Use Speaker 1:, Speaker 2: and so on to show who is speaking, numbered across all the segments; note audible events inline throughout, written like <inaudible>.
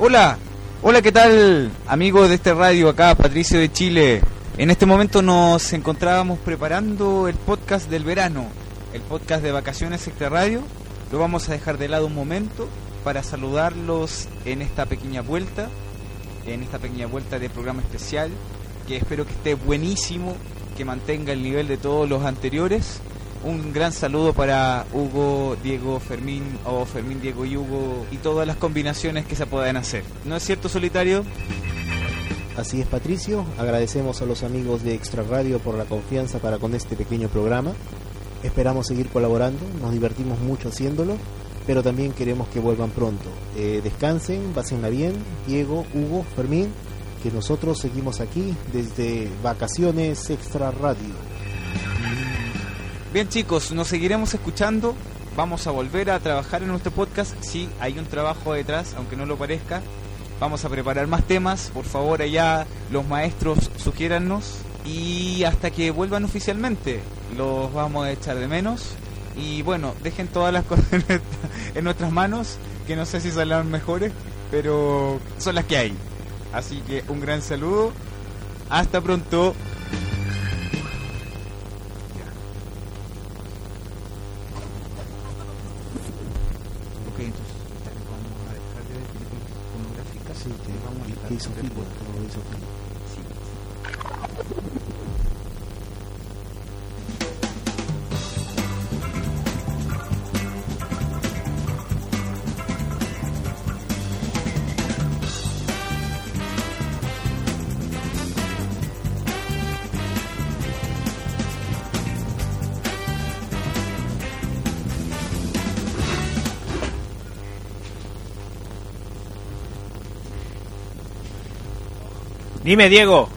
Speaker 1: Hola, hola, ¿qué tal, amigos de este radio acá, Patricio de Chile? En este momento nos encontrábamos preparando el podcast del verano, el podcast de vacaciones extra radio. Lo vamos a dejar de lado un momento para saludarlos en esta pequeña vuelta, en esta pequeña vuelta de programa especial, que espero que esté buenísimo, que mantenga el nivel de todos los anteriores. Un gran saludo para Hugo, Diego, Fermín o Fermín, Diego y Hugo y todas las combinaciones que se puedan hacer. ¿No es cierto, Solitario?
Speaker 2: Así es, Patricio. Agradecemos a los amigos de Extra Radio por la confianza para con este pequeño programa. Esperamos seguir colaborando, nos divertimos mucho haciéndolo, pero también queremos que vuelvan pronto. Eh, descansen, pásenla bien, Diego, Hugo, Fermín, que nosotros seguimos aquí desde Vacaciones Extra Radio.
Speaker 1: Bien chicos, nos seguiremos escuchando. Vamos a volver a trabajar en nuestro podcast. Sí, hay un trabajo detrás, aunque no lo parezca. Vamos a preparar más temas. Por favor, allá los maestros sugiérannos. Y hasta que vuelvan oficialmente, los vamos a echar de menos. Y bueno, dejen todas las <laughs> cosas en nuestra- en nuestras manos, que no sé si saldrán mejores, pero son las que hay. Así que un gran saludo. Hasta pronto. Ok, entonces está bien, vamos a dejar de ver películas pornográficas
Speaker 2: Sí,
Speaker 1: y vamos a dejar
Speaker 2: que hizo
Speaker 1: de ver
Speaker 2: Pico,
Speaker 1: por-
Speaker 2: todo hizo Pico.
Speaker 1: sí.
Speaker 3: Dime, Diego.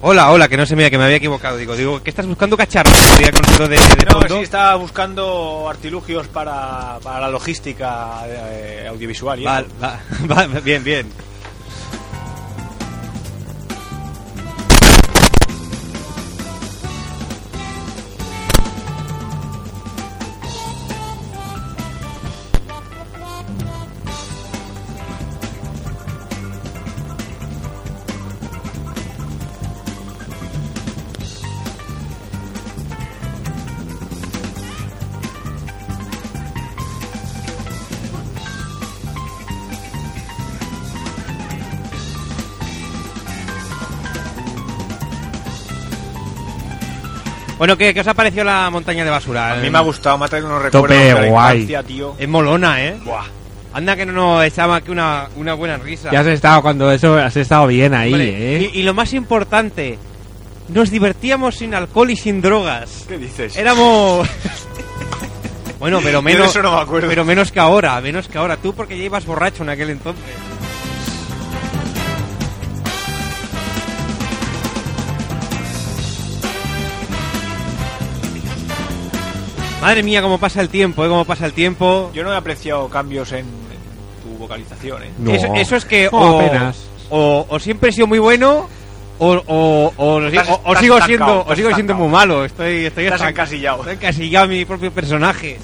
Speaker 3: Hola, hola, que no se mira, que me había equivocado. Digo, digo, ¿qué estás buscando cacharro? Sería con ruido de, de
Speaker 4: No,
Speaker 3: fondo.
Speaker 4: sí, estaba buscando artilugios para, para la logística eh, audiovisual. y eso.
Speaker 3: Vale, va- va- <laughs> bien, bien. Bueno, ¿qué, qué os ha parecido la montaña de basura?
Speaker 4: A mí me ha gustado, me ha traído unos recuerdos
Speaker 5: Tope
Speaker 4: de la
Speaker 5: guay.
Speaker 4: infancia, tío.
Speaker 3: Es molona, ¿eh?
Speaker 4: Buah.
Speaker 3: Anda que no nos echaba aquí una, una buena risa.
Speaker 5: Ya has estado cuando eso, has estado bien ahí,
Speaker 3: Hombre,
Speaker 5: ¿eh?
Speaker 3: y, y lo más importante, nos divertíamos sin alcohol y sin drogas.
Speaker 1: <laughs>
Speaker 4: ¿Qué dices?
Speaker 3: Éramos...
Speaker 2: Bueno, pero
Speaker 1: Yo de
Speaker 2: menos,
Speaker 1: eso no me acuerdo.
Speaker 2: pero menos que ahora, menos que ahora. Tú porque ya ibas borracho en aquel entonces. Madre mía, cómo pasa el tiempo, ¿eh? Cómo pasa el tiempo.
Speaker 1: Yo no he apreciado cambios en, en tu vocalización, ¿eh?
Speaker 6: No.
Speaker 2: Eso, eso es que
Speaker 4: No,
Speaker 2: o,
Speaker 4: apenas.
Speaker 2: o, o siempre he sido muy bueno o, o- o- o-
Speaker 1: Estás-
Speaker 2: o- o
Speaker 1: estás
Speaker 2: sigo
Speaker 1: estancado,
Speaker 2: siendo o
Speaker 1: estás
Speaker 2: sigo siendo
Speaker 1: estancado.
Speaker 2: muy malo. Estoy, estoy
Speaker 1: Estás
Speaker 2: estanc-
Speaker 1: encasillado.
Speaker 2: Estoy encasillado en mi propio personaje.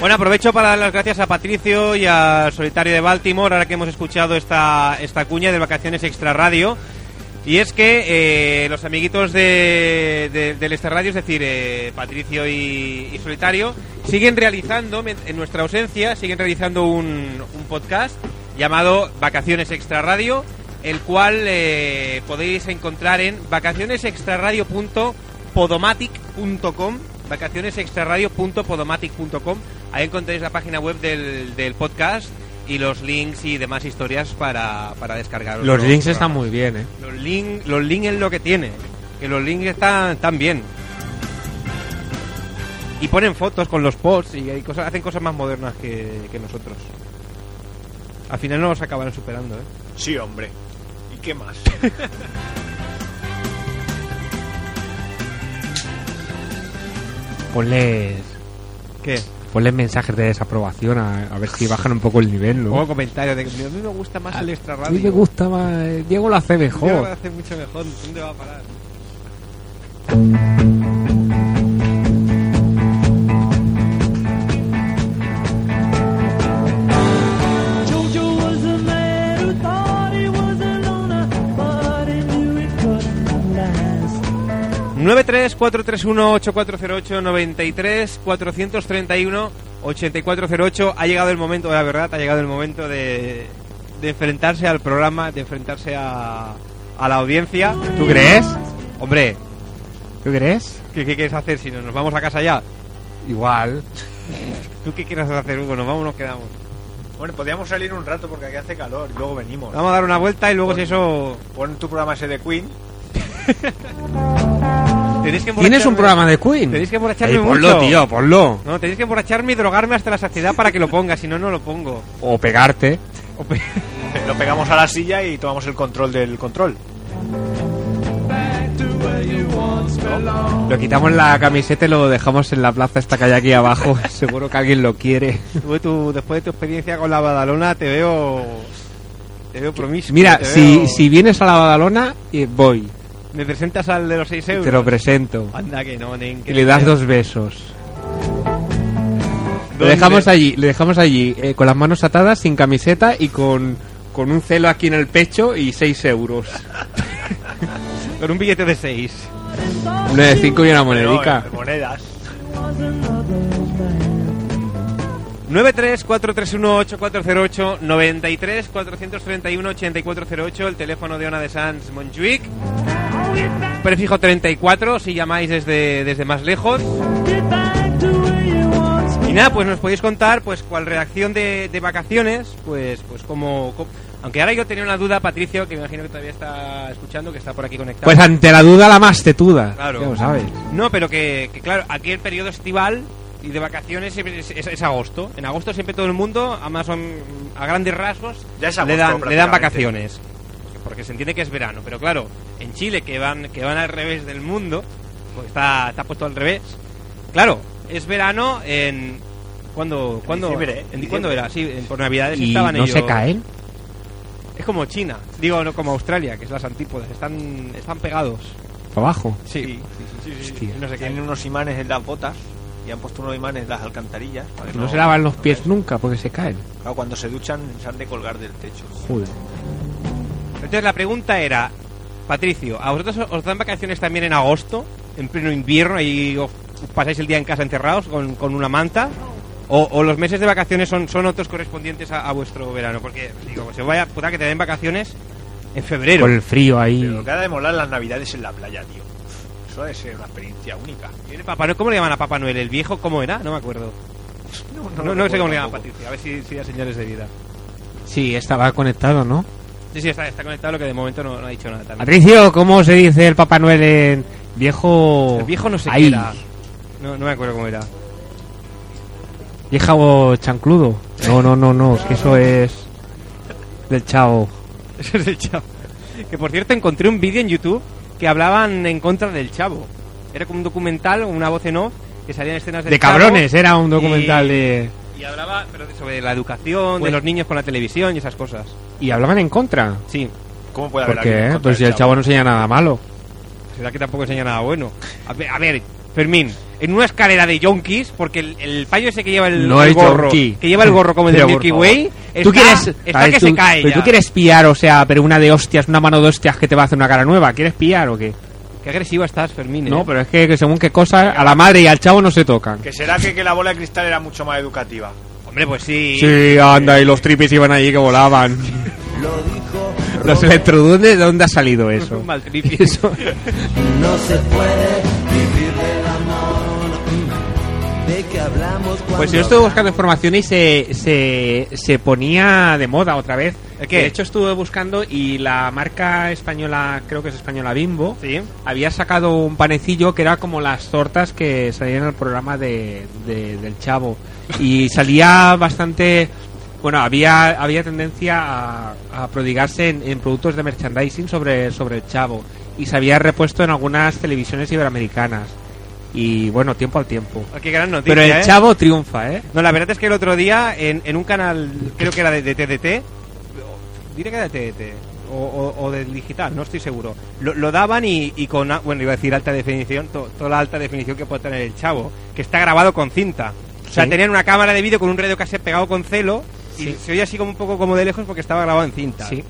Speaker 2: Bueno, aprovecho para dar las gracias a Patricio y al Solitario de Baltimore, ahora que hemos escuchado esta, esta cuña de Vacaciones Extra Radio. Y es que eh, los amiguitos de, de- del Extra Radio, es decir, eh, Patricio y, y Solitario, siguen realizando, men- en nuestra ausencia, siguen realizando un, un podcast llamado Vacaciones Extra Radio, el cual eh, podéis encontrar en vacacionesextraradio.podomatic.com vacacionesextraradio.podomatic.com Ahí encontréis la página web del, del podcast y los links y demás historias para, para descargar.
Speaker 4: Los links están muy bien, ¿eh?
Speaker 2: Los links los link es lo que tiene. Que los links están, están bien. Y ponen fotos con los posts y hay cosas, hacen cosas más modernas que, que nosotros. Al final no nos acaban superando, ¿eh?
Speaker 1: Sí, hombre. ¿Y qué más?
Speaker 4: Ponles,
Speaker 2: ¿Qué?
Speaker 4: ponles mensajes de desaprobación a, a ver si bajan un poco el nivel,
Speaker 2: Luego
Speaker 4: ¿no?
Speaker 2: comentarios de que a mí me gusta más el extra
Speaker 4: A
Speaker 2: radio.
Speaker 4: mí me gusta más. eh, Diego lo hace
Speaker 2: Yo lo
Speaker 4: mejor.
Speaker 2: hace mucho mejor. ¿Dónde va a parar?
Speaker 7: Jojo was a man who thought he was a loner, but he knew it couldn't last.
Speaker 2: 93-431-8408-93-431-8408. Ha llegado el momento, la verdad, ha llegado el momento de, de enfrentarse al programa, de enfrentarse a, a la audiencia.
Speaker 4: ¿Tú crees?
Speaker 2: Hombre,
Speaker 4: ¿Tú crees?
Speaker 2: ¿qué, qué quieres hacer si no nos vamos a casa ya?
Speaker 4: Igual.
Speaker 2: ¿Tú qué quieres hacer, Hugo? ¿Nos vamos o nos quedamos?
Speaker 1: Bueno, podríamos salir un rato porque aquí hace calor y luego venimos.
Speaker 2: Vamos a dar una vuelta y luego si eso...
Speaker 1: Pon tu programa ese de Queen.
Speaker 2: Tenéis que
Speaker 4: ¿Tienes un
Speaker 2: emborracharme-
Speaker 4: programa de Queen?
Speaker 2: Tenéis que emborracharme
Speaker 4: Ey, ponlo,
Speaker 2: mucho.
Speaker 4: tío, ponlo.
Speaker 2: No, tenéis que emborracharme y drogarme hasta la saciedad para que lo ponga, si no, no lo pongo.
Speaker 4: O pegarte.
Speaker 2: O pe-
Speaker 1: Te- Lo pegamos a la silla y tomamos el control del control.
Speaker 4: Lo
Speaker 2: <laughs>
Speaker 4: quitamos la camiseta y lo dejamos en la plaza esta calle aquí abajo. <laughs> Seguro que alguien lo quiere.
Speaker 2: Tú, tú, después de tu experiencia con la Badalona, te veo. Te veo promiscuo.
Speaker 4: Mira,
Speaker 2: te
Speaker 4: si,
Speaker 2: veo-
Speaker 4: si vienes a la Badalona, eh, voy.
Speaker 2: Me presentas al de los 6 euros.
Speaker 4: Te lo presento.
Speaker 2: Anda que no, nen.
Speaker 4: Y le das dos besos. Lo dejamos allí, le dejamos allí, eh, con las manos atadas, sin camiseta y con, con un celo aquí en el pecho y 6 euros.
Speaker 2: Con un billete de 6.
Speaker 4: Una de 5 y una
Speaker 1: No,
Speaker 4: monedica.
Speaker 1: eh, monedas.
Speaker 2: 93-431-8408 93-431-8408 El teléfono de Ona de Sanz Montjuic Prefijo 34 Si llamáis desde, desde más lejos
Speaker 7: Get back to where you once
Speaker 2: Y nada, pues nos podéis contar pues cuál reacción de, de vacaciones, pues pues como, co- aunque ahora yo tenía una duda, Patricio, que me imagino que todavía está escuchando, que está por aquí conectado.
Speaker 4: Pues ante la duda la más tetuda.
Speaker 2: Claro.
Speaker 4: Ya lo sabes.
Speaker 2: no, pero que, que claro, aquí el periodo estival y de vacaciones siempre es, es- es agosto. En agosto siempre todo el mundo, a más o m- a grandes rasgos,
Speaker 1: Ya es agosto,
Speaker 2: le dan le dan
Speaker 1: prácticamente.
Speaker 2: vacaciones. Porque se entiende que es verano, pero claro, en Chile que van que van al revés del mundo, porque está está puesto al revés. Claro, es verano en ¿Cuándo, cuándo,
Speaker 1: diciembre, ¿eh?
Speaker 2: en-
Speaker 1: En diciembre.
Speaker 2: ¿cuándo era? Sí, en- por Navidades
Speaker 4: Y
Speaker 2: estaban
Speaker 4: no
Speaker 2: ellos.
Speaker 4: se caen.
Speaker 2: Es como China, digo, no como Australia, que es las antípodas, están, están pegados.
Speaker 4: Abajo.
Speaker 2: Sí,
Speaker 1: Sí, sí, sí.
Speaker 4: Hostia.
Speaker 2: no se caen.
Speaker 1: Tienen unos imanes en las botas y han puesto unos imanes en las alcantarillas. para que
Speaker 4: No se lavan los pies nunca porque se caen.
Speaker 1: Claro, cuando se duchan se han de colgar del techo.
Speaker 4: Joder.
Speaker 2: Entonces la pregunta era, Patricio, ¿a vosotros os dan vacaciones también en agosto, en pleno invierno, y os pasáis el día en casa encerrados con, con una manta? O, o los meses de vacaciones son, son otros correspondientes a, a vuestro verano? Porque, digo, se vaya puta que te den vacaciones en febrero.
Speaker 4: Con el frío ahí.
Speaker 1: Pero que ha de molar las navidades en la playa, tío. Eso ha de ser una experiencia única.
Speaker 2: Tiene Papá Noel, ¿Cómo le llaman a Papá Noel? ¿El viejo cómo era? No me acuerdo. No, no, sé cómo le llaman, Patricio. A ver si, si da señales de vida.
Speaker 4: Sí, estaba conectado, ¿no?
Speaker 2: Sí, sí, está, está conectado, lo que de momento no, no ha dicho nada. también.
Speaker 4: Patricio, ¿cómo se dice el Papá Noel en viejo?
Speaker 2: El viejo no sé
Speaker 4: Ahí.
Speaker 2: qué era. No, no me acuerdo cómo era.
Speaker 4: Viejo chancludo. No, no, no, no, que eso es del chao.
Speaker 2: Ese es el chavo. Que por cierto, encontré un vídeo en YouTube que hablaban en contra del chavo. Era como un documental, una voz en off, que salían escenas del
Speaker 4: De
Speaker 2: Chavo
Speaker 4: cabrones, era un documental de...
Speaker 2: Y hablaba pero de- sobre la educación,
Speaker 4: Pues-
Speaker 2: de los niños con la televisión y esas cosas.
Speaker 4: Y hablaban en contra.
Speaker 2: Sí,
Speaker 1: ¿Cómo puede haber
Speaker 4: ¿Por
Speaker 1: alguien en
Speaker 4: qué?
Speaker 1: contra
Speaker 4: Pues si
Speaker 1: del
Speaker 4: el chavo no enseña nada malo.
Speaker 2: será que tampoco enseña nada bueno. A ver, a ver, Fermín, en una escalera de yonkis, porque el, el payo ese que lleva el,
Speaker 4: No
Speaker 2: el
Speaker 4: es
Speaker 2: gorro,
Speaker 4: yonki.
Speaker 2: que lleva el gorro como el
Speaker 4: <laughs>
Speaker 2: de
Speaker 4: Pero, por
Speaker 2: Milky
Speaker 4: favor.
Speaker 2: Way, está,
Speaker 4: tú quieres...
Speaker 2: está
Speaker 4: a ver,
Speaker 2: que
Speaker 4: tú-
Speaker 2: se cae
Speaker 4: pero
Speaker 2: ya.
Speaker 4: tú quieres pillar, o sea, pero una de hostias, una mano de hostias que te va a hacer una cara nueva. ¿Quieres pillar o qué?
Speaker 2: Qué agresiva estás, Fermín. ¿eh?
Speaker 4: No, pero es que, que según qué cosa, a la madre y al chavo no se tocan.
Speaker 1: Que será que, que la bola de cristal era mucho más educativa.
Speaker 2: Hombre, pues sí.
Speaker 4: Sí, anda, y los tripis iban allí que
Speaker 2: <laughs>
Speaker 4: volaban. Los electrodunes, ¿de dónde ha salido
Speaker 2: Eso.
Speaker 4: <laughs> eso?
Speaker 2: Un maltripi.
Speaker 8: No se puede vivir del amor. ¿De que hablamos cuando
Speaker 4: Pues yo estuve buscando información y se, se, se ponía de moda otra vez.
Speaker 2: ¿El qué?
Speaker 4: De hecho, estuve buscando y la marca española, creo que es española Bimbo,
Speaker 2: Sí.
Speaker 4: había sacado un panecillo que era como las tortas que salían en el programa de, de- del Chavo.
Speaker 2: <laughs>
Speaker 4: Y salía bastante. Bueno, había, había tendencia a, a prodigarse en, en productos de merchandising sobre, sobre el Chavo. Y se había repuesto en algunas televisiones iberoamericanas. Y bueno, tiempo al tiempo.
Speaker 2: Ah, Qué gran noticia.
Speaker 4: Pero el
Speaker 2: ¿eh?
Speaker 4: Chavo triunfa, ¿eh?
Speaker 2: No, la verdad es que el otro día en, en un canal, creo que era de, de TDT, o- diré que era de TDT, o, o- o del digital, no estoy seguro. Lo, lo daban y, y con, a- bueno, iba a decir alta definición, to- toda la alta definición que puede tener el chavo, que está grabado con cinta. O sea,
Speaker 4: Sí.
Speaker 2: tenían una cámara de vídeo con un radio cassette pegado con celo y
Speaker 4: Sí.
Speaker 2: se oía así como un poco como de lejos porque estaba grabado en cinta.
Speaker 4: Sí.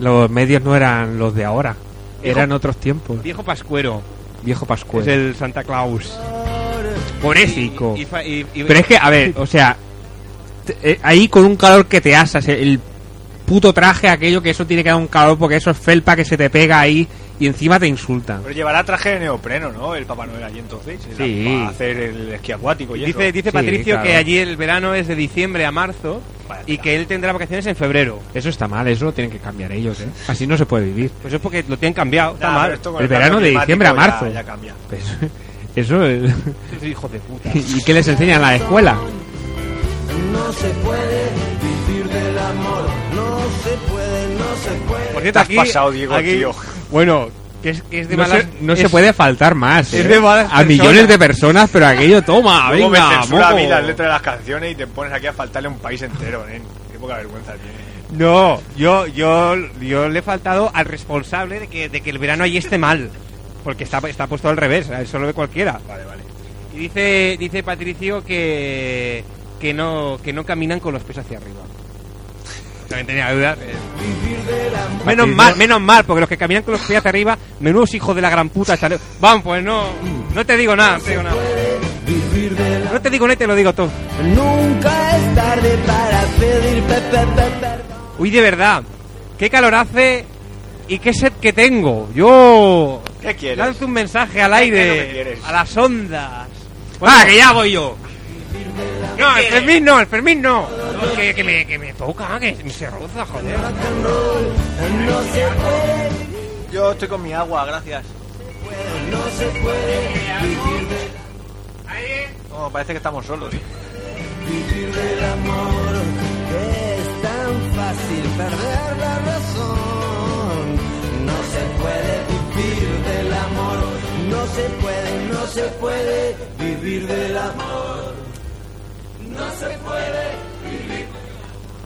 Speaker 4: Los medios no eran los de ahora,
Speaker 2: Viejo-
Speaker 4: eran otros tiempos.
Speaker 2: Viejo Pascuero,
Speaker 4: Viejo Pascual.
Speaker 2: es el Santa Claus.
Speaker 4: Pobrecito.
Speaker 2: Y- y fa- y- y-
Speaker 4: Pero es que, a ver, o sea, te- eh, ahí con un calor que te asas, el- el puto traje, aquello que eso tiene que dar un calor porque eso es felpa que se te pega ahí y encima te insultan.
Speaker 1: Pero llevará traje de neopreno, ¿no? El Papá Noel allí entonces. era
Speaker 4: Sí.
Speaker 1: Para hacer el esquí acuático y
Speaker 2: Dice,
Speaker 1: eso.
Speaker 2: dice
Speaker 4: Sí,
Speaker 2: Patricio
Speaker 4: claro.
Speaker 2: que allí el verano es de diciembre a marzo
Speaker 1: Vaya
Speaker 2: y
Speaker 1: tela.
Speaker 2: que él tendrá vacaciones en febrero.
Speaker 4: Eso está mal, eso lo tienen que cambiar ellos, ¿eh? Así no se puede vivir.
Speaker 2: Pues es porque lo tienen cambiado. Está
Speaker 1: Nah,
Speaker 2: mal.
Speaker 1: pero esto con
Speaker 4: El verano
Speaker 1: cambio
Speaker 4: de diciembre a
Speaker 1: climático
Speaker 4: marzo.
Speaker 1: Ya, ya cambia.
Speaker 4: Pues, <laughs> eso
Speaker 2: <laughs>
Speaker 4: es...
Speaker 2: Es hijo de puta.
Speaker 4: ¿Y qué les enseñan en la escuela?
Speaker 8: No se puede vivir del amor. No se puede, no se puede.
Speaker 2: Por
Speaker 1: Te has pasado, Diego, tío.
Speaker 2: Bueno, que es, que es de
Speaker 4: no
Speaker 2: malas.
Speaker 4: se, no se
Speaker 2: es-
Speaker 4: puede faltar más.
Speaker 2: es
Speaker 4: ¿eh?
Speaker 2: de malas
Speaker 4: a
Speaker 2: personas.
Speaker 4: millones de personas, pero aquello
Speaker 2: Ah,
Speaker 4: toma,
Speaker 1: Luego me
Speaker 4: venga,
Speaker 1: censura a mí
Speaker 4: moco.
Speaker 1: las letras de las canciones y te pones aquí a faltarle un país entero, nen. Qué poca vergüenza tiene.
Speaker 2: No, yo, yo, yo le he faltado al responsable de que, de que el verano allí esté mal. Porque está, está puesto al revés, eso lo ve cualquiera.
Speaker 1: Vale, vale.
Speaker 2: Y dice, dice Patricio que, que, no, que no caminan con los pies hacia arriba. También tenía dudas. eh. Menos
Speaker 4: Patricio.
Speaker 2: mal, menos mal, porque los que caminan con los pies hacia arriba, menudos hijos de la gran puta. están- Vamos, pues no, no te digo nada, no te digo nada. No te digo nada, y te lo digo todo.
Speaker 8: Nunca es tarde para pedir pe- pe- pe- perdón.
Speaker 2: Uy, de verdad, qué calor hace y qué sed que tengo. Yo
Speaker 1: ¿Qué quieres?
Speaker 2: lanzo un mensaje
Speaker 1: ¿Qué no
Speaker 2: al
Speaker 1: me
Speaker 2: aire,
Speaker 1: quieres?
Speaker 2: a las ondas.
Speaker 4: Ah, que ya voy yo.
Speaker 1: Ah,
Speaker 2: No, el Fermín no, el Fermín no. No, que, que me, que me toca, que me se roza, joder.
Speaker 1: Yo estoy con mi agua, gracias. No, parece que estamos solos.
Speaker 8: Vivir del amor es tan fácil perder la razón. No se puede vivir del amor. No se puede, no se puede vivir del amor.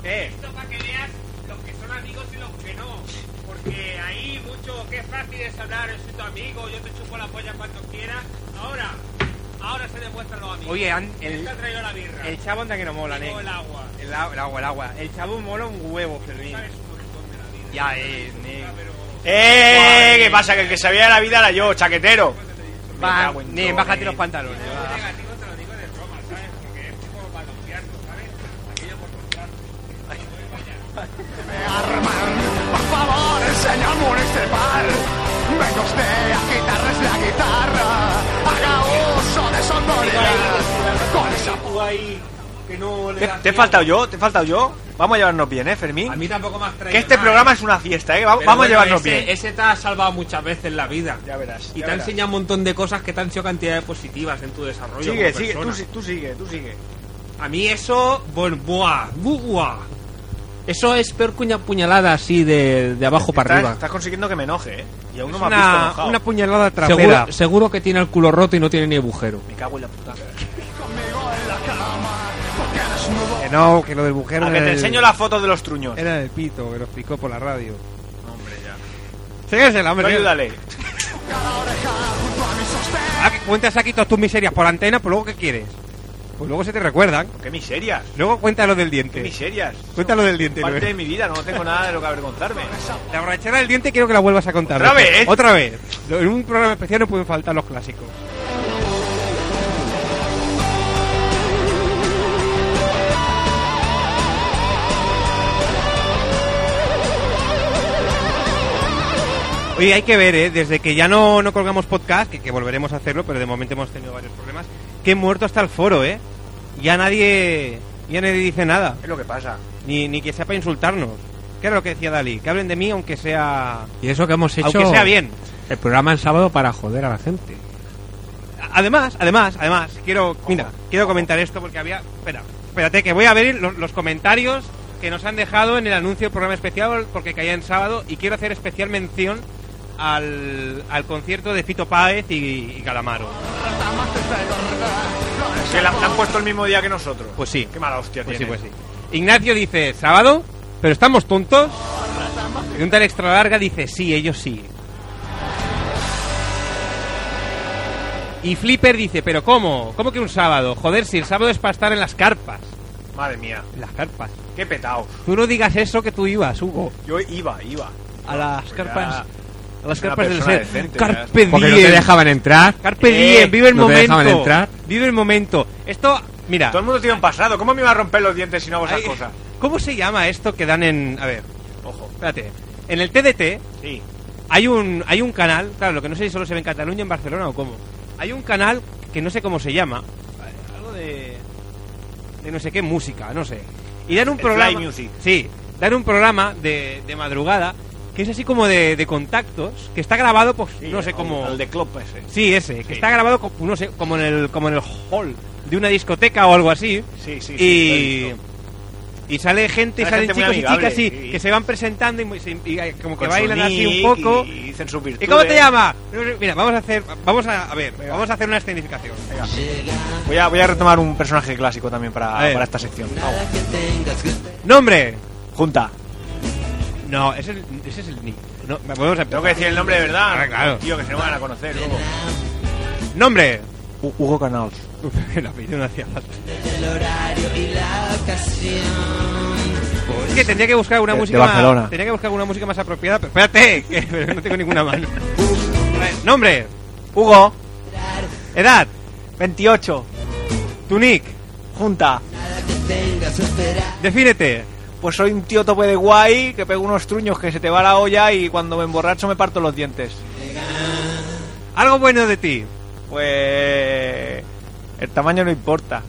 Speaker 2: Esto para que veas los que son amigos y los que no. Porque ahí mucho, qué fácil es hablar, soy tu amigo, yo te chupo la polla cuando quieras. Ahora, ahora se demuestran los amigos. Oye, an- el, el chavo anda que no mola, ¿eh? El agua. El, a- el agua, el agua. El chavo mola un huevo, Fermín. Ya es, Nick.
Speaker 4: Ah,
Speaker 1: ¡Eh! ¿Qué pasa? Que el que sabía de la vida era yo, chaquetero.
Speaker 2: Va,
Speaker 1: cago en
Speaker 2: Nick,
Speaker 1: todo,
Speaker 2: bájate
Speaker 1: Nick.
Speaker 2: los pantalones. va.
Speaker 9: Por favor, enseñadme este par. Venga usted a quitarles la guitarra. Haga uso de sonoridad. Con esa
Speaker 1: Tú ahí
Speaker 4: que no le
Speaker 1: ¿Te,
Speaker 4: da
Speaker 1: te he
Speaker 4: tiempo.
Speaker 1: faltado yo? ¿Te he faltado yo? Vamos a llevarnos bien, ¿eh, Fermín?
Speaker 4: A mí tampoco me has traído
Speaker 1: Que este
Speaker 4: nada,
Speaker 1: programa
Speaker 4: ¿eh?
Speaker 1: es una fiesta, ¿eh? Va-
Speaker 4: Pero
Speaker 1: Vamos a
Speaker 4: bueno,
Speaker 1: llevarnos
Speaker 4: ese-
Speaker 1: bien.
Speaker 4: Ese te ha salvado muchas veces la vida.
Speaker 1: Ya verás,
Speaker 4: Y
Speaker 1: ya
Speaker 4: te ha
Speaker 1: verás.
Speaker 4: enseñado un montón de cosas que te han sido cantidades positivas en tu desarrollo.
Speaker 1: Sigue,
Speaker 4: como
Speaker 1: sigue, tú,
Speaker 4: persona.
Speaker 1: si- tú sigue, tú sigue.
Speaker 4: A mí eso, bueno, buah, buah. Eso es peor que una puñalada así de, de abajo para
Speaker 1: Estás,
Speaker 4: arriba.
Speaker 1: estás consiguiendo que me enoje, ¿eh? Y aún no me has visto
Speaker 2: Una,
Speaker 1: enojado.
Speaker 2: una puñalada trasera.
Speaker 4: Seguro, seguro que tiene el culo roto y no tiene ni agujero.
Speaker 1: Me cago en la puta.
Speaker 2: Que no, que lo del bujero
Speaker 1: A que
Speaker 2: era
Speaker 1: te
Speaker 2: el-
Speaker 1: enseño la foto de los truños.
Speaker 2: Era el pito, que lo explicó por la radio.
Speaker 1: Hombre, ya.
Speaker 2: Síguesela,
Speaker 1: Tú
Speaker 2: hombre.
Speaker 1: ayúdale.
Speaker 2: Ah, que cuentas aquí todas tus miserias por antena, pues luego ¿qué quieres? Pues luego se te recuerdan.
Speaker 1: ¡Qué miserias!
Speaker 2: Luego cuenta lo del
Speaker 1: ¡Qué
Speaker 2: diente.
Speaker 1: miserias!
Speaker 2: Cuéntalo del diente,
Speaker 1: Parte
Speaker 2: Noel.
Speaker 1: de mi vida, no tengo nada de lo que avergonzarme.
Speaker 2: La borrachera del diente quiero que la vuelvas a contar.
Speaker 1: ¿Otra vez?
Speaker 2: Otra vez. Lo- En un programa especial no pueden faltar los clásicos. Oye, hay que ver, ¿eh? Desde que ya no, no colgamos podcast, que, que volveremos a hacerlo, pero de momento hemos tenido varios problemas, que he muerto hasta el foro, ¿eh? Ya nadie, ya nadie dice nada
Speaker 1: Es lo que pasa.
Speaker 2: ni, ni que sea para insultarnos. ¿Qué era lo que decía Dalí? Que hablen de mí aunque sea
Speaker 4: Y eso que hemos hecho.
Speaker 2: aunque sea bien.
Speaker 4: El programa el sábado para joder a la gente.
Speaker 2: A- Además, además, además, quiero mira, quiero comentar esto porque había, espera, espérate que voy a ver los, los comentarios que nos han dejado en el anuncio del programa especial porque caía en sábado y quiero hacer especial mención al, al concierto de Fito Páez y, y Calamaro.
Speaker 1: Que la, la han puesto el mismo día que nosotros.
Speaker 2: Pues sí.
Speaker 1: Qué mala hostia
Speaker 2: Pues sí,
Speaker 1: tiene.
Speaker 2: pues sí. Ignacio dice, ¿sábado? ¿Pero estamos tontos? Y un tal extra larga dice, sí, ellos sí. Y Flipper dice, ¿pero cómo? ¿Cómo que un sábado? Joder, si el sábado es para estar en las carpas.
Speaker 1: Madre mía.
Speaker 2: En las carpas.
Speaker 1: Qué petao.
Speaker 2: Tú no digas eso que tú ibas, Hugo.
Speaker 1: Yo iba, iba.
Speaker 2: A las
Speaker 1: Pues
Speaker 2: carpas. A las
Speaker 1: una
Speaker 2: carpas del
Speaker 1: persona
Speaker 2: ser.
Speaker 1: decente,
Speaker 2: Carpe diem.
Speaker 4: Porque no te dejaban entrar.
Speaker 2: Carpe
Speaker 1: Eh,
Speaker 2: diem, vive el
Speaker 4: no te
Speaker 2: momento.
Speaker 4: dejaban entrar.
Speaker 2: Vive el momento. Esto, mira.
Speaker 1: Todo el mundo tiene un pasado. ¿Cómo me iba a romper los dientes si no hago esas
Speaker 2: Ay,
Speaker 1: cosas?
Speaker 2: ¿Cómo se llama esto que dan en. A ver,
Speaker 1: Ojo.
Speaker 2: espérate. En el TDT
Speaker 1: Sí.
Speaker 2: hay un, hay un canal, claro, lo que no sé si solo se ve en Cataluña, en Barcelona o cómo. Hay un canal que no sé cómo se llama. Algo de. de no sé qué música, no sé. Y dan un
Speaker 1: El
Speaker 2: programa.
Speaker 1: Fly Music.
Speaker 2: Sí, dan un programa de, de madrugada que es así como de, de contactos, que está grabado, pues
Speaker 1: Sí,
Speaker 2: no sé
Speaker 1: al-
Speaker 2: cómo.
Speaker 1: Al de Klopp ese.
Speaker 2: Sí, ese, que
Speaker 1: Sí.
Speaker 2: está grabado, co- no sé, como en, el, como en el hall de una discoteca o algo así.
Speaker 1: Sí, sí, sí, lo he
Speaker 2: y,
Speaker 1: visto.
Speaker 2: y sale gente, y
Speaker 1: Sale
Speaker 2: salen
Speaker 1: gente muy
Speaker 2: chicos y
Speaker 1: amigable,
Speaker 2: chicas sí,
Speaker 1: sí.
Speaker 2: que se van presentando y, muy- se- y, eh, como que
Speaker 1: Con su
Speaker 2: bailan así un
Speaker 1: nick
Speaker 2: poco.
Speaker 1: Y,
Speaker 2: Y,
Speaker 1: y dicen sus virtudes.
Speaker 2: cómo te llama? No sé, Mira, vamos a hacer, vamos a, a ver,
Speaker 1: Venga.
Speaker 2: vamos a hacer una escenificación.
Speaker 1: Voy a, voy a retomar un personaje clásico también para,
Speaker 2: A ver.
Speaker 1: para esta sección.
Speaker 2: Nombre.
Speaker 1: Junta.
Speaker 2: No, ese es, el- ese es el nick. No, vamos a
Speaker 1: Tengo que decir el nombre de verdad.
Speaker 2: Ah, claro.
Speaker 1: Tío, que se no van a conocer luego.
Speaker 2: Nombre.
Speaker 1: Hugo Canals.
Speaker 2: Uf, <laughs> el apellido no hacía falta. Es que tendría que buscar una
Speaker 1: De- de
Speaker 2: música
Speaker 1: Barcelona.
Speaker 2: más, tendría que buscar una música más apropiada, pero espérate, <laughs> que pero no tengo ninguna mano. A ver, Nombre,
Speaker 1: Hugo,
Speaker 2: edad,
Speaker 1: 28.
Speaker 2: tu nick,
Speaker 1: Junta.
Speaker 2: defínete.
Speaker 1: Pues soy un tío tope de guay que pego unos truños que se te va la olla y cuando me emborracho me parto los dientes.
Speaker 2: Algo bueno de ti.
Speaker 1: Pues... El tamaño no importa.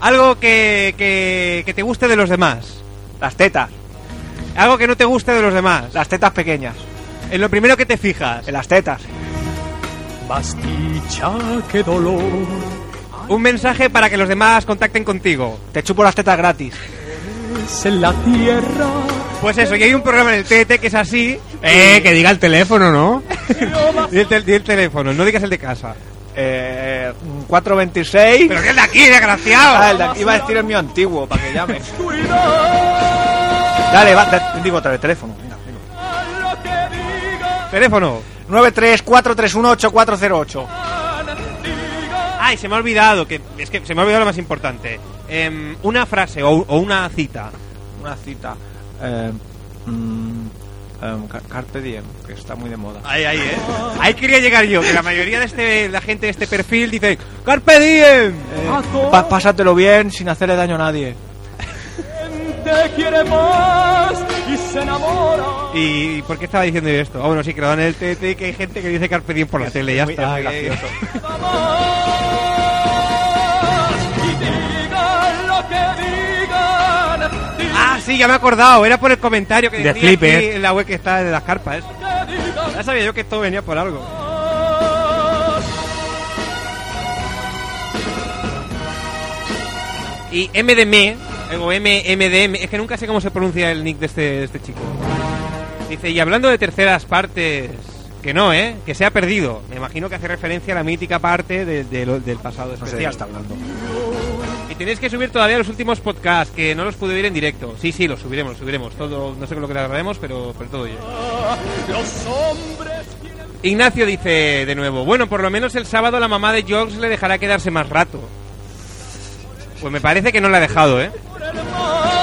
Speaker 2: Algo que, que, que te guste de los demás.
Speaker 1: Las tetas.
Speaker 2: Algo que no te guste de los demás.
Speaker 1: Las tetas pequeñas.
Speaker 2: En lo primero que te fijas.
Speaker 1: En las tetas.
Speaker 2: Un mensaje para que los demás contacten contigo.
Speaker 1: Te chupo las tetas gratis.
Speaker 2: Pues eso, y hay un programa en el TT que es así.
Speaker 4: Eh, que diga el teléfono, ¿no?
Speaker 2: <laughs> Di el, tel- di el teléfono, no digas el de casa.
Speaker 1: Eh, 426.
Speaker 2: Pero que es de aquí, desgraciado.
Speaker 1: Ah, el de- iba a decir el mío antiguo, para que llame. Dale, va, te- digo otra vez, teléfono. venga, venga.
Speaker 2: Teléfono.
Speaker 1: 934318408.
Speaker 2: Ay, se me ha olvidado, que es que se me ha olvidado lo más importante. Em, una frase o, o una cita.
Speaker 1: Una cita. Eh, mm, em, Car- Carpe Diem, que está muy de moda.
Speaker 2: Ahí, ahí, eh. Ahí quería llegar yo, que la mayoría de este, la gente de este perfil dice Carpe diem.
Speaker 1: Eh, pa- pásatelo bien sin hacerle daño a nadie.
Speaker 7: te quiere más y se enamora.
Speaker 2: ¿Y por qué estaba diciendo yo esto? Ah, bueno, sí, que lo dan en el TT, que hay gente que dice Carpe Diem por la tele, ya
Speaker 1: muy-
Speaker 2: está.
Speaker 1: es muy
Speaker 2: que-
Speaker 1: gracioso.
Speaker 2: <laughs>
Speaker 7: Y digan lo que digan,
Speaker 2: Ah, sí, ya me he acordado, era por el comentario que
Speaker 4: De
Speaker 2: decía
Speaker 4: Flipper.
Speaker 2: aquí en la web que está de las carpas. eso.
Speaker 7: que digan
Speaker 2: Ya sabía yo que esto venía por algo.
Speaker 7: más.
Speaker 2: Y MDM, o MMDM, es que nunca sé cómo se pronuncia el nick de este, de este chico. Dice, y hablando de terceras partes, que no, ¿eh? Que se ha perdido. Me imagino que hace referencia a la mítica parte de- de lo- del pasado
Speaker 1: No sé de qué
Speaker 2: especial.
Speaker 1: está hablando.
Speaker 2: y tenéis que subir todavía los últimos podcasts, que no los pude oír en directo. Sí, sí, los subiremos, los subiremos. Todo, no sé con lo que les haremos, pero, pero todo llega.
Speaker 7: Los hombres tienen
Speaker 2: Ignacio dice de nuevo, bueno, por lo menos el sábado la mamá de Jogs le dejará quedarse más rato. Pues me parece que no la ha dejado, ¿eh?
Speaker 7: por el mar.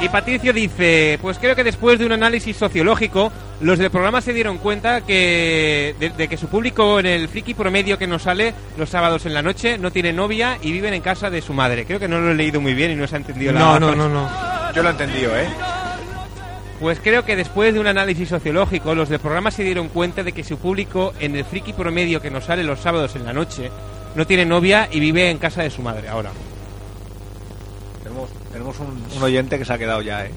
Speaker 2: Y Patricio dice, pues creo que después de un análisis sociológico, los del programa se dieron cuenta que de, de que su público en el friki promedio que nos sale los sábados en la noche no tiene novia y viven en casa de su madre. Creo que no lo he leído muy bien y no se ha entendido la
Speaker 4: No, no, no, no.
Speaker 1: Yo lo he entendido, ¿eh?
Speaker 2: Pues creo que después de un análisis sociológico, los del programa se dieron cuenta de que su público en el friki promedio que nos sale los sábados en la noche no tiene novia y vive en casa de su madre ahora.
Speaker 1: Tenemos, tenemos un, un oyente que se ha quedado ya, ¿eh?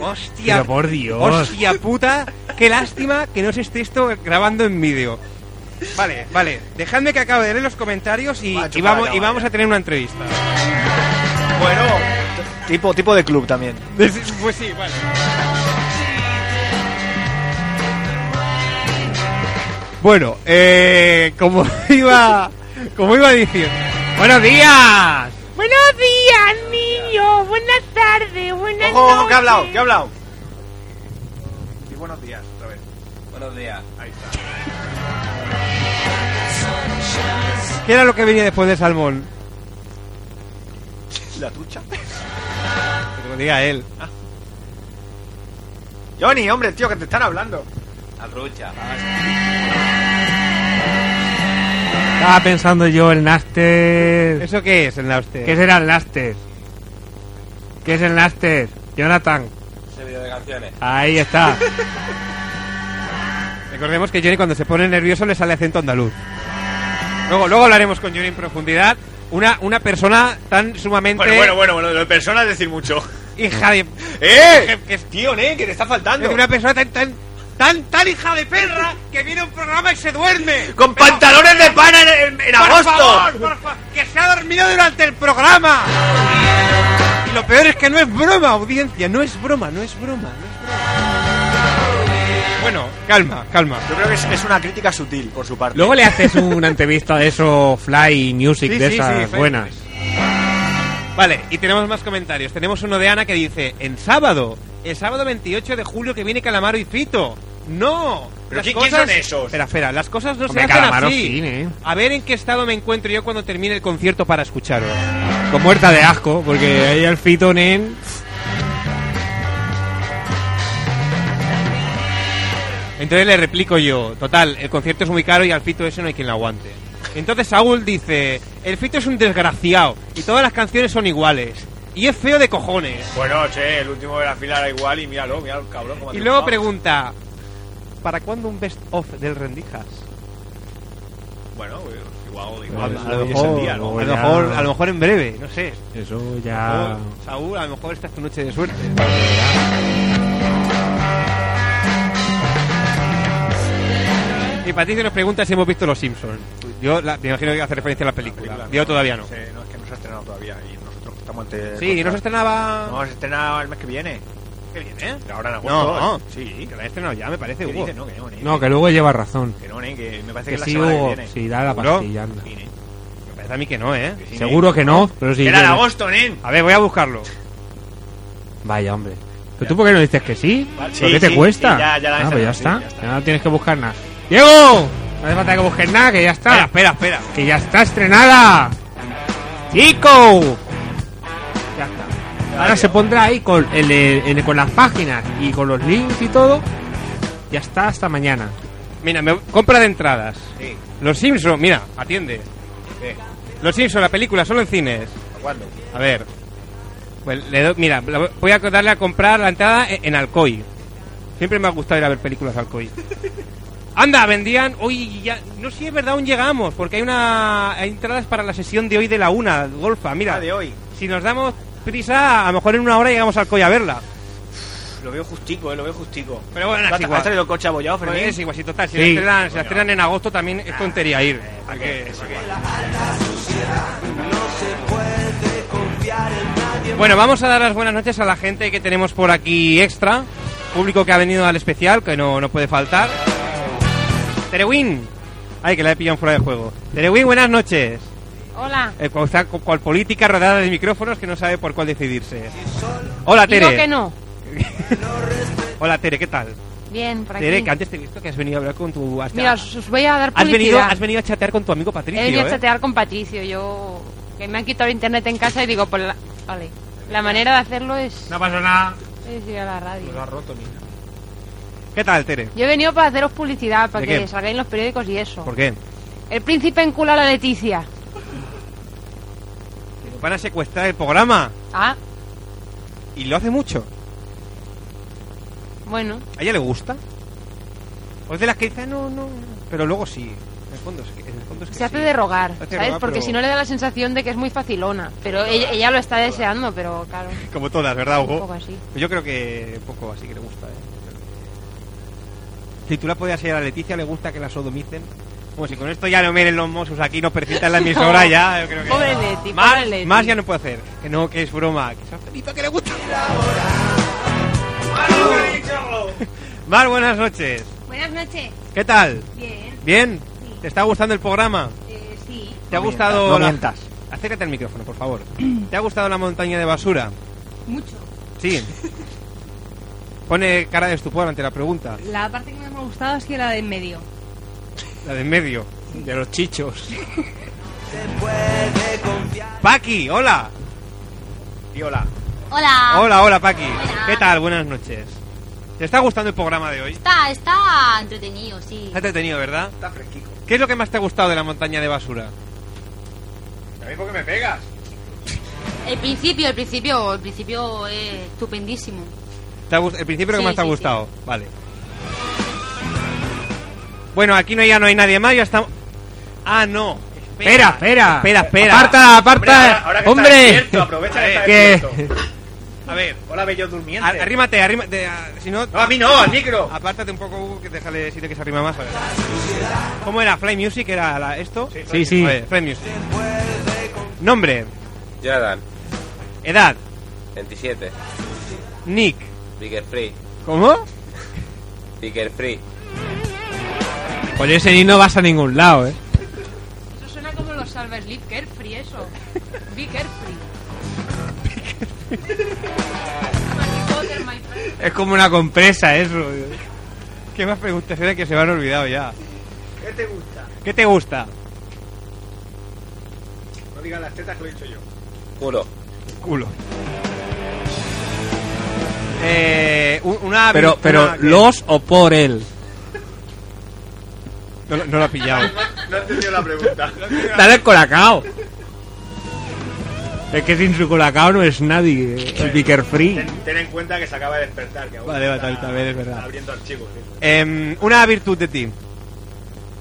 Speaker 2: ¡Hostia!
Speaker 4: Pero por Dios.
Speaker 2: ¡Hostia puta! ¡Qué lástima que no se esté esto grabando en vídeo! Vale, vale. Dejadme que acabe de leer los comentarios y,
Speaker 1: Va a
Speaker 2: y
Speaker 1: chupar
Speaker 2: vamos,
Speaker 1: la
Speaker 2: y vamos
Speaker 1: valla.
Speaker 2: a tener una entrevista.
Speaker 1: Bueno, tipo, tipo de club también.
Speaker 2: Pues sí, vale. Bueno, eh, como <laughs> iba, como iba diciendo. Buenos días.
Speaker 10: Buenos días, niños. Buenas tardes. Buenas
Speaker 1: Ojo, ojo,
Speaker 10: noches.
Speaker 1: que ha hablado, que ha hablado. Y buenos días, otra vez. Buenos días. Ahí está.
Speaker 2: ¿Qué era lo que venía después de salmón?
Speaker 1: La trucha.
Speaker 2: Que lo diga él.
Speaker 1: <laughs> Ah. Johnny, hombre, tío, que te están hablando.
Speaker 4: Estaba pensando yo el Naster.
Speaker 2: ¿Eso qué es, el Nauster?
Speaker 4: ¿Qué será el Naster? ¿Qué es el Naster? Jonathan. de canciones. Ahí
Speaker 2: <laughs>
Speaker 4: está.
Speaker 2: Recordemos que Johnny cuando se pone nervioso le sale acento andaluz. Luego, luego hablaremos con Johnny en profundidad. Una, una persona tan sumamente
Speaker 1: Bueno, bueno, bueno, bueno, de persona es decir mucho.
Speaker 2: hija de...
Speaker 1: <laughs> ¡Eh!
Speaker 2: que es-
Speaker 1: Tío, ¿eh? Que te está faltando.
Speaker 2: Una persona tan, tan, tan, tan hija de perra que viene a un programa y se duerme.
Speaker 1: <laughs> Con
Speaker 2: Pero,
Speaker 1: pantalones de pana en, en- en
Speaker 2: por
Speaker 1: agosto.
Speaker 2: favor, por fa- que se ha dormido durante el programa. Y lo peor es que no es broma, audiencia. No es broma, no es broma, no es broma. Bueno, calma, calma.
Speaker 1: Yo creo que es, es una crítica sutil por su parte.
Speaker 4: Luego le haces una entrevista de eso, Fly Music,
Speaker 2: Sí,
Speaker 4: de
Speaker 2: sí, sí,
Speaker 4: esas
Speaker 2: Fly
Speaker 4: buenas.
Speaker 2: Vale, y tenemos más comentarios. Tenemos uno de Ana que dice, en sábado, el sábado 28 de julio que viene Calamaro y Fito. ¡No!
Speaker 1: ¿Pero quién- quién son esos?
Speaker 2: Espera, espera, las cosas no
Speaker 4: Hombre,
Speaker 2: se hacen
Speaker 4: Calamaro
Speaker 2: así.
Speaker 4: sí, ¿eh?
Speaker 2: A ver en qué estado me encuentro yo cuando termine el concierto para escucharos.
Speaker 4: Con muerta de asco, porque ahí el Fito Nen.
Speaker 2: Entonces le replico yo, total, el concierto es muy caro y al Fito ese no hay quien lo aguante. Entonces Saúl dice, el Fito es un desgraciado y todas las canciones son iguales. Y es feo de cojones.
Speaker 1: Bueno, che, el último de la fila era igual y míralo, mira el cabrón. cómo ha
Speaker 2: Y luego
Speaker 1: triunfado.
Speaker 2: pregunta, ¿para cuándo un best of del Rendijas?
Speaker 1: Bueno, eh, igual,
Speaker 4: A
Speaker 2: Pues,
Speaker 1: igual.
Speaker 4: lo
Speaker 1: hoy es el
Speaker 4: mejor,
Speaker 1: día, ¿no?
Speaker 4: o-
Speaker 2: A
Speaker 4: Pues
Speaker 2: lo
Speaker 4: ya.
Speaker 2: mejor, a lo mejor en breve, no sé.
Speaker 4: Eso ya.
Speaker 2: O, Saúl, a lo mejor esta es tu noche de suerte. Y Patricio nos pregunta si hemos visto Los Simpsons. Yo la- me imagino que hace referencia a la película. Yo todavía no.
Speaker 1: Sí, no, es que no se ha estrenado todavía y nosotros estamos ante.
Speaker 2: Sí, y no se estrenaba...
Speaker 1: No, se estrena el mes que viene.
Speaker 2: qué bien, ¿eh?
Speaker 1: Ahora en agosto.
Speaker 2: No,
Speaker 1: ¿eh? sí.
Speaker 2: Que la he estrenado ya, me parece,
Speaker 1: ¿Qué
Speaker 2: Hugo.
Speaker 1: dices? No, que no, ni-
Speaker 4: No, que luego lleva razón.
Speaker 1: que no,
Speaker 2: ¿eh?
Speaker 1: ni- que me parece que,
Speaker 4: Que
Speaker 1: es la
Speaker 4: sí,
Speaker 1: semana
Speaker 4: Hugo.
Speaker 1: que viene.
Speaker 4: Sí, da la
Speaker 2: ¿Seguro? ¿eh?
Speaker 4: pastilla. anda.
Speaker 1: Sí, ni-
Speaker 2: Me parece a mí que no, ¿eh?
Speaker 1: que sí,
Speaker 4: Seguro
Speaker 1: ni-
Speaker 4: que no, pero sí.
Speaker 1: Era en
Speaker 4: llega.
Speaker 1: agosto, nen.
Speaker 2: A ver, voy a buscarlo.
Speaker 4: Vaya, hombre. ¿Pero tú por qué no dices que sí?
Speaker 1: Vale,
Speaker 4: ¿Por
Speaker 1: sí,
Speaker 4: qué te
Speaker 1: sí,
Speaker 4: cuesta?
Speaker 1: sí, ya- ya la
Speaker 4: ah,
Speaker 1: he
Speaker 4: pues ya
Speaker 1: sacado,
Speaker 4: está.
Speaker 1: sí, ya
Speaker 4: ya
Speaker 1: está.
Speaker 4: no tienes que buscar nada. ¡Diego! No hace falta que busques nada, que ya está.
Speaker 2: Espera, espera, espera.
Speaker 4: ¡Que ya está estrenada! ¡Chico! Ya está. Ahora se pondrá ahí con, el, el- con las páginas y con los links y todo. Ya está hasta mañana.
Speaker 2: Mira, me- compra de entradas.
Speaker 1: Sí.
Speaker 2: Los Simpson, mira, atiende.
Speaker 1: ¿Qué?
Speaker 2: Los Simpson, la película, solo en cines.
Speaker 11: ¿Cuándo?
Speaker 2: A ver. Pues le doy- mira, la- voy a darle a comprar la entrada e-, en, en Alcoy. Siempre me ha gustado ir a ver películas
Speaker 1: <laughs>
Speaker 2: a Alcoy. Anda, vendían. Hoy ya. No sé si es verdad, aún llegamos. Porque hay una. Hay entradas para la sesión de hoy de la una, golfa. Mira. de
Speaker 1: Ah, hoy.
Speaker 2: Si nos damos prisa, a lo mejor en una hora llegamos a Alcoy a verla.
Speaker 1: Lo veo justico, eh, lo veo justico.
Speaker 2: Pero bueno,
Speaker 1: ¿Has
Speaker 2: es igual.
Speaker 1: has traído el coche abollado,
Speaker 2: Pues
Speaker 1: Oh, Fermín?
Speaker 2: es igual, si total, si
Speaker 1: Sí.
Speaker 2: la estrenan, si la estrenan en agosto también es tontería ir. ¿Para qué? Bueno, vamos a dar las buenas noches a la gente que tenemos por aquí extra, público que ha venido al especial, que no, no puede faltar. Terewin, ay, que la he pillado fuera de juego. Terewin, buenas noches.
Speaker 10: Hola.
Speaker 2: Eh, cual, está- cual política rodeada de micrófonos que no sabe por cuál decidirse. Hola,
Speaker 10: Digo
Speaker 2: Tere.
Speaker 10: que no.
Speaker 2: <laughs> Hola, Tere, ¿qué tal?
Speaker 10: Bien, por aquí.
Speaker 2: Tere, que antes te he visto que has venido a hablar con tu... has-
Speaker 10: Mira, os, os voy a dar
Speaker 2: has,
Speaker 10: publicidad.
Speaker 2: venido, has venido a chatear con tu amigo Patricio,
Speaker 10: He venido
Speaker 2: ¿eh?
Speaker 10: a chatear con Patricio. Yo. Que me han quitado el internet en casa y digo, pues la. Vale. La manera de hacerlo es.
Speaker 2: No pasa nada.
Speaker 10: es ir a la radio.
Speaker 2: Lo has roto, niña. ¿Qué tal, Tere?
Speaker 10: Yo he venido para haceros publicidad, para
Speaker 2: ¿De
Speaker 10: que
Speaker 2: qué?
Speaker 10: salgáis en los periódicos y eso.
Speaker 2: ¿Por qué?
Speaker 10: El príncipe encula a la Leticia.
Speaker 2: Nos van a secuestrar el programa.
Speaker 10: Ah,
Speaker 2: Y lo hace mucho.
Speaker 10: bueno.
Speaker 2: ¿A ella le gusta? O es de las que dice, "Ah, no, no, no". Pero luego sí. En el fondo es que, en el fondo es que
Speaker 10: Se hace
Speaker 2: sí.
Speaker 10: de rogar,
Speaker 2: Se hace de
Speaker 10: ¿sabes?
Speaker 2: rogar,
Speaker 10: Porque
Speaker 2: pero-
Speaker 10: si no le da la sensación de que es muy facilona. Pero ella, ella lo está deseando, pero claro.
Speaker 2: Como todas, ¿verdad, Hugo? Pues
Speaker 10: Un poco así.
Speaker 2: Yo creo que un poco así que le gusta, ¿eh? Titular podría ser a Leticia, le gusta que la sodomicen. Bueno, si con esto ya no miren los mosos aquí, nos percitan
Speaker 10: <laughs>
Speaker 2: la emisora ya, yo creo que...
Speaker 10: Pobre Leti,
Speaker 2: más,
Speaker 10: pobre Leti.
Speaker 2: más ya no puedo hacer. Que no, que es broma. que se- que le gusta. Mar, buenas noches.
Speaker 5: Buenas noches.
Speaker 2: ¿Qué tal?
Speaker 5: Bien.
Speaker 2: ¿Bien? ¿Te está gustando el programa?
Speaker 5: Eh, sí.
Speaker 2: ¿Te ha
Speaker 6: mientas, no
Speaker 2: gustado la...
Speaker 6: mientas.
Speaker 2: Acércate al micrófono, por favor. ¿Te ha gustado la montaña de basura?
Speaker 5: <clears throat> Mucho.
Speaker 6: <laughs>
Speaker 2: Sí. Pone cara de estupor ante la pregunta.
Speaker 5: La parte que más me ha gustado es que la de en medio. <laughs>
Speaker 2: La de en medio. De los chichos. Paqui, hola. Y hola.
Speaker 12: Hola.
Speaker 2: Hola, hola, Paqui. ¿Qué tal? Buenas noches. ¿Te está gustando el programa de hoy?
Speaker 12: Está, está entretenido, sí.
Speaker 2: Está entretenido, ¿verdad? Está fresquito. ¿Qué es lo que más te ha gustado de la montaña de basura? A mí porque me pegas.
Speaker 12: El principio, el principio, el principio es estupendísimo.
Speaker 2: ¿Te ha gust- ¿El principio que
Speaker 12: Sí,
Speaker 2: más te ha
Speaker 12: sí, sí.
Speaker 2: gustado? Vale. Bueno, aquí no, ya no hay nadie más, ya estamos... Ah, no.
Speaker 4: Espera, espera.
Speaker 2: Espera, espera.
Speaker 4: Aparta, aparta. Hombre.
Speaker 2: <laughs>
Speaker 4: que-
Speaker 2: A ver,
Speaker 1: hola bello durmiente.
Speaker 2: Ar- Arrímate, arrímate. ah, Si no,
Speaker 1: No, a mí no, al micro.
Speaker 2: Apártate un poco, Hugo, que déjale sitio que se arrima más. a ver. ¿Cómo era? ¿Fly Music? ¿Era la- esto?
Speaker 4: Sí, sí.
Speaker 2: A ver, Fly Music. Nombre,
Speaker 13: Ya dan.
Speaker 2: edad,
Speaker 13: 27.
Speaker 2: nick.
Speaker 13: Ticker free.
Speaker 2: ¿Cómo?
Speaker 13: Ticker free.
Speaker 4: Con Pues ese ni no vas a ningún lado, ¿eh?
Speaker 10: Eso suena como los Salva Sleep Carefree,
Speaker 14: <laughs>
Speaker 10: eso. Be Carefree.
Speaker 4: Es como una compresa eso.
Speaker 2: ¿Qué más preguntas era que se me han olvidado ya?
Speaker 1: ¿Qué te gusta?
Speaker 2: <laughs> ¿Qué te gusta?
Speaker 1: No digas las tetas que lo he dicho yo.
Speaker 13: Culo.
Speaker 2: Culo. Eh, un- una...
Speaker 4: Pero,
Speaker 2: una-
Speaker 4: pero los o por él.
Speaker 2: No, lo- no lo ha pillado.
Speaker 1: No he entendido la pregunta.
Speaker 4: <laughs> Dale el colacao. Es que sin su colacao no es nadie. eh. El Vicker Free.
Speaker 1: Ten, ten en cuenta que se acaba de despertar. Que aún
Speaker 2: Vale, vale,
Speaker 1: está
Speaker 2: tal- tal vez es verdad.
Speaker 1: Abriendo archivos. ¿sí?
Speaker 2: Em, una virtud de ti.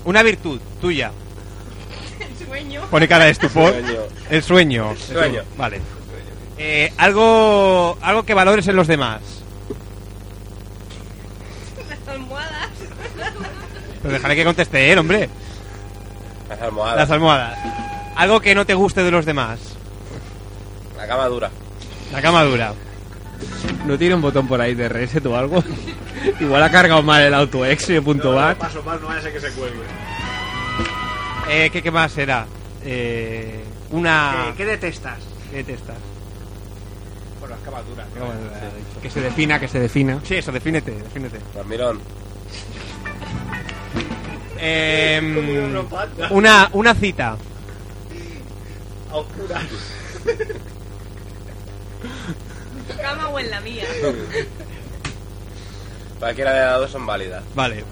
Speaker 2: Una virtud tuya.
Speaker 5: El sueño.
Speaker 2: Pone cara de estupor. El sueño. El
Speaker 13: Sueño.
Speaker 2: Vale. Eh, algo, algo que valores en los demás.
Speaker 5: Las almohadas.
Speaker 2: Pero dejaré que conteste él, hombre.
Speaker 13: Las almohadas.
Speaker 2: Las almohadas. Algo que no te guste de los demás.
Speaker 13: La cama dura.
Speaker 2: La cama dura.
Speaker 4: ¿No tiene un botón por ahí de reset o algo? <laughs> Igual ha cargado mal el autoexio.bat.
Speaker 1: Paso más, no vaya a ser que se cuelgue.
Speaker 2: Eh, ¿qué, qué más era? Eh, una...
Speaker 1: ¿Qué, qué detestas?
Speaker 2: ¿Qué detestas?
Speaker 1: Por las camas duras.
Speaker 2: Qué bueno, eh,
Speaker 4: Que se defina, que se defina.
Speaker 2: Sí, eso, defínete, defínete.
Speaker 13: Dormirón.
Speaker 2: Em,
Speaker 1: Como una
Speaker 2: una, una cita.
Speaker 1: A oscuras.
Speaker 5: En tu cama o en la mía.
Speaker 13: Cualquiera de las dos son válidas.
Speaker 2: Vale.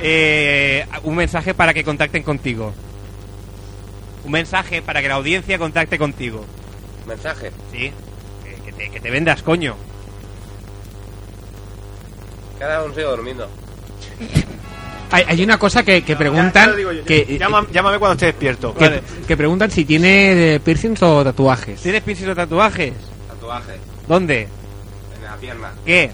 Speaker 2: Eh, un mensaje para que contacten contigo. Un mensaje para que la audiencia contacte contigo.
Speaker 6: Mensaje.
Speaker 2: Sí. Que, que te, que te vendas, coño.
Speaker 6: Cada uno sigue durmiendo.
Speaker 5: Hay, hay una cosa que, que preguntan. que,
Speaker 1: Llama- llámame cuando esté despierto.
Speaker 5: que- que preguntan si tiene eh, piercings o tatuajes.
Speaker 2: ¿Tienes piercings o tatuajes?
Speaker 6: Tatuaje.
Speaker 5: ¿Dónde?
Speaker 6: En la pierna.
Speaker 2: ¿Qué?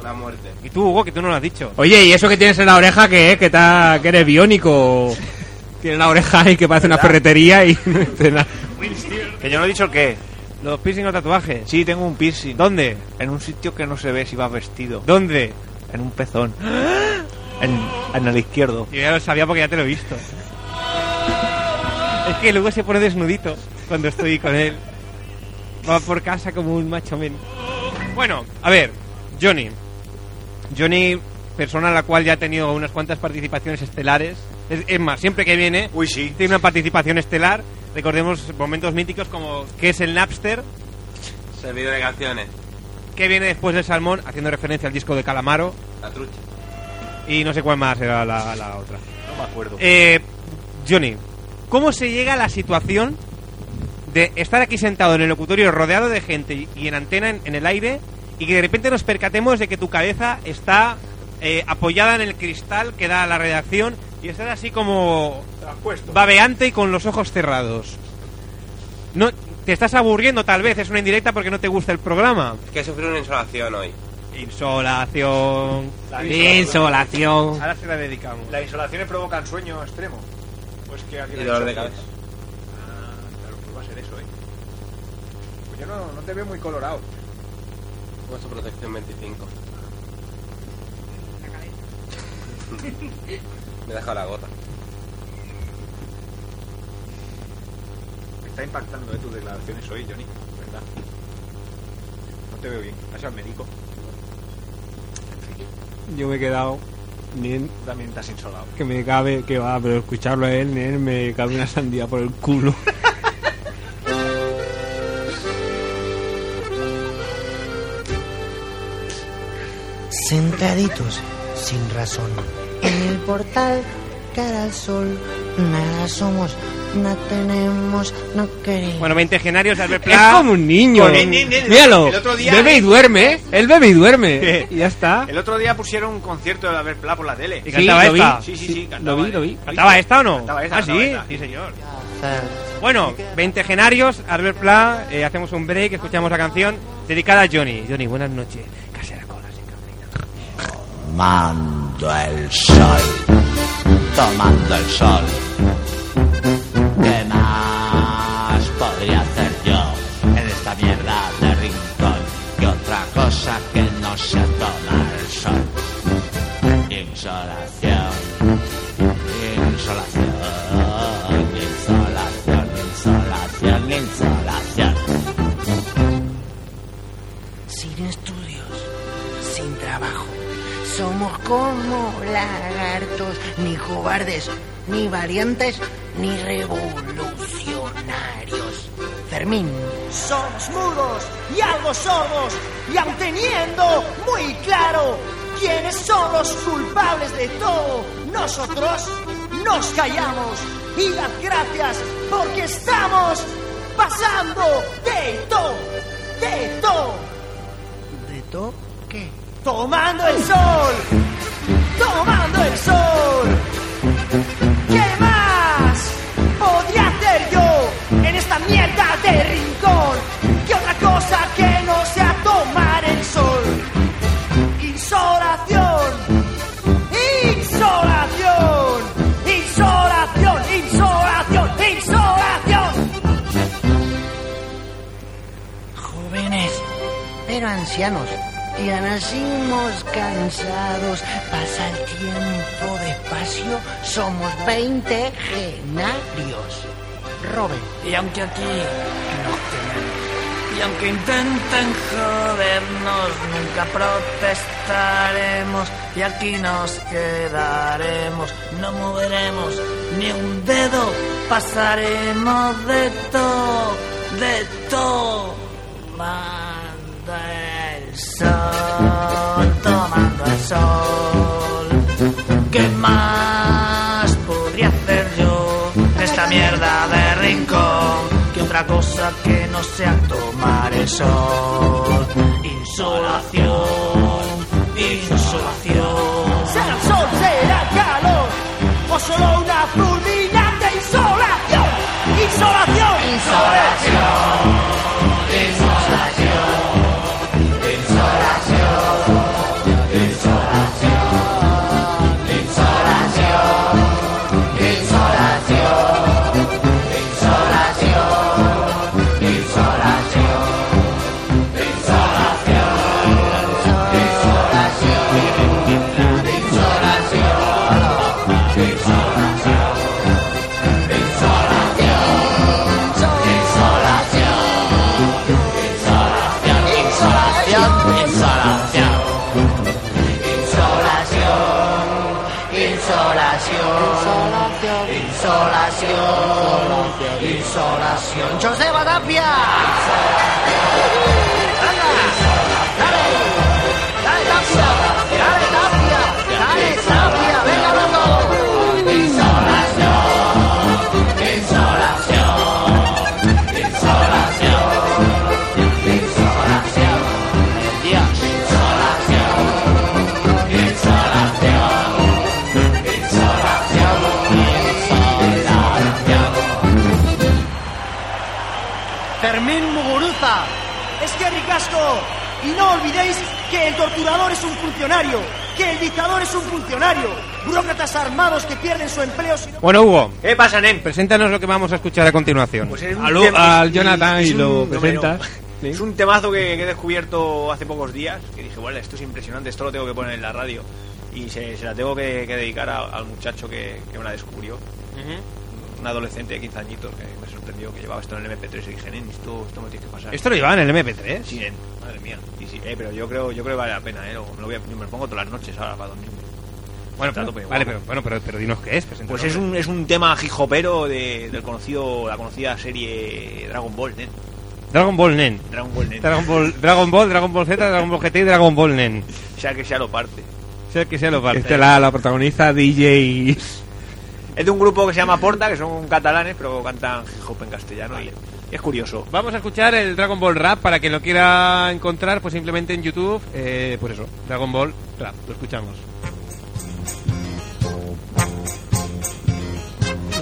Speaker 6: Una muerte.
Speaker 2: Y tú, Hugo, que tú no lo
Speaker 1: <laughs>
Speaker 2: has dicho.
Speaker 5: Oye, ¿y eso que tienes en la oreja que es? ¿Que, ta- que eres biónico? Tienes la oreja ahí que parece una ferretería
Speaker 2: <laughs>
Speaker 5: y no dice nada.
Speaker 1: Que yo no he dicho el qué.
Speaker 2: ¿Los piercing o tatuajes?
Speaker 1: Sí, tengo un piercing.
Speaker 2: ¿Dónde?
Speaker 1: En un sitio que no se ve si vas vestido.
Speaker 2: ¿Dónde?
Speaker 1: En un pezón. En, en el izquierdo.
Speaker 2: Yo ya lo sabía porque ya te lo he visto. Es que luego se pone desnudito cuando estoy con él. Va por casa como un macho men. Bueno, a ver, Johnny. Johnny, persona a la cual ya ha tenido unas cuantas participaciones estelares. Es, es más, siempre que viene, tiene una participación estelar. Recordemos momentos míticos como ¿Qué es el Napster?
Speaker 6: Servidor de canciones.
Speaker 2: ¿Qué viene después del Salmón? Haciendo referencia al disco de Calamaro.
Speaker 6: La trucha.
Speaker 2: Y no sé cuál más era la, la otra.
Speaker 1: No me acuerdo.
Speaker 2: Eh, Johnny, ¿cómo se llega a la situación de estar aquí sentado en el locutorio rodeado de gente y- y en antena en, en el aire y que de repente nos percatemos de que tu cabeza está eh, apoyada en el cristal que da la redacción y estás así como babeante y con los ojos cerrados? No, te estás aburriendo tal vez, es una indirecta porque no te gusta el programa.
Speaker 6: Es que he sufrido una insolación hoy.
Speaker 2: Insolación.
Speaker 1: La
Speaker 5: Insolación.
Speaker 2: Ahora se la dedicamos.
Speaker 1: Las insolaciones provocan sueño extremo. Pues que aquí
Speaker 6: Y
Speaker 1: le he
Speaker 6: dolor de
Speaker 1: dicho que-
Speaker 6: cabeza.
Speaker 1: Ah, claro, pues va a ser eso, eh. Pues yo no, no te veo muy colorado.
Speaker 6: Puesto protección 25. Me he dejado la gota.
Speaker 1: Me está impactando eh, tus declaraciones hoy, Johnny. ¿Verdad? No te veo bien. Vas al médico.
Speaker 5: Yo me he quedado. Ni en-
Speaker 1: También te has insolado.
Speaker 5: que me cabe, que va, pero escucharlo a él, ni él me cabe una sandía por el
Speaker 1: <laughs>
Speaker 5: culo.
Speaker 14: Sentaditos, sin razón, en el portal, cara al sol, nada somos, no tenemos, no queremos.
Speaker 2: Bueno, 20 genarios de Albert
Speaker 5: Es
Speaker 2: Pla.
Speaker 5: como un niño.
Speaker 2: Con-
Speaker 5: Míralo.
Speaker 2: El otro día-
Speaker 5: Bebe y duerme, ¿eh? Él bebe y duerme. y ya está.
Speaker 1: El otro día pusieron un concierto de la Verpla por la tele.
Speaker 2: ¿Y cantaba
Speaker 5: lo vi.
Speaker 2: esta?
Speaker 1: Sí, sí, sí,
Speaker 5: Lo
Speaker 1: cantaba.
Speaker 5: vi, lo vi.
Speaker 2: ¿Cantaba esta o no?
Speaker 1: Cantaba esta,
Speaker 2: ah, sí,
Speaker 1: cantaba esta.
Speaker 2: sí, señor. Bueno, 20 genarios, Albert Pla, eh, hacemos un break, escuchamos la canción dedicada a Johnny. Johnny, buenas noches.
Speaker 15: Tomando el sol, tomando el sol. ¿Qué más podría hacer yo en esta mierda de rincón? Y otra cosa que no sea tomar el sol. Insolación, insolación, insolación, insolación, insolación.
Speaker 14: Sin estudios, sin trabajo, somos como lagartos, ni cobardes, ni valientes, ni revolucionarios. Fermín.
Speaker 16: Somos mudos y algo sordos y aun teniendo muy claro quiénes son los culpables de todo, nosotros nos callamos y las gracias porque estamos pasando de todo, de todo.
Speaker 14: ¿De todo qué?
Speaker 16: Tomando el sol, tomando el sol. ¿Qué más podría hacer yo en esta mierda de rincón? ¿Qué otra cosa que no sea tomar el sol? Insolación, insolación, insolación, insolación, insolación.
Speaker 14: Jóvenes, pero ancianos. Ya nacimos cansados, pasa el tiempo despacio, somos 20 genarios. Robert.
Speaker 17: Y aunque aquí nos tenemos, y aunque intenten jodernos, nunca protestaremos y aquí nos quedaremos. No moveremos ni un dedo, pasaremos de todo, de todo. Tomando el sol, tomando el sol. ¿Qué más podría hacer yo de esta mierda de
Speaker 16: otra cosa que no sea tomar el sol. Insolación, insolación.
Speaker 18: Será el sol, será calor, o solo una fulminante insolación. Insolación,
Speaker 7: Insolación.
Speaker 16: Insolación, insolación. Joseba Tapia. Anda, dale, dale Tapia, dale Tapia, dale Tapia, venga loco. Insolación, insolación, insolación, insolación. Dios, insolación, insolación,
Speaker 18: Fermín Muguruza. Es que ricasco. Y no olvidéis que el torturador es un funcionario, que el dictador es un funcionario, burócratas armados que pierden su empleo si no...
Speaker 2: Bueno, Hugo.
Speaker 1: ¿Qué pasa, Nen?
Speaker 2: Preséntanos lo que vamos a escuchar a continuación.
Speaker 1: Pues es un
Speaker 2: Aló,
Speaker 1: tema-
Speaker 2: al Jonathan
Speaker 1: es
Speaker 2: y
Speaker 1: un-
Speaker 2: lo
Speaker 1: no,
Speaker 2: presentas.
Speaker 1: no. Es un temazo que, que he descubierto hace pocos días, que dije, bueno, esto es impresionante, esto lo tengo que poner en la radio. Y se, se la tengo que, que dedicar a- al muchacho que, que me la descubrió. Un adolescente de 15 añitos que me sorprendió que llevaba esto en el MP3 y dije, Nen, esto, esto me tiene que pasar.
Speaker 2: ¿Esto lo llevaban en el MP3?
Speaker 1: Sí, Nen, madre mía. Sí, sí, eh, pero yo creo, yo creo que vale la pena, eh. Luego me lo, voy a- me lo pongo todas las noches ahora para dormir.
Speaker 2: Bueno,
Speaker 1: Está a tope,
Speaker 2: pero, vale,
Speaker 1: guapo.
Speaker 2: pero, bueno, pero, pero dinos qué es. preséntanos.
Speaker 1: Pues es un, es un tema jijopero de, del conocido, la conocida serie Dragon Ball, Nen.
Speaker 2: Dragon Ball Nen.
Speaker 1: Dragon Ball Nen.
Speaker 2: Dragon Ball, Dragon Ball, Dragon Ball Z, Dragon Ball GT y Dragon Ball Nen.
Speaker 1: sea que sea lo parte.
Speaker 2: Sea que sea lo parte.
Speaker 4: Este la, la protagoniza DJ.
Speaker 1: Es de un grupo que se llama Porta, que son catalanes, pero cantan hip hop en castellano y es curioso.
Speaker 2: Vamos a escuchar el Dragon Ball Rap para quien lo quiera encontrar, pues simplemente en YouTube, eh, pues eso, Dragon Ball Rap, lo escuchamos.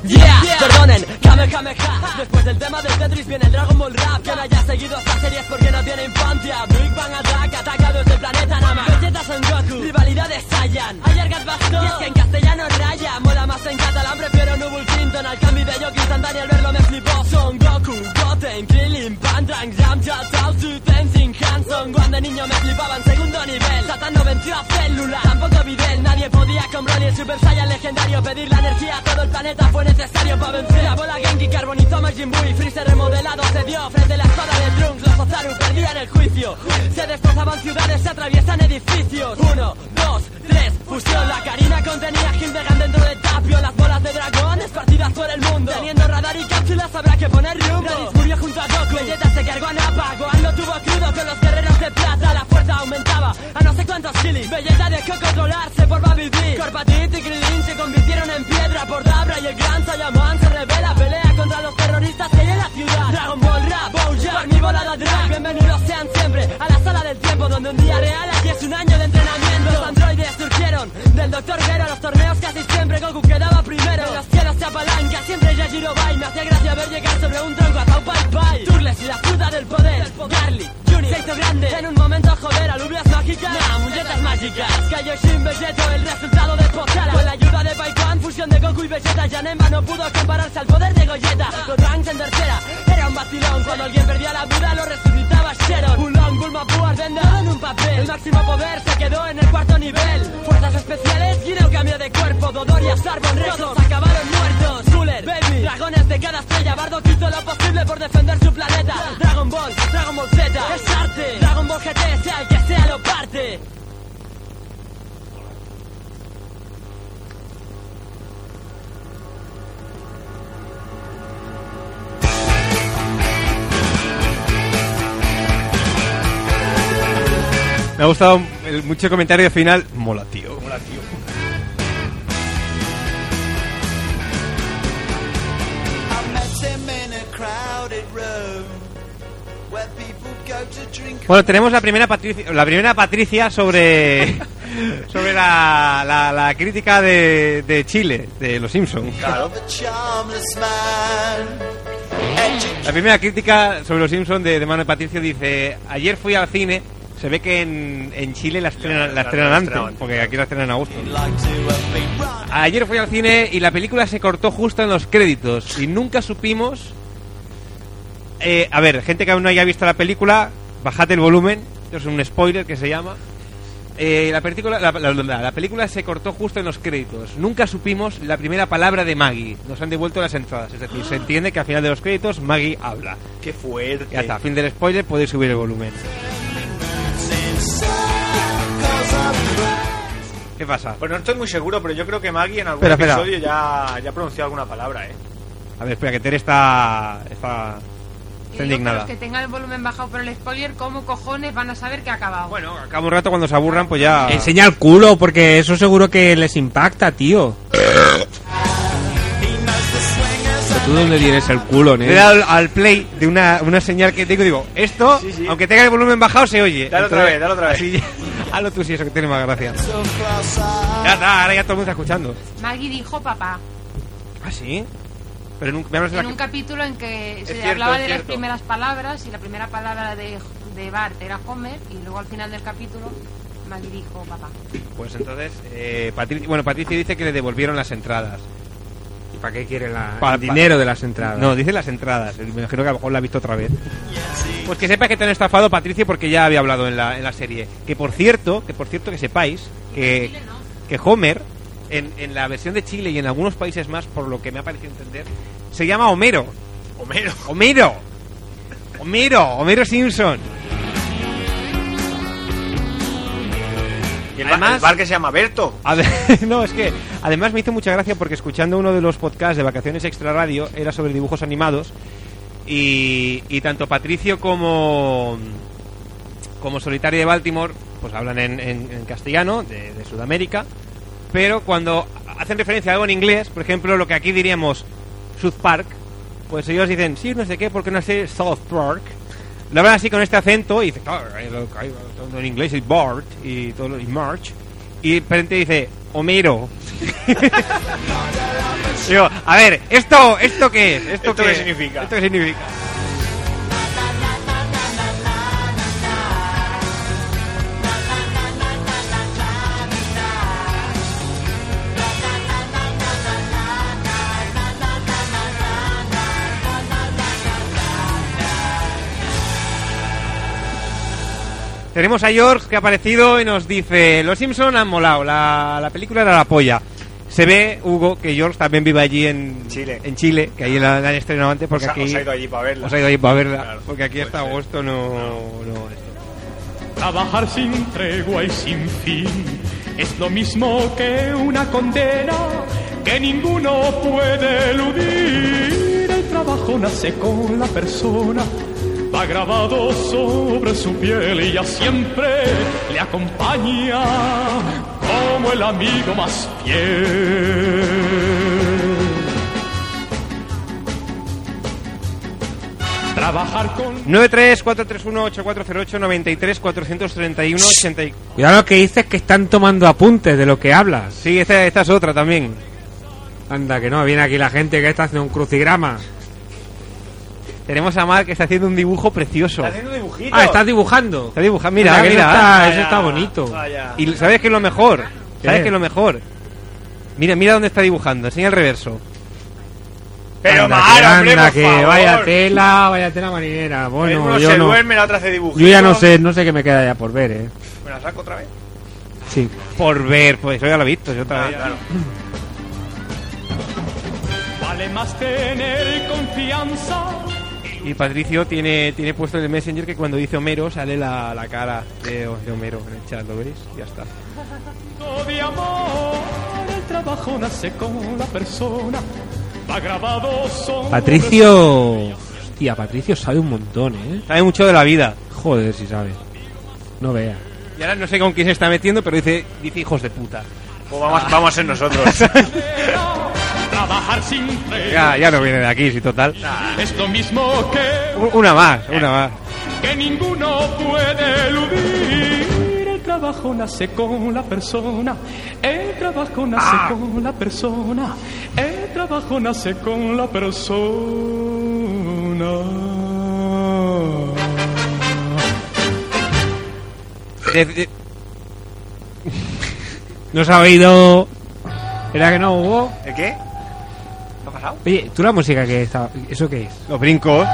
Speaker 19: Yeah, perdonen, Kamehameha Después del tema del Tetris viene el Dragon Ball Rap Quien haya seguido esta serie es porque no tiene infancia Big Bang Attack, atacado desde el planeta Nama Vegeta Son Goku, rivalidad de Saiyan Ayergat Bastón, y es que en castellano raya Mola más en catalán, prefiero Nubul Clinton Al cambio de Yoki Santani al verlo me flipó Son Goku, Goten, Krillin, Pantrang, Ramja, Zhao Tzu, Tenzin, Hanson Cuando niño me flipaba en segundo nivel Satan no venció a Célula, tampoco Videl Nadie podía con Broly, el Super Saiyan legendario Pedir la energía a todo el planeta fue necesario para vencer La bola Genki carbonizó a Majin Buu y Freezer remodelado se dio Frente a la espada de Trunks, los Ozaru perdían el juicio Se destrozaban ciudades, se atraviesan edificios Uno, dos, tres, fusión La carina contenía Hildegan dentro de Tapio Las bolas de dragón esparcidas por el mundo Teniendo radar y cápsulas habrá que poner rumbo Raditz murió junto a Goku, Vegeta se cargó a Nappa Gohan lo tuvo crudo con los guerreros de plata La fuerza aumentaba a no sé cuántos kilis Vegeta dejó controlarse por Baby D Corpatit y Krillin se convirtieron en piedra por Dabra Y el gran Saiyaman se revela Pelea contra los terroristas que hay en la ciudad Dragon Ball Rap, Bojack, mi bola de drag Bienvenidos sean siempre a la sala del tiempo Donde un día real aquí es un año de entrenamiento Los androides surgieron del Doctor Gero a Los torneos casi siempre Goku quedaba primero En los cielos se apalanca, siempre Yajirobai Me hacía gracia ver llegar sobre un tronco a Tau Pai Pai Turles y la fruta del poder Garlic, Juni, se hizo grande En un momento joder, alubias mágicas Nah, muñecas mágicas Kaioshin, Vegeto, el resultado de Potara Con la ayuda de Baikuan, fusión de Goku y Vegeta Yanemba no pudo compararse al poder de Goyeta Gotenks en tercera, era un vacilón Cuando alguien perdía la Buda lo resucitaba Sheron Bulong, Bulma, Buu, Ardenda, todo en un papel El máximo poder se quedó en el cuarto nivel Fuerzas especiales, Guineo cambió de cuerpo Dodoria, Sarbon, Redos, acabaron muertos Cooler, Baby, dragones de cada estrella Bardo quito lo posible por defender su planeta Dragon Ball, Dragon Ball Z, es arte Dragon Ball GT, sea el que sea lo parte
Speaker 2: Me ha gustado el- mucho el comentario final, mola tío.
Speaker 1: Hola, tío.
Speaker 7: I met him in a crowded room.
Speaker 2: Bueno, tenemos la primera Patricia, la primera Patricia <laughs> sobre sobre la, la, la crítica de, de Chile, de Los Simpsons.
Speaker 9: Claro.
Speaker 2: La primera crítica sobre Los Simpsons de, de Manuel Patricio dice, ayer fui al cine, se ve que en, en Chile la estrenan, la estrenan
Speaker 1: la
Speaker 2: antes,
Speaker 1: estrenaban.
Speaker 2: porque aquí la estrenan en agosto. Ayer fui al cine y la película se cortó justo en los créditos y nunca supimos... Eh, a ver, gente que aún no haya visto la película, bajad el volumen, esto es un spoiler que se llama. Eh, la, película, la, la- la- la película se cortó justo en los créditos. Nunca supimos la primera palabra de Maggie. Nos han devuelto las entradas. Es
Speaker 1: <gasps>
Speaker 2: decir, se entiende que al final de los créditos Maggie habla.
Speaker 1: Qué fuerte.
Speaker 2: Ya está, fin del spoiler, podéis subir el volumen. ¿Qué pasa?
Speaker 1: Pues no estoy muy seguro, pero yo creo que Maggie en algún
Speaker 2: Espera, espera.
Speaker 1: episodio ya, ya pronunció alguna palabra, ¿eh?
Speaker 2: A ver, espera, que Tere está, está, está indignada.
Speaker 10: Los que tengan el volumen bajado por el spoiler, ¿cómo cojones van a saber que ha acabado?
Speaker 1: Bueno,
Speaker 2: Acaba un rato cuando se aburran, pues ya...
Speaker 4: Enseña el culo, porque eso seguro que les impacta, tío. Pero ¿Tú dónde tienes el culo,
Speaker 2: Le he
Speaker 4: nene?
Speaker 2: dado al- al play de una, una señal que digo, digo, esto, aunque tenga el volumen bajado, se oye.
Speaker 1: Dale otra vez, dale
Speaker 2: <laughs>
Speaker 1: otra vez.
Speaker 2: así ya- hazlo tú si eso que tiene más gracia. Ya está, ahora ya todo el mundo está escuchando.
Speaker 10: Maggie dijo papá
Speaker 2: ¿Ah, sí? Pero nunca, me hablas de la
Speaker 10: en un
Speaker 2: que-
Speaker 10: capítulo en que se
Speaker 2: cierto,
Speaker 10: hablaba
Speaker 2: es
Speaker 10: de las
Speaker 2: cierto.
Speaker 10: primeras palabras y la primera palabra de, de Bart era Homer y luego al final del capítulo Maggie dijo papá.
Speaker 2: Pues entonces, eh, Patrici- bueno, Patricia dice que le devolvieron las entradas.
Speaker 4: ¿Y para qué quiere la,
Speaker 2: Pa-
Speaker 4: el
Speaker 2: pa-
Speaker 4: dinero de las entradas?
Speaker 2: No, dice las entradas.
Speaker 1: eh,
Speaker 2: Me imagino que a lo mejor la ha visto otra vez. Pues que sepas que te han estafado, Patricio, porque ya había hablado en la, en la serie. Que por cierto, que por cierto que sepáis que, que Homer, en, en la versión de Chile y en algunos países más, por lo que me ha parecido entender, se llama Homero.
Speaker 1: Homero.
Speaker 2: Homero. Homero, Homero Simpson.
Speaker 1: Y el, ba-
Speaker 2: Además-
Speaker 1: el bar que se llama Berto.
Speaker 2: A ver, <laughs> no, es que además me hizo mucha gracia porque escuchando uno de los podcasts de Vacaciones Extra Radio era sobre dibujos animados y, y tanto Patricio como, como Solitario de Baltimore pues hablan en, en- en castellano de, de Sudamérica, pero cuando hacen referencia a algo en inglés, por ejemplo, lo que aquí diríamos South Park, pues ellos dicen, sí, no sé qué, porque no sé South Park. Lo hablan así con este acento y dice, claro, eh, lo- eh, todo en inglés es Bart y todo lo- y March. Y de repente dice, Homero. <laughs> Digo, a ver, ¿esto, esto qué es? ¿Esto,
Speaker 1: ¿Esto qué significa?
Speaker 2: ¿Esto qué significa? Tenemos a George que ha aparecido y nos dice, los Simpson han molado, la, la película era la polla. Se ve, Hugo, que George también vive allí en Chile, en Chile que allí la, la han estrenado antes porque
Speaker 1: Os ha-
Speaker 2: aquí...
Speaker 1: os ha ido allí para verla.
Speaker 2: Os ha ido allí para verla,
Speaker 1: Claro,
Speaker 2: porque aquí hasta agosto no... no-
Speaker 20: Trabajar sin tregua y sin fin es lo mismo que una condena que ninguno puede eludir. El trabajo nace con la persona, va grabado sobre su piel y ya siempre le acompaña como el amigo más fiel. Trabajar con
Speaker 2: 93431840893431831
Speaker 4: Y ahora lo que dices es que están tomando apuntes de lo que hablas.
Speaker 2: Sí, esta, esta es otra también.
Speaker 4: Anda, que no, viene aquí la gente que está haciendo un crucigrama.
Speaker 2: Tenemos a Mark que está haciendo un dibujo precioso.
Speaker 4: Ah, estás dibujando.
Speaker 2: Está dibujando. Mira,
Speaker 4: Anda, que
Speaker 2: mira.
Speaker 4: Eso está,
Speaker 2: Vaya.
Speaker 4: eso está bonito.
Speaker 2: Y sabes que es lo mejor. Sabes
Speaker 4: ¿Qué?
Speaker 2: que es lo mejor. Mira, mira dónde está dibujando. Enseña el reverso.
Speaker 1: Pero
Speaker 4: Anda,
Speaker 1: Mar,
Speaker 4: que,
Speaker 1: hombre,
Speaker 4: anda,
Speaker 1: por
Speaker 4: que
Speaker 1: favor.
Speaker 4: vaya tela, vaya tela marinera.
Speaker 1: En
Speaker 4: Bueno,
Speaker 1: uno
Speaker 4: yo
Speaker 1: se
Speaker 4: no.
Speaker 1: duerme, la otra hace dibujitos.
Speaker 4: Yo ya no sé, no sé qué me queda ya por ver, eh.
Speaker 1: ¿Me la saco otra vez? Ah,
Speaker 4: Sí.
Speaker 2: Por ver, pues yo ya lo he visto. Yo
Speaker 20: Ah,
Speaker 2: otra vez.
Speaker 20: vale más tener confianza.
Speaker 2: Y Patricio tiene, tiene puesto en el Messenger que cuando dice Homero sale la, la cara de, de Homero en el chat, ¿lo veis? Ya está.
Speaker 20: Todo de amor, el trabajo nace con la persona, va grabado sobre
Speaker 4: Patricio. Hostia, Patricio sabe un montón, eh.
Speaker 2: Sabe mucho de la vida.
Speaker 4: Joder, si sabe. No vea.
Speaker 2: Y ahora no sé con quién se está metiendo, pero dice, dice hijos de puta.
Speaker 1: Pues vamos, vamos a ser nosotros.
Speaker 2: <laughs>
Speaker 20: Trabajar sin tregua
Speaker 2: Ya, ya no viene de aquí, sí, total.
Speaker 20: es lo mismo que
Speaker 2: U- Una más, una más.
Speaker 20: que ninguno puede eludir. El trabajo nace con la persona, el trabajo nace
Speaker 2: Ah.
Speaker 20: con la persona, el trabajo nace con la persona.
Speaker 2: Nos ha oído. ¿Era que no, Hugo?
Speaker 4: ¿El qué? ¿Lo ha pasado?
Speaker 2: Oye, ¿tú la música que está? ¿Eso qué es?
Speaker 16: Los brincos.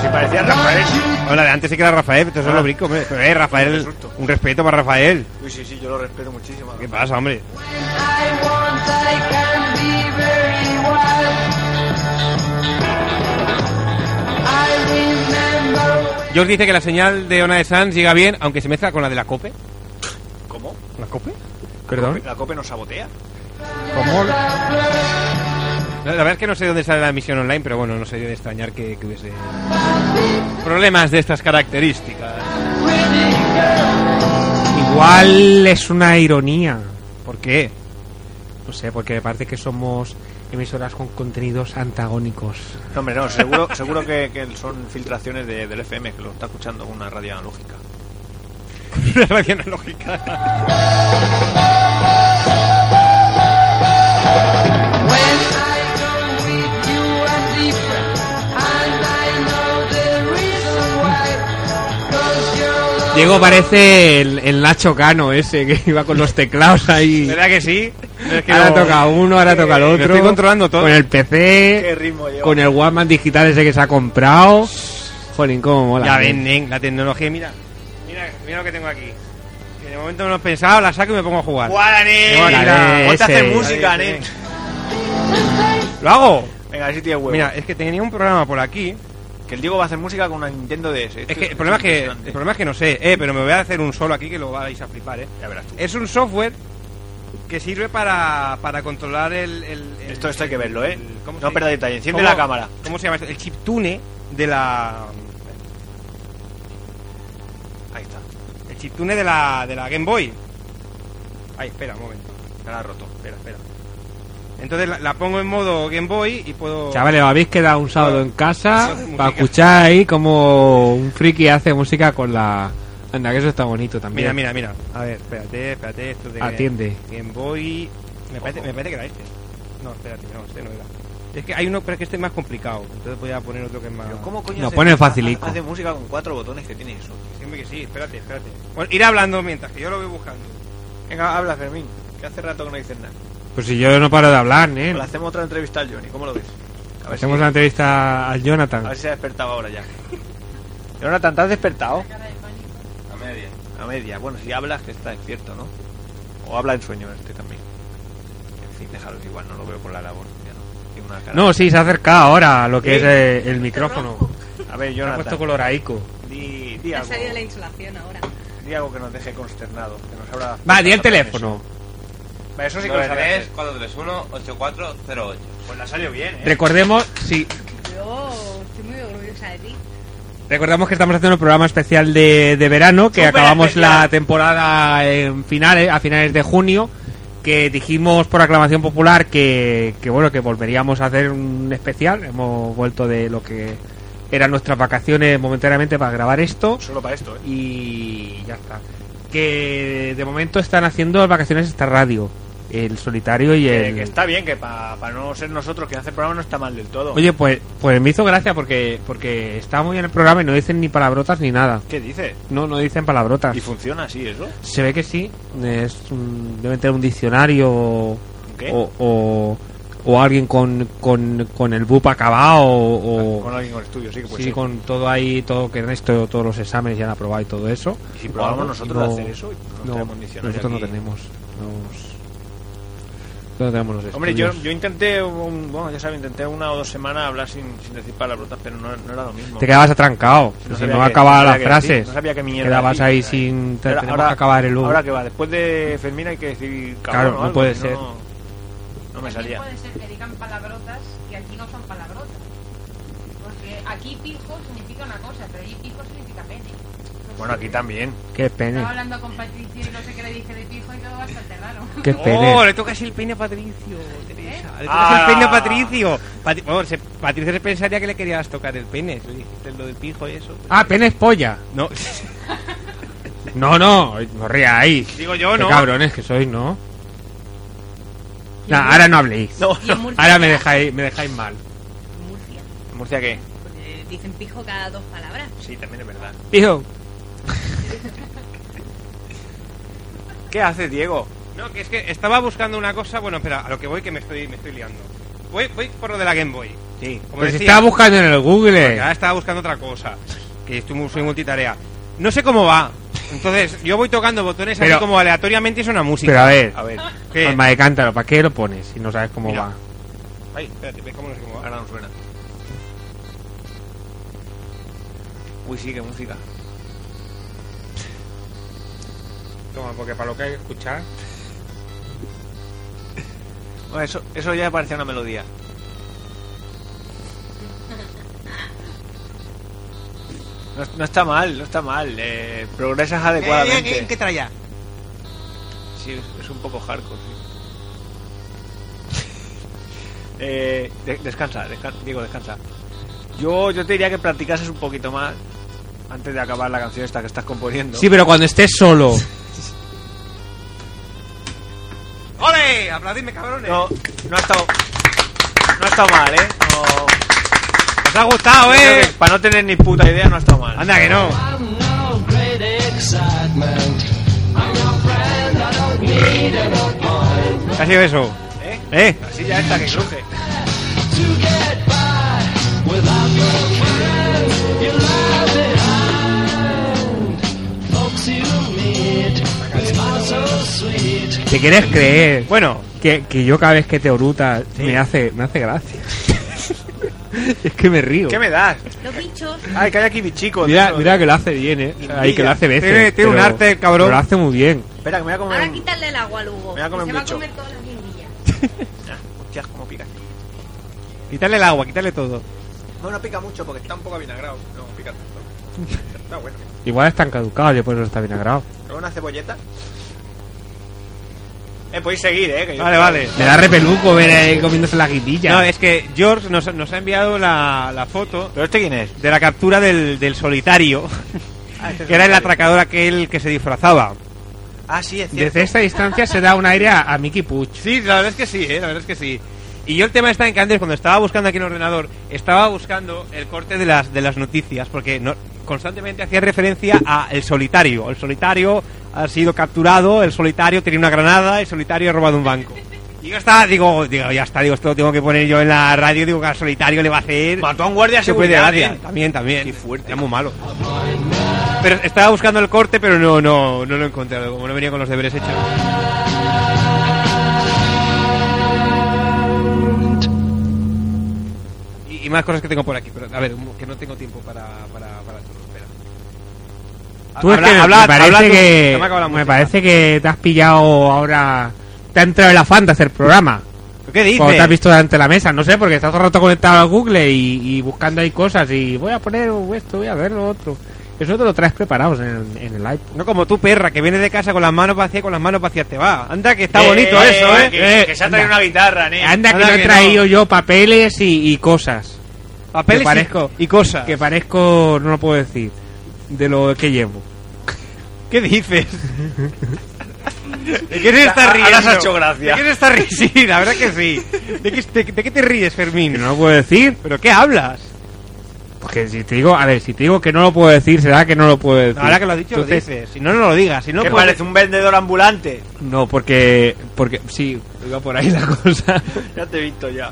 Speaker 4: Si parecía Rafael.
Speaker 16: Hola, de antes sí que era Rafael, pero eso
Speaker 2: Ah.
Speaker 16: es los brincos. hombre. Pero, eh, Rafael, un respeto para Rafael.
Speaker 4: Uy, sí, sí, yo lo respeto muchísimo.
Speaker 16: ¿Qué pasa, hombre? George dice que la señal de Ona de Sanz llega bien, aunque se mezcla con la de la COPE.
Speaker 4: ¿Cómo?
Speaker 16: ¿La COPE?
Speaker 4: Perdón. La COPE nos sabotea.
Speaker 16: ¿Cómo? La, la verdad es que no sé dónde sale la emisión online, pero bueno, no sería de extrañar que, que hubiese problemas de estas características.
Speaker 2: Igual es una ironía.
Speaker 16: ¿Por qué?
Speaker 2: No sé, porque me parece que somos emisoras con contenidos antagónicos.
Speaker 4: No, hombre, no, seguro, seguro que, que son filtraciones de- del FM, que lo está escuchando con una radio analógica. <laughs>
Speaker 16: una radio analógica.
Speaker 2: Diego parece el, el Nacho Cano ese que iba con los teclados ahí.
Speaker 16: ¿Verdad que sí? Es que
Speaker 2: ahora
Speaker 16: no-
Speaker 2: toca uno, ahora toca el
Speaker 16: me
Speaker 2: otro.
Speaker 16: estoy controlando todo.
Speaker 2: Con el PC,
Speaker 16: Qué ritmo llevo.
Speaker 2: con el Walkman digital ese que se ha comprado. Jolín, cómo mola.
Speaker 16: ya
Speaker 2: ¿eh?
Speaker 16: ven, nen, la tecnología, mira. Mira, mira lo que tengo aquí. Que de momento no lo he pensado, la saco y me pongo a jugar.
Speaker 4: ¡Guau,
Speaker 16: Mira,
Speaker 4: nen!
Speaker 2: eh,
Speaker 4: Mira, ponte a hacer
Speaker 16: ese.
Speaker 4: música, nen.
Speaker 16: ¿Lo hago?
Speaker 4: Venga, así tiene huevo.
Speaker 16: Mira, es que tenía un programa por aquí.
Speaker 4: Que el Diego va a hacer música con una Nintendo DS.
Speaker 16: Es que el problema es que, el problema es que no sé, eh, pero me voy a hacer un solo aquí que lo vais a flipar, eh.
Speaker 4: Ya verás tú.
Speaker 16: Es un software que sirve para, para controlar el, el- el-
Speaker 4: Esto, esto hay que verlo, ¿eh?
Speaker 16: ¿cómo
Speaker 4: No
Speaker 16: se-
Speaker 4: perdáis detalle. Enciende
Speaker 16: ¿Cómo-
Speaker 4: la cámara.
Speaker 16: ¿Cómo se llama esto? El chiptune de la.
Speaker 4: Ahí está.
Speaker 16: El chiptune de la, de la Game Boy. Ay, espera, un momento. Me la ha roto. Espera, espera. Entonces la, la pongo en modo Game Boy
Speaker 2: pues,
Speaker 16: y puedo.
Speaker 2: Chavales, ¿os habéis quedado un sábado en
Speaker 16: Eso
Speaker 2: casa
Speaker 16: es
Speaker 2: para
Speaker 16: música.
Speaker 2: escuchar ahí como un friki hace música con la... Anda, que eso está bonito
Speaker 16: Mira,
Speaker 2: también.
Speaker 16: mira, mira. A ver, espérate, espérate. Esto de
Speaker 2: Atiende.
Speaker 16: Game Boy. Me parece, me parece que era este. No, espérate, no, este no era. Es que hay uno, pero es que este es más complicado. Entonces voy a poner otro que es más.
Speaker 4: ¿Cómo coño
Speaker 2: Lo
Speaker 4: hace-
Speaker 2: pone facilico.
Speaker 4: Hace música con cuatro botones que tiene eso.
Speaker 16: Dime que sí, espérate, espérate. Bueno, ir hablando mientras que yo lo voy buscando.
Speaker 4: Venga, habla, Fermín. Que hace rato que no dices nada.
Speaker 2: Pues si yo no paro de hablar, ¿eh?
Speaker 4: Le hacemos otra entrevista al Johnny. ¿Cómo lo ves? A ver,
Speaker 2: Hacemos
Speaker 4: si,
Speaker 2: una entrevista al
Speaker 4: a
Speaker 2: Jonathan.
Speaker 4: ver si se ha despertado ahora ya. Jonathan, ¿te has despertado?
Speaker 1: A media.
Speaker 4: A media. Bueno, si hablas, que está despierto, ¿no? O habla en sueño este también. En fin, déjalo igual, no lo veo por la labor. ya no. Tiene una cara-
Speaker 2: No, sí, se acerca ahora a lo que es eh, el micrófono.
Speaker 4: A ver,
Speaker 2: Se ha
Speaker 4: Jonathan.
Speaker 2: puesto coloraico.
Speaker 4: Di, di
Speaker 5: Ha
Speaker 4: algo.
Speaker 5: salido la insolación ahora.
Speaker 4: Di algo que nos deje consternado. Que nos abra
Speaker 2: Va, di el teléfono.
Speaker 4: Va, Eso sí que lo sabes.
Speaker 1: 93 431 8408.
Speaker 4: Pues la salió bien, ¿eh?
Speaker 2: Recordemos, sí,
Speaker 5: Yo Oh, estoy muy orgullosa de ti.
Speaker 2: recordamos que estamos haciendo un programa especial de, de verano, que
Speaker 5: Súper
Speaker 2: acabamos
Speaker 5: especial.
Speaker 2: la temporada en finales, a finales de junio, que dijimos por aclamación popular que, que bueno, que volveríamos a hacer un especial. Hemos vuelto de lo que eran nuestras vacaciones momentáneamente para grabar esto.
Speaker 4: Solo para esto, ¿eh?
Speaker 2: y ya está. Que de momento están haciendo vacaciones esta radio, el solitario y
Speaker 4: Que,
Speaker 2: el.
Speaker 4: que está bien, que para no ser nosotros que hace el programa no está mal del todo.
Speaker 2: Oye, pues, pues me hizo gracia porque porque está muy en el programa y no dicen ni palabrotas ni nada.
Speaker 4: ¿Qué dices?
Speaker 2: No, no dicen palabrotas.
Speaker 4: ¿Y funciona así eso?
Speaker 2: Se ve que sí. Es un- deben tener un diccionario o,
Speaker 4: ¿Qué?
Speaker 2: o, o alguien con, con, con el BUP acabado o, o-
Speaker 4: Con alguien con estudio, sí que puede
Speaker 2: sí,
Speaker 4: ser.
Speaker 2: con todo ahí, todo que Ernesto, todos los exámenes ya han aprobado y todo eso.
Speaker 4: Y si probamos
Speaker 2: No,
Speaker 4: nosotros
Speaker 2: no,
Speaker 4: de hacer eso, no, tenemos diccionario
Speaker 2: nosotros
Speaker 4: aquí.
Speaker 2: no tenemos. nos- no tenemos los
Speaker 4: Hombre, yo,
Speaker 2: estudios.
Speaker 4: yo intenté, un- bueno, ya sabes, intenté una o dos semanas hablar sin, sin decir palabrotas, pero no, no era lo mismo.
Speaker 2: Te quedabas atrancado.
Speaker 4: No
Speaker 2: si
Speaker 4: sabía
Speaker 2: no
Speaker 4: qué-
Speaker 2: acababa
Speaker 4: no
Speaker 2: las
Speaker 4: sabía qué decir,
Speaker 2: frases.
Speaker 4: no sabía qué mierda
Speaker 2: Quedabas
Speaker 4: decir.
Speaker 2: ahí sin. te-
Speaker 4: Ahora-
Speaker 2: tenemos
Speaker 4: ahora-
Speaker 2: que acabar el
Speaker 4: Ahora que va, después
Speaker 1: Eh,
Speaker 4: de Fermín hay que decir cabrón
Speaker 2: Claro,
Speaker 4: o
Speaker 2: no
Speaker 4: algo,
Speaker 2: puede
Speaker 4: si
Speaker 2: ser.
Speaker 4: No, no me
Speaker 10: También
Speaker 4: salía.
Speaker 10: Pues puede ser que digan palabrotas que aquí no son palabrotas. Porque aquí pijo significa una cosa, pero allí pijo significa pene. No
Speaker 1: Bueno, aquí también.
Speaker 4: Qué pene.
Speaker 10: Estaba hablando con Patricio y no sé qué le dije de pijo y todo bastante raro. <laughs>
Speaker 4: Qué pene.
Speaker 2: Oh, le tocas el peine a Patricio, Teresa.
Speaker 5: ¿Eh?
Speaker 2: Le
Speaker 4: Ah.
Speaker 2: tocas el peine a Patricio. Pati- bueno, se- Patricio se pensaría que le querías tocar el pene. Le dijiste lo del pijo y eso.
Speaker 4: Ah, pene es polla.
Speaker 2: No.
Speaker 4: No, no, no reáis.
Speaker 2: Digo yo,
Speaker 4: Qué
Speaker 2: ¿no?
Speaker 4: cabrones que sois, ¿no? Nah, ahora no habléis.
Speaker 2: No, no.
Speaker 4: Ahora me dejáis, me dejáis mal.
Speaker 5: Murcia.
Speaker 1: ¿En Murcia qué?
Speaker 5: Eh, Dicen pijo cada dos palabras.
Speaker 1: Sí, también es verdad.
Speaker 4: Hijo.
Speaker 1: <laughs> ¿Qué hace Diego?
Speaker 2: No, que es que estaba buscando una cosa. Bueno, espera, a lo que voy que me estoy, me estoy liando. Voy, voy por lo de la Game Boy.
Speaker 4: Pero
Speaker 1: Sí.
Speaker 4: si Pues estaba buscando en el Google.
Speaker 2: Ahora estaba buscando otra cosa. Que estoy, mu- soy multitarea. No sé cómo va. Entonces, yo voy tocando botones
Speaker 4: Pero-
Speaker 2: así como aleatoriamente y suena música.
Speaker 4: Pero a ver.
Speaker 2: A ver. ¿qué?
Speaker 4: Alma de cántaro, ¿para qué lo pones si no sabes cómo
Speaker 2: Mira.
Speaker 4: va?
Speaker 2: Ay, espérate, ve cómo no sé cómo va.
Speaker 1: Ahora no suena. Uy, sí, qué música.
Speaker 4: Toma, porque para lo que hay que escuchar.
Speaker 1: Bueno, eso, eso ya parecía una melodía. No, no está mal, no está mal. eh, progresas adecuadamente.
Speaker 18: ¿Qué, qué traía?
Speaker 1: Sí, es- es un poco hardcore,
Speaker 2: <laughs>
Speaker 1: sí. Eh, de- descansa, desca- Diego, descansa. Yo, yo te diría que practicases un poquito más antes de acabar la canción esta que estás componiendo.
Speaker 4: Sí, pero cuando estés solo.
Speaker 2: ¡Ole! ¡Aplaudidme, cabrones!
Speaker 1: No, no ha estado. No ha estado mal, eh. No.
Speaker 2: ¡Os ha gustado, eh!
Speaker 1: Para no tener ni puta idea, no ha estado mal.
Speaker 2: Anda, que no. ¿Qué ha sido eso?
Speaker 1: ¿Eh?
Speaker 2: ¿Eh?
Speaker 1: Así ya está que cruje.
Speaker 4: ¿Te quieres creer?
Speaker 2: Bueno.
Speaker 4: Que, que yo cada vez que te oruta me hace me hace
Speaker 2: <laughs>
Speaker 4: gracia. es que me río.
Speaker 1: ¿Qué me das?
Speaker 5: Los bichos.
Speaker 1: Ay, que hay aquí bichicos.
Speaker 4: Mira,
Speaker 1: dentro.
Speaker 4: mira que lo hace bien, eh.
Speaker 1: Y
Speaker 4: Ahí que lo hace veces.
Speaker 2: Tiene- tiene un
Speaker 4: pero-
Speaker 2: arte, cabrón.
Speaker 4: pero Lo hace muy bien.
Speaker 1: Espera, que me voy a comer.
Speaker 5: Ahora
Speaker 1: un-
Speaker 5: quítale el agua al Hugo.
Speaker 1: Me voy a comer
Speaker 5: que se
Speaker 1: un
Speaker 5: va a
Speaker 1: bicho.
Speaker 5: comer todas las guindillas.
Speaker 4: <laughs>
Speaker 1: Hostias, cómo pica.
Speaker 2: Quítale el agua, quítale todo.
Speaker 1: No, no pica mucho porque está un poco avinagrado. No, pica tanto. Está <laughs> bueno.
Speaker 4: Igual están caducados, yo por eso Pues está bien agrado.
Speaker 1: ¿Pero una cebolleta? Eh, podéis seguir, eh. que yo-
Speaker 2: Vale, vale.
Speaker 4: Me da repeluco ver ahí comiéndose la guindilla.
Speaker 2: No, es que George nos, nos ha enviado la, la foto.
Speaker 1: ¿Pero este quién es?
Speaker 2: De la captura del,
Speaker 1: <laughs>
Speaker 2: del solitario.
Speaker 4: Ah, este
Speaker 2: que era el atracador aquel que se disfrazaba.
Speaker 1: Ah, sí, es cierto.
Speaker 4: Desde esta distancia se da un aire a, a Mickey Puch.
Speaker 2: Sí, la verdad es que sí, eh, la verdad es que sí. Y yo el tema está en que antes, cuando estaba buscando aquí en el ordenador, estaba buscando el corte de las, de las noticias, porque no- constantemente hacía referencia a el solitario. El solitario ha sido capturado, el solitario tenía una granada, el solitario ha robado un banco. Y yo estaba, digo, digo, ya está, digo, esto lo tengo que poner yo en la radio, digo que al solitario le va a hacer...
Speaker 1: Mató a un guardia de
Speaker 2: Se puede
Speaker 1: seguridad.
Speaker 2: gracia.
Speaker 1: bien.
Speaker 2: También, también. ¿eh? Qué fuerte. Era muy malo. Pero estaba buscando el corte, pero no, no, no lo encontré, como no venía con los deberes hechos. Y, y más cosas que tengo por aquí, pero a ver, un- que no tengo tiempo para, para, para todo. Espera.
Speaker 4: Tú es
Speaker 2: Habla-
Speaker 4: que
Speaker 2: habla-
Speaker 4: me parece
Speaker 2: habla
Speaker 4: que,
Speaker 2: tú, se me ha acabado la
Speaker 4: me
Speaker 2: música.
Speaker 4: parece que te has pillado ahora te ha entrado el afán de hacer programa.
Speaker 2: ¿Qué
Speaker 4: Cuando te has
Speaker 2: dices?
Speaker 4: visto delante de la mesa, no sé, porque estás todo el rato conectado a Google y, y buscando ahí cosas y voy a poner esto, voy a ver lo otro. Eso te lo traes preparados en, en el iPod.
Speaker 2: No como tú, perra, que vienes de casa con las manos vacías, con las manos vacías te va. Anda, que está
Speaker 1: Eh,
Speaker 2: bonito
Speaker 1: eh,
Speaker 2: eso, ¿eh?
Speaker 1: Que,
Speaker 4: Eh,
Speaker 1: que se ha traído
Speaker 4: anda.
Speaker 1: una guitarra, ¿eh?
Speaker 4: Anda que
Speaker 2: Anda
Speaker 4: no he
Speaker 2: que
Speaker 4: traído
Speaker 2: no.
Speaker 4: yo papeles y, y cosas.
Speaker 2: Papeles
Speaker 4: que
Speaker 2: y-
Speaker 4: parezco-
Speaker 2: y cosas.
Speaker 4: Que parezco, no lo puedo decir, de lo que llevo. <laughs>
Speaker 2: ¿Qué dices? ¿De qué se está
Speaker 1: Ahora
Speaker 2: riendo?
Speaker 1: se ha hecho gracia.
Speaker 2: ¿De qué se está riendo? <laughs> Sí, la verdad que sí. ¿De qué, de- de qué te ríes, Fermín?
Speaker 4: Que no lo puedo decir.
Speaker 2: ¿Pero qué hablas?
Speaker 4: Porque si te digo, a ver, si te digo que no lo puedo decir, será que no lo puedo decir.
Speaker 2: Ahora que lo has dicho,
Speaker 4: Entonces,
Speaker 2: lo dices. Si no, no lo digas. Si no,
Speaker 1: que
Speaker 2: pues-
Speaker 1: parece un vendedor ambulante.
Speaker 4: No, porque, porque sí, iba por ahí la cosa.
Speaker 1: Ya te he visto ya.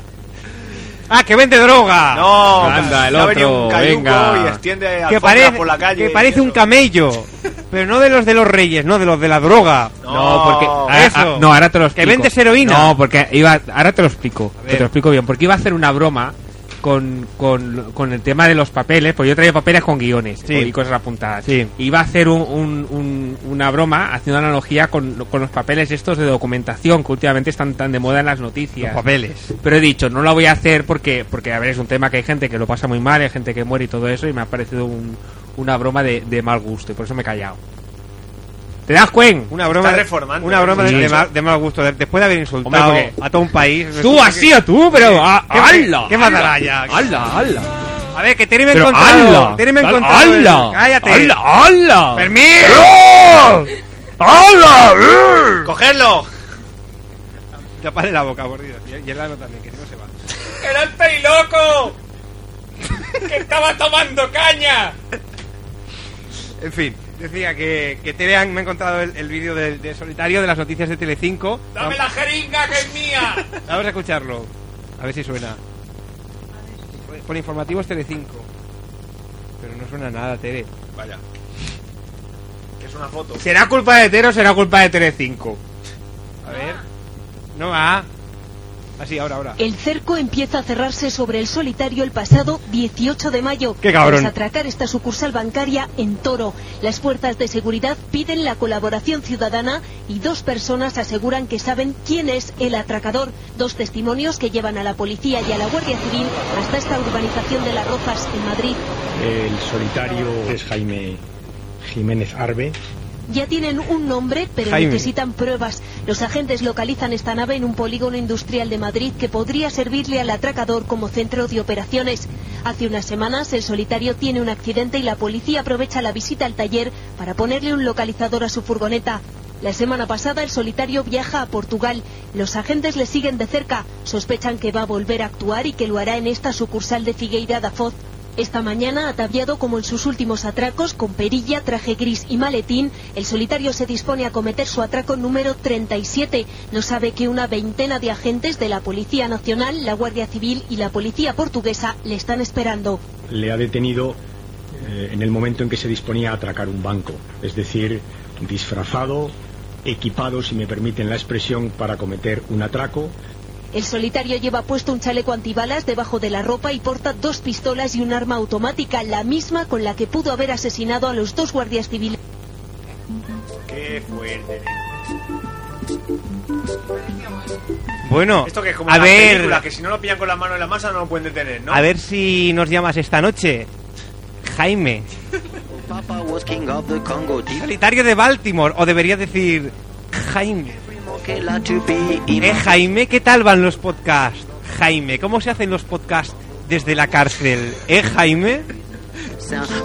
Speaker 2: ¡Ah, que vende droga!
Speaker 1: No,
Speaker 4: Anda, el
Speaker 1: se ha venido
Speaker 4: otro,
Speaker 1: un cayuco
Speaker 4: venga.
Speaker 1: y extiende
Speaker 2: que,
Speaker 1: alfombra
Speaker 2: parece,
Speaker 1: por la calle.
Speaker 2: que parece
Speaker 1: y
Speaker 2: un
Speaker 1: eso.
Speaker 2: camello.
Speaker 1: <laughs>
Speaker 2: Pero no de los de los reyes, no, de los de la droga.
Speaker 4: No, porque
Speaker 2: Ah, eso.
Speaker 4: no, ahora te lo
Speaker 2: Que
Speaker 4: explico.
Speaker 2: vendes heroína.
Speaker 4: No, porque iba ahora te lo explico.
Speaker 2: A ver.
Speaker 4: Te lo explico bien, porque iba a hacer una broma con, con, con el tema de los papeles, pues yo traía papeles con guiones
Speaker 2: Sí.
Speaker 4: y cosas apuntadas.
Speaker 2: Sí.
Speaker 4: Iba a hacer un- un- un- una broma haciendo analogía con, con los papeles estos de documentación que últimamente están tan de moda en las
Speaker 2: Los
Speaker 4: noticias.
Speaker 2: papeles.
Speaker 4: Pero he dicho, no la voy a hacer porque, porque a ver, es un tema que hay gente que lo pasa muy mal, hay gente que muere y todo eso, y me ha parecido un, una broma de, de mal gusto y por eso me he callado. ¿Te das cuen?
Speaker 2: Una broma,
Speaker 4: Está
Speaker 2: de-
Speaker 4: reformando.
Speaker 2: una broma de,
Speaker 4: Sí.
Speaker 2: de mal, de mal gusto. de- Después de haber insultado
Speaker 4: Hombre, porque-
Speaker 2: a todo un país.
Speaker 4: Tú
Speaker 2: resulta
Speaker 4: así
Speaker 2: que-
Speaker 4: o tú, pero...
Speaker 2: ¿Qué-
Speaker 4: ah,
Speaker 2: qué-
Speaker 4: ¡Hala!
Speaker 2: qué mataralla?
Speaker 4: ¡Hala, hala!
Speaker 2: A ver, que Terry me ha
Speaker 4: Pero
Speaker 2: encontrado.
Speaker 4: hala,
Speaker 2: Terry me ha
Speaker 4: hala,
Speaker 2: encontrado.
Speaker 4: hala,
Speaker 2: ¡Cállate!
Speaker 4: ¡Hala, hala! ¡oh!
Speaker 2: ¡Fermín! ¡Hala! ¡Cogerlo! Tapale la boca, por Dios. Y y el ano también, que si no se va.
Speaker 7: ¡Era el periloco! ¡Que estaba tomando caña!
Speaker 2: En fin, decía que, que Tere han- me ha encontrado el, el vídeo de, de solitario de las noticias de Telecinco.
Speaker 7: ¡Dame la jeringa que es mía!
Speaker 2: Vamos a escucharlo. A ver si suena. Por informativos Telecinco. Pero no suena nada, Tere.
Speaker 1: Vaya. Que es una foto.
Speaker 2: ¿Será culpa de Tere o será culpa de Telecinco? A ver. No va. Así, ahora, ahora.
Speaker 21: El cerco empieza a cerrarse sobre el solitario el pasado 18 de mayo.
Speaker 2: ¡Qué cabrón!
Speaker 21: Tras atracar esta sucursal bancaria en Toro. Las fuerzas de seguridad piden la colaboración ciudadana y dos personas aseguran que saben quién es el atracador. Dos testimonios que llevan a la policía y a la Guardia Civil hasta esta urbanización de Las Rozas en Madrid.
Speaker 22: El solitario es Jaime Jiménez Arbe.
Speaker 21: Ya tienen un nombre, pero
Speaker 22: Jaime.
Speaker 21: necesitan pruebas. Los agentes localizan esta nave en un polígono industrial de Madrid que podría servirle al atracador como centro de operaciones. Hace unas semanas el solitario tiene un accidente y la policía aprovecha la visita al taller para ponerle un localizador a su furgoneta. La semana pasada el solitario viaja a Portugal. Los agentes le siguen de cerca. Sospechan que va a volver a actuar y que lo hará en esta sucursal de Figueira da Foz. Esta mañana, ataviado como en sus últimos atracos, con perilla, traje gris y maletín, el solitario se dispone a cometer su atraco número 37. No sabe que una veintena de agentes de la Policía Nacional, la Guardia Civil y la Policía Portuguesa le están esperando.
Speaker 22: Le ha detenido eh, en el momento en que se disponía a atracar un banco, es decir, disfrazado, equipado, si me permiten la expresión, para cometer un atraco.
Speaker 21: El solitario lleva puesto un chaleco antibalas debajo de la ropa y porta dos pistolas y un arma automática, la misma con la que pudo haber asesinado a los dos guardias civiles.
Speaker 1: Qué fuerte.
Speaker 2: Bueno,
Speaker 1: Esto que es como
Speaker 2: a
Speaker 1: las
Speaker 2: ver.
Speaker 1: películas, que si no lo pillan con las manos en la masa no lo pueden detener, ¿no?
Speaker 2: A ver si nos llamas esta noche. Jaime.
Speaker 23: Papa was king of the Congo deep.
Speaker 2: Solitario de Baltimore. O debería decir Jaime. Eh, Jaime, ¿qué tal van los podcasts? Jaime, ¿cómo se hacen los podcasts desde la cárcel? ¿Eh, Jaime?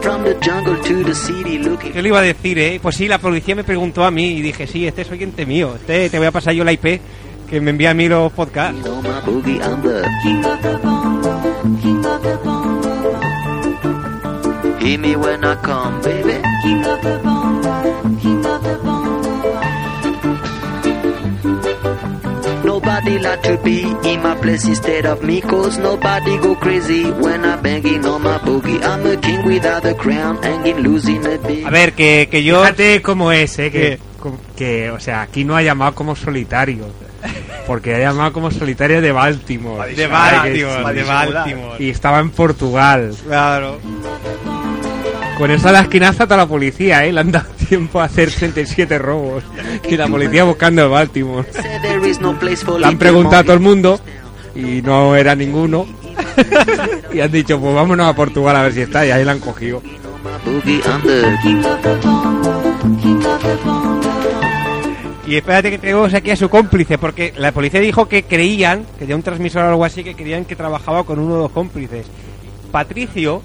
Speaker 23: From the jungle to the city looking
Speaker 2: ¿Qué le iba a decir, eh? Pues sí, la policía me preguntó a mí y dije, sí, este es oyente mío. Este te voy a pasar yo la IP que me envía a mí los podcasts.
Speaker 23: for my boogie. I'm the Hear me when I come, baby. Nobody like to be in my place instead of me, cause nobody go crazy when I'm banging on my boogie. Uh, I'm a king without a crown, hanging loose in a big.
Speaker 2: A ver, que, que yo...
Speaker 4: Fíjate cómo es, eh,
Speaker 2: ¿Qué?
Speaker 4: que, com- que, o sea, aquí no ha llamado como solitario. Porque ha llamado como solitario de Baltimore.
Speaker 2: De
Speaker 4: Claro que
Speaker 2: Baltimore,
Speaker 4: sí.
Speaker 2: de Baltimore.
Speaker 4: Y estaba en Portugal.
Speaker 16: Ah.
Speaker 2: Claro.
Speaker 4: Con eso a la esquinaza hasta la policía, ¿eh? Le han dado <laughs> tiempo a hacer 37 robos. Y la policía buscando a Baltimore.
Speaker 23: Say there is no place for
Speaker 4: Le han
Speaker 23: little
Speaker 4: preguntado
Speaker 23: monkey.
Speaker 4: a todo el mundo y no era ninguno. <laughs> y han dicho, pues vámonos a Portugal a ver si está. Y ahí la han cogido.
Speaker 2: Y espérate que tenemos aquí a su cómplice, porque la policía dijo que creían, que de un transmisor o algo así, que creían que trabajaba con uno de los cómplices. Patricio,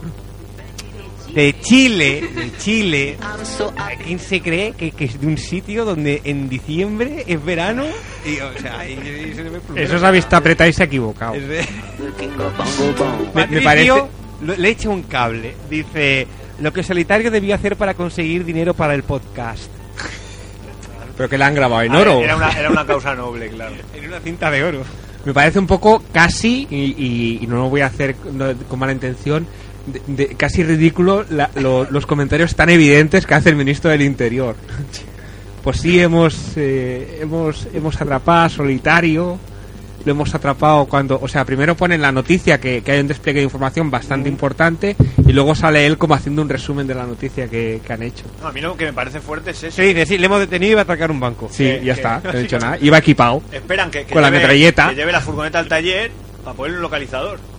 Speaker 2: de Chile, de Chile, ¿a ¿quién se cree que, que es de un sitio donde en diciembre es verano? Y, o sea, y- y se le ve plumero.
Speaker 4: Eso es vista apretada y se ha equivocado.
Speaker 2: Es de-
Speaker 4: Me-
Speaker 2: Patricio
Speaker 4: me parece-
Speaker 2: lo- le echa un cable. Dice, lo que Solitario debió hacer para conseguir dinero para el podcast.
Speaker 4: Pero que la han grabado en
Speaker 2: A ver,
Speaker 4: oro.
Speaker 2: era una-
Speaker 1: Ah, Era una causa noble,
Speaker 2: <laughs>
Speaker 1: claro.
Speaker 2: En una cinta de oro.
Speaker 4: Me parece un poco casi, y, y- y no lo voy a hacer no- con mala intención, de- de- casi ridículo la- lo- los comentarios tan evidentes que hace el ministro del Interior. Pues sí, hemos, eh, hemos, hemos atrapado a Solitario, lo hemos atrapado cuando... O sea, primero ponen la noticia, que, que hay un despliegue de información bastante
Speaker 1: Mm.
Speaker 4: importante, y luego sale él como haciendo un resumen de la noticia que, que han hecho.
Speaker 1: No, a mí lo que me parece fuerte es eso.
Speaker 2: Sí, dice, sí, le hemos detenido y va a atracar un banco.
Speaker 4: Sí, ya está,
Speaker 1: <laughs> que-
Speaker 4: no he dicho nada. Iba equipado.
Speaker 1: Esperan que, que
Speaker 4: Con la metralleta.
Speaker 1: Que lleve la furgoneta al taller para poner un localizador. Lo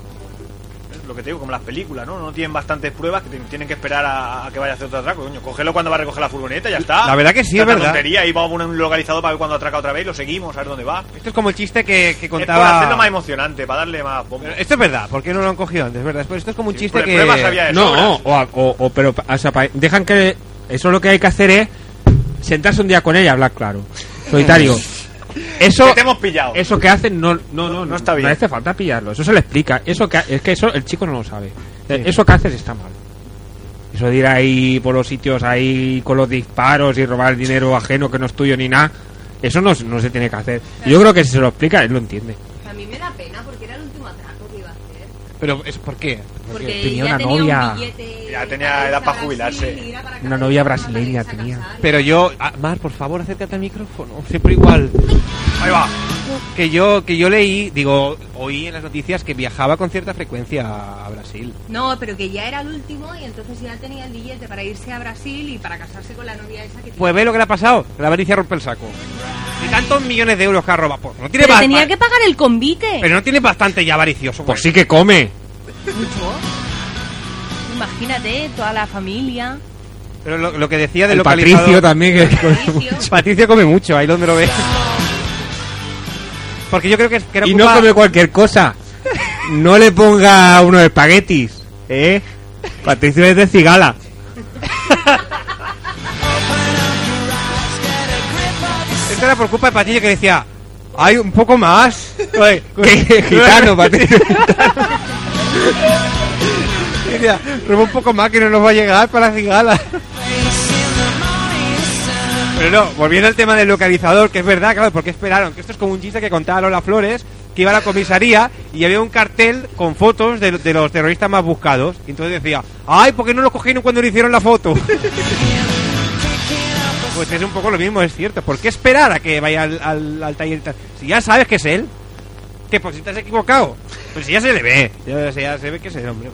Speaker 1: lo que te digo, como las películas, ¿no? No tienen bastantes pruebas que te- tienen que esperar a, a que vaya a hacer otro atraco. Coño, cógelo cuando va a recoger la furgoneta, ya está.
Speaker 2: La verdad que sí, es
Speaker 1: Tanta
Speaker 2: verdad.
Speaker 1: tontería, y vamos a poner un localizador para ver cuando atraca otra vez, lo seguimos, a ver dónde va.
Speaker 2: Esto es como el chiste que, que
Speaker 1: Es para
Speaker 2: contaba.
Speaker 1: hacerlo más emocionante, para darle más bombo.
Speaker 2: Esto es verdad, ¿por qué no lo han cogido antes? ¿verdad? Esto es como un chiste
Speaker 1: pruebas
Speaker 2: que.
Speaker 1: había de
Speaker 4: no, o, a- o- o- pero o sea, pa- dejan que eso lo que hay que hacer es sentarse un día con ella y hablar
Speaker 2: <laughs>
Speaker 4: claro. Solitario. Eso
Speaker 1: Que te hemos pillado.
Speaker 4: Eso que hacen no no no no
Speaker 1: está bien.
Speaker 4: No hace falta pillarlo, eso se le explica. Eso que ha- es que eso el chico no lo sabe. Eh, Eso que haces está mal. Eso de ir ahí por los sitios ahí con los disparos y robar dinero ajeno que no es tuyo ni nada, eso no, se- no se tiene que hacer. Y Yo creo que si se lo explica, él lo entiende.
Speaker 5: A mí me da pena porque era el último atraco que iba a hacer.
Speaker 2: Pero es por qué?
Speaker 5: Porque ya
Speaker 4: tenía una
Speaker 5: tenía
Speaker 4: novia.
Speaker 5: un billete.
Speaker 1: Ya tenía edad para jubilarse.
Speaker 4: Una novia brasileña tenía.
Speaker 2: Pero yo, ah, Mar, por favor, acércate al micrófono, siempre igual. Ahí va. Que yo, que yo leí, digo, oí en las noticias que viajaba con cierta frecuencia a a Brasil.
Speaker 5: No, pero que ya era el último y entonces ya tenía el billete para irse a Brasil y para casarse con la novia esa que tiene.
Speaker 2: Pues ve lo que le ha pasado, la avaricia rompe el saco. Y tantos millones de euros que ha robado. pues no tiene
Speaker 5: Pero
Speaker 2: ba-
Speaker 5: tenía
Speaker 2: ba-
Speaker 5: que pagar el convite.
Speaker 2: pero no tiene bastante ya avaricioso.
Speaker 4: Pues sí que come.
Speaker 5: Mucho. Imagínate, toda la familia.
Speaker 2: Pero lo, lo que decía de
Speaker 4: El
Speaker 2: localizado...
Speaker 4: Patricio también, que come mucho.
Speaker 2: Patricio come mucho, ahí donde lo ves. Porque yo creo que, que era
Speaker 4: Y no
Speaker 2: culpa-
Speaker 4: come cualquier cosa. No le ponga unos espaguetis, ¿eh? Patricio es de cigala.
Speaker 2: Esto era por culpa de Patricio que decía, hay un poco más. <laughs> Oye,
Speaker 4: ¿Qué? Gitano, Patricio.
Speaker 2: Decía, "Roba un poco más que no nos va a llegar para la cigala. Pero no, volviendo al tema del localizador, que es verdad, claro, porque esperaron, que esto es como un chiste que contaba Lola Flores, que iba a la comisaría y había un cartel con fotos de, de los terroristas más buscados. Y entonces decía, ay, ¿por qué no lo cogieron cuando le hicieron la foto? Pues es un poco lo mismo, es cierto. ¿Por qué esperar a que vaya al, al, al taller? y tal? Si ya sabes que es él, que por si te has equivocado, pues si ya se le ve, ya, se- ya se ve que es el hombre.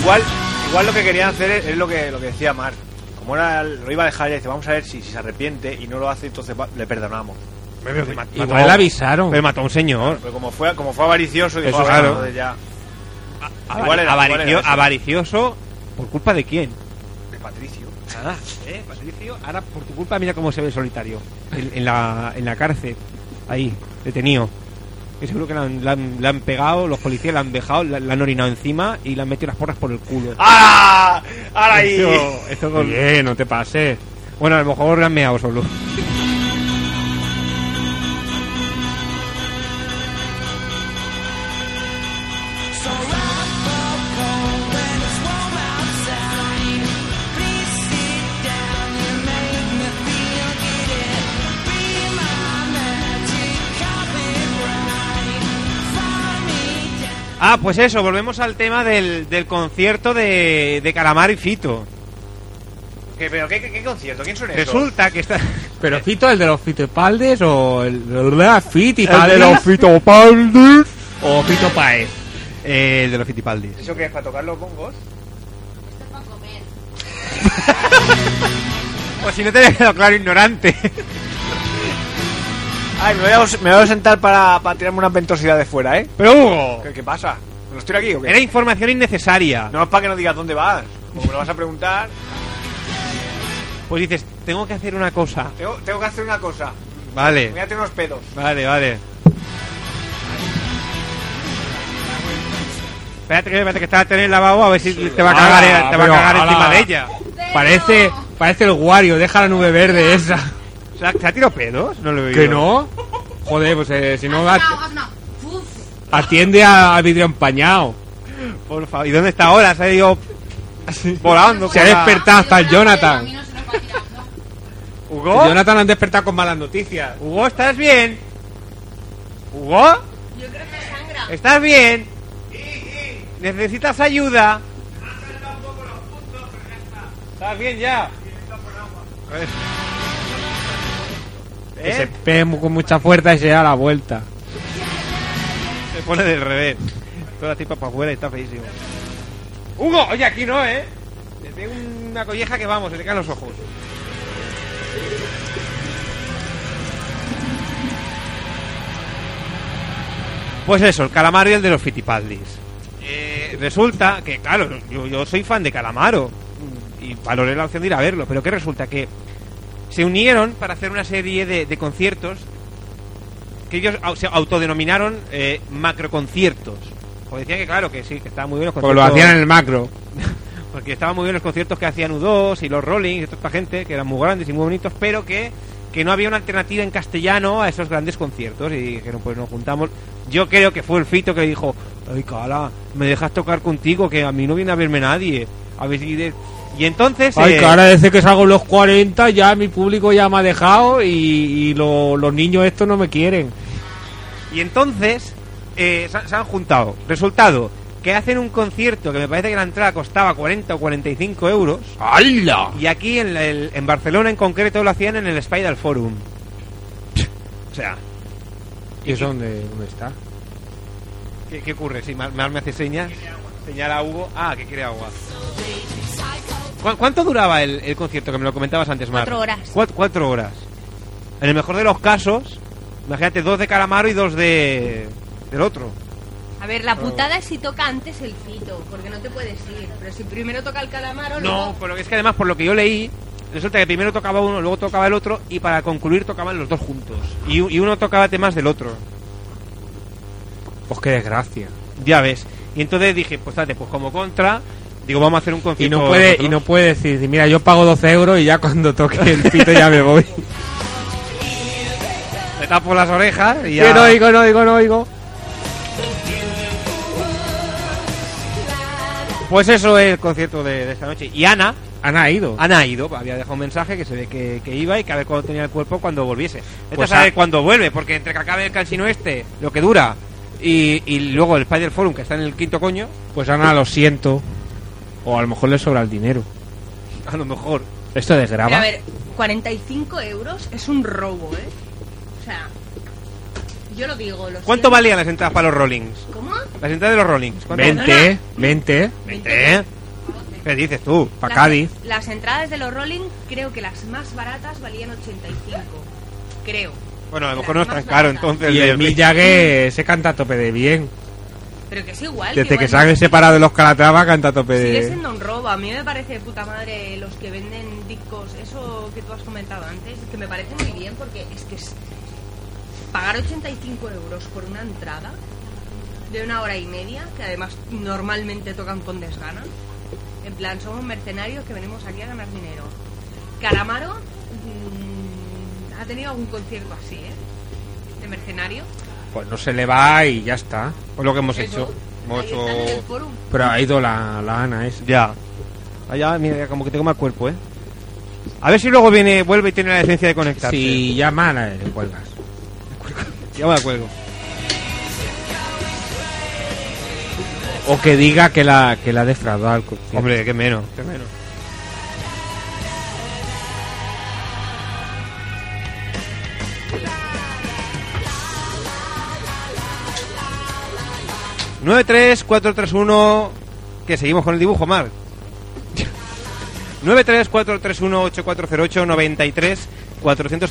Speaker 1: Igual, igual lo que querían hacer es, es lo que lo que decía Mar. Como era, lo iba a dejar, ya dice, vamos a ver si, si se arrepiente y no lo hace, entonces va- le perdonamos. Pues,
Speaker 4: Igual le avisaron.
Speaker 2: Pero mató a un señor.
Speaker 1: Pero como fue, como fue avaricioso, dijo,
Speaker 2: Eso
Speaker 1: "Ah, bueno,
Speaker 2: claro.
Speaker 1: entonces ya.
Speaker 2: Avari-
Speaker 1: Igual era- igual
Speaker 2: avaricio-
Speaker 1: era eso.
Speaker 2: avaricioso, ¿por culpa de quién?
Speaker 1: De Patricio.
Speaker 2: Nada, eh, Patricio, ahora por tu culpa mira cómo se ve el solitario. En, en la, en la cárcel, ahí, detenido. Que seguro que le han, le han- le han pegado, los policías le han dejado, le, le han orinado encima y le han metido las porras por el culo.
Speaker 1: ¡Ah! ¡Ahora ahí!
Speaker 2: Esto- esto con-
Speaker 4: Oye, no te pases.
Speaker 2: Bueno, a lo mejor le han meado solo. Ah, pues eso, volvemos al tema del, del concierto de, de Calamar y Fito.
Speaker 1: ¿Qué, pero qué, qué- qué concierto? ¿Quién son esos?
Speaker 2: Resulta que está...
Speaker 4: ¿Pero Fito, el de los Fitopaldes o el de los Fitipaldes?
Speaker 2: El de los
Speaker 4: Fitopaldes. O Fito Paez.
Speaker 2: Eh, el de los Fitipaldis.
Speaker 1: ¿Eso qué es? ¿Para tocar los bongos?
Speaker 2: <laughs> O Pues si no te había quedado claro, ignorante.
Speaker 1: <laughs> Ay, me voy a, me voy a sentar para, para tirarme una ventosidad de fuera, ¿eh?
Speaker 2: Pero Hugo,
Speaker 1: ¿Qué, qué pasa? ¿No estoy aquí o qué?
Speaker 2: era información innecesaria.
Speaker 1: No es para que no digas dónde vas. Como me lo vas a preguntar,
Speaker 2: Pues dices, tengo que hacer una cosa.
Speaker 1: tengo, tengo que hacer una cosa.
Speaker 2: Vale.
Speaker 1: Me voy a tirar unos pedos.
Speaker 2: Vale, vale. Espérate que, espérate que está a tener el lavabo a ver si te va a cagar, eh, te va a cagar encima de ella.
Speaker 4: Parece, parece el Wario, deja la nube verde esa.
Speaker 2: ¿Se ha, se ha tirado pedos? No lo he
Speaker 4: ¿Que
Speaker 2: oído.
Speaker 4: no? Joder, pues eh, si no, at-
Speaker 12: no. Uf.
Speaker 4: atiende a- al vidrio empañado.
Speaker 2: Por favor, ¿y dónde está ahora? Se ha ido volando.
Speaker 4: Se ha
Speaker 2: por la-
Speaker 4: despertado hasta el Jonathan.
Speaker 2: ¿Hugo?
Speaker 4: Jonathan han despertado con malas noticias.
Speaker 2: ¿Hugo, estás bien? ¿Hugo?
Speaker 5: Yo creo que sangra.
Speaker 2: ¿Estás bien? ¿Necesitas ayuda? ¿Estás bien ya?
Speaker 4: Que se
Speaker 2: ¿Eh?
Speaker 4: pegue mu- con mucha fuerza y se da la vuelta.
Speaker 2: Se pone del revés. Toda la tipa para afuera y está feísimo. Hugo, oye, aquí no, ¿eh? Le pego una colleja que vamos, se le caen los ojos. Pues eso, el calamaro y el de los fitipaldis. Eh, resulta que, claro, yo, yo soy fan de Calamaro y valoré la opción de ir a verlo, pero que resulta que se unieron para hacer una serie de, de conciertos que ellos au- se autodenominaron eh, macroconciertos. Porque decían que, claro, que sí, que estaban muy bien los
Speaker 4: Porque
Speaker 2: conciertos.
Speaker 4: lo hacían en el macro.
Speaker 2: Porque estaban muy bien los conciertos que hacían U2 y los Rolling y toda esta gente, que eran muy grandes y muy bonitos, pero que, que no había una alternativa en castellano a esos grandes conciertos. Y dijeron, pues nos juntamos. Yo creo que fue el Fito que le dijo, ay, cala, me dejas tocar contigo, que a mí no viene a verme nadie. A ver si... de-". Y entonces...
Speaker 4: Ay,
Speaker 2: eh,
Speaker 4: que ahora desde que salgo en los 40 ya mi público ya me ha dejado y, y lo- los niños estos no me quieren.
Speaker 2: Y entonces eh, se, han- se han juntado. Resultado, que hacen un concierto que me parece que la entrada costaba 40 o 45 euros.
Speaker 4: ¡Hala!
Speaker 2: Y aquí en, la- el- en Barcelona en concreto lo hacían en el Spider Forum. O sea,
Speaker 4: ¿Y eso dónde, dónde está?
Speaker 2: ¿qué, qué ocurre? Si Mar, Mar me hace señas. Señala a Hugo. Ah, que quiere agua. ¿Cu- ¿Cuánto duraba el, el concierto que me lo comentabas antes, Mar?
Speaker 5: Cuatro horas.
Speaker 2: Cuat- cuatro horas. En el mejor de los casos, imagínate dos de Calamaro y dos de del otro.
Speaker 5: A ver, la
Speaker 2: Pero-
Speaker 5: putada es si toca antes el fito, porque no te puedes ir. Pero si primero toca el calamaro,
Speaker 2: No,
Speaker 5: luego...
Speaker 2: pero es que además por lo que yo leí, resulta que primero tocaba uno, luego tocaba el otro y para concluir tocaban los dos juntos. Y, u- y uno tocaba temas del otro,
Speaker 4: Pues qué desgracia.
Speaker 2: ya ves. Y entonces dije, pues date, pues como contra, digo, vamos a hacer un
Speaker 4: Y
Speaker 2: concierto.
Speaker 4: no puede, y
Speaker 2: nosotros.
Speaker 4: no puede decir, decir, mira, yo pago 12 euros y ya cuando toque el pito ya me voy.
Speaker 2: Me tapo las orejas y
Speaker 4: Que
Speaker 2: ya...
Speaker 4: no oigo, no oigo, no oigo.
Speaker 2: Pues eso es el concierto de, de esta noche. Y Ana...
Speaker 4: Ana ha ido.
Speaker 2: Ana ha ido, había dejado un mensaje que se ve que, que iba y que a ver cuándo tenía el cuerpo cuando volviese. Vete
Speaker 4: Pues
Speaker 2: a saber
Speaker 4: a-
Speaker 2: cuándo vuelve, porque entre que acabe el calcino este, lo que dura, y, y luego el Spider Forum, que está en el quinto coño,
Speaker 4: Pues Ana, lo siento. O a lo mejor le sobra el dinero.
Speaker 2: a lo mejor...
Speaker 5: Pero
Speaker 4: Esto
Speaker 5: a
Speaker 4: desgraba.
Speaker 5: ver, 45 euros es un robo, ¿eh? O sea, yo lo digo, lo
Speaker 2: ¿Cuánto
Speaker 5: siento.
Speaker 2: valían las entradas para los Rollings?
Speaker 5: ¿Cómo?
Speaker 2: Las entradas de los Rollings. ¿cuánto?
Speaker 4: 20, 20.
Speaker 2: ¿20? ¿Qué dices tú?
Speaker 4: Para Cádiz.
Speaker 5: Las entradas de los Rolling creo que las más baratas valían 85. Creo.
Speaker 2: Bueno, a lo
Speaker 1: Pues
Speaker 2: mejor no es tan caro entonces. eh,
Speaker 4: Y el
Speaker 2: de- <laughs>
Speaker 4: Miyagi se canta a tope de bien.
Speaker 5: Pero que es igual.
Speaker 4: Desde que se
Speaker 5: igual
Speaker 4: han separado de los Calatrava canta a tope
Speaker 2: Eh,
Speaker 5: Sigue
Speaker 4: de...
Speaker 5: siendo un robo. A mí me parece de puta madre los que venden discos. Eso que tú has comentado antes, que me parece muy bien porque es que es pagar 85 euros por una entrada de una hora y media, que además normalmente tocan con desgana. En plan, somos mercenarios que venimos aquí a ganar dinero. Calamaro mm, ha tenido algún concierto así, ¿eh? De mercenario.
Speaker 4: Pues no se le va y ya está.
Speaker 2: Pues lo que hemos
Speaker 5: Eso.
Speaker 2: hecho. Hemos
Speaker 5: Ahí están en el
Speaker 2: hecho...
Speaker 5: forum.
Speaker 4: Pero ha ido la, la Ana esa.
Speaker 2: Ya. Allá, mira, ya como que tengo mal cuerpo, ¿eh? A ver si luego viene, vuelve y tiene la decencia de conectarse.
Speaker 4: Si llama, la- le cuelgas.
Speaker 2: Ya me acuerdo.
Speaker 4: O que diga que la, que la ha defraudado al concierto.
Speaker 2: Hombre, qué menos, qué menos. Nueve tres cuatro tres uno que seguimos con el dibujo Mar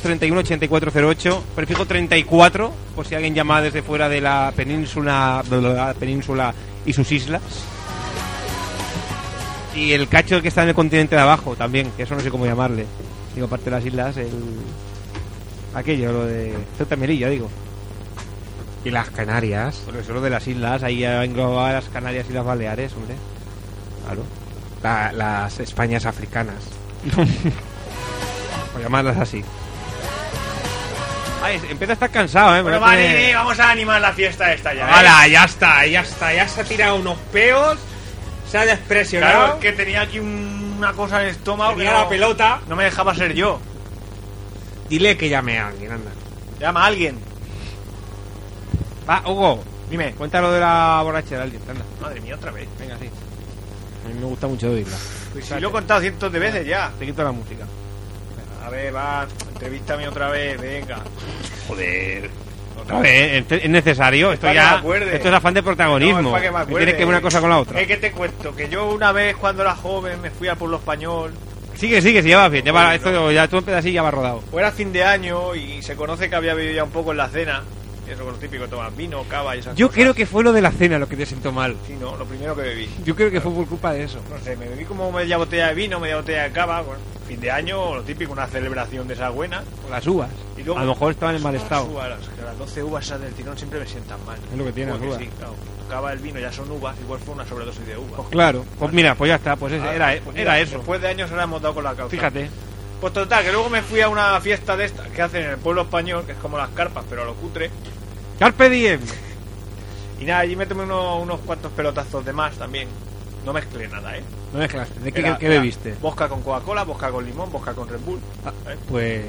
Speaker 2: 93431-8408-93-431-8408, prefijo 34, por si alguien llama desde fuera de la península, de la península y sus islas. Y el cacho que está en el continente de abajo también, que eso no sé cómo llamarle. Digo, aparte de las islas, el... aquello, lo de Ceuta y Melilla, digo.
Speaker 4: Y las Canarias.
Speaker 2: Bueno, eso lo de las islas, ahí engloba las Canarias y las Baleares, hombre. Claro.
Speaker 4: La- las Españas africanas.
Speaker 2: <laughs> Por llamarlas así. Ay, empieza a estar cansado, eh.
Speaker 1: Bueno, pues,
Speaker 2: Me
Speaker 1: vale,
Speaker 2: tiene-
Speaker 1: vamos a animar la fiesta esta ya. ¿eh?
Speaker 4: ¡Hala! Ya está, ya está. Ya se ha tirado unos peos. Se ha despresionado.
Speaker 1: Claro, es que tenía aquí un- una cosa en el estómago.
Speaker 4: Tenía
Speaker 1: que no-
Speaker 4: la pelota.
Speaker 1: No me dejaba ser yo.
Speaker 4: Dile que llame a alguien, anda.
Speaker 1: Llama a alguien.
Speaker 2: Va, Hugo.
Speaker 1: Dime.
Speaker 2: Cuéntalo de la borrachera del diente, anda.
Speaker 1: Madre mía, otra vez.
Speaker 2: Venga, sí. A mí me gusta mucho oírla.
Speaker 1: Pues si lo he contado cientos de veces ya.
Speaker 2: Te quito la música.
Speaker 1: A ver, va, entrevístame otra vez, venga.
Speaker 2: Joder. A ver, eh, es necesario. Esto
Speaker 1: para que me
Speaker 2: ya.
Speaker 1: acuerde.
Speaker 2: Esto es afán de
Speaker 1: No,
Speaker 2: protagonismo.
Speaker 1: es para que me
Speaker 2: No
Speaker 1: acuerde. Eh.
Speaker 2: tiene que ver una cosa con la otra.
Speaker 1: Es que te cuento que yo una vez cuando era joven me fui a Pueblo Español.
Speaker 2: Sigue, sigue, si ya va bien. Ya va, esto ya tú empiezas así y ya va rodado.
Speaker 1: Fuera fin de año y se conoce que había vivido ya un poco en la cena. Eso es lo típico, tomas vino, cava y esas
Speaker 2: Yo
Speaker 1: cosas.
Speaker 2: creo que fue lo de la cena lo que te sentó mal.
Speaker 1: Sí, no, lo primero que bebí.
Speaker 2: Yo creo que fue por culpa de eso.
Speaker 1: No sé, me bebí como media botella de vino, media botella de cava, bueno, fin de año, lo típico, una celebración de esa buena.
Speaker 2: Con las uvas.
Speaker 1: Y luego-
Speaker 2: A lo mejor estaban en mal
Speaker 1: Las
Speaker 2: estado.
Speaker 1: uvas, las, las 12 uvas esas del tirón siempre me sientan mal.
Speaker 2: Es lo que tiene,
Speaker 1: Igual
Speaker 2: las
Speaker 1: sí,
Speaker 2: uvas.
Speaker 1: claro. Tocaba el vino, ya son uvas, igual fue una sobredosis de uvas.
Speaker 2: Claro. Pues mira, pues ya está, pues ese-
Speaker 1: Ah,
Speaker 2: era,
Speaker 1: pues mira,
Speaker 2: era eso.
Speaker 1: Después de años ahora hemos dado con la causa.
Speaker 2: Fíjate.
Speaker 1: Pues total, que luego me fui a una fiesta de estas que hacen en el pueblo español, que es como las carpas, pero a lo cutre.
Speaker 2: Carpe diem.
Speaker 1: Y nada, allí me tomé uno- unos cuantos pelotazos de más también. No mezclé nada, ¿eh?
Speaker 2: No mezclaste. ¿De qué,
Speaker 1: Era-
Speaker 2: qué
Speaker 1: era
Speaker 2: bebiste?
Speaker 1: Vodka con Coca-Cola, vodka con limón, vodka con Red Bull. ¿eh?
Speaker 2: Pues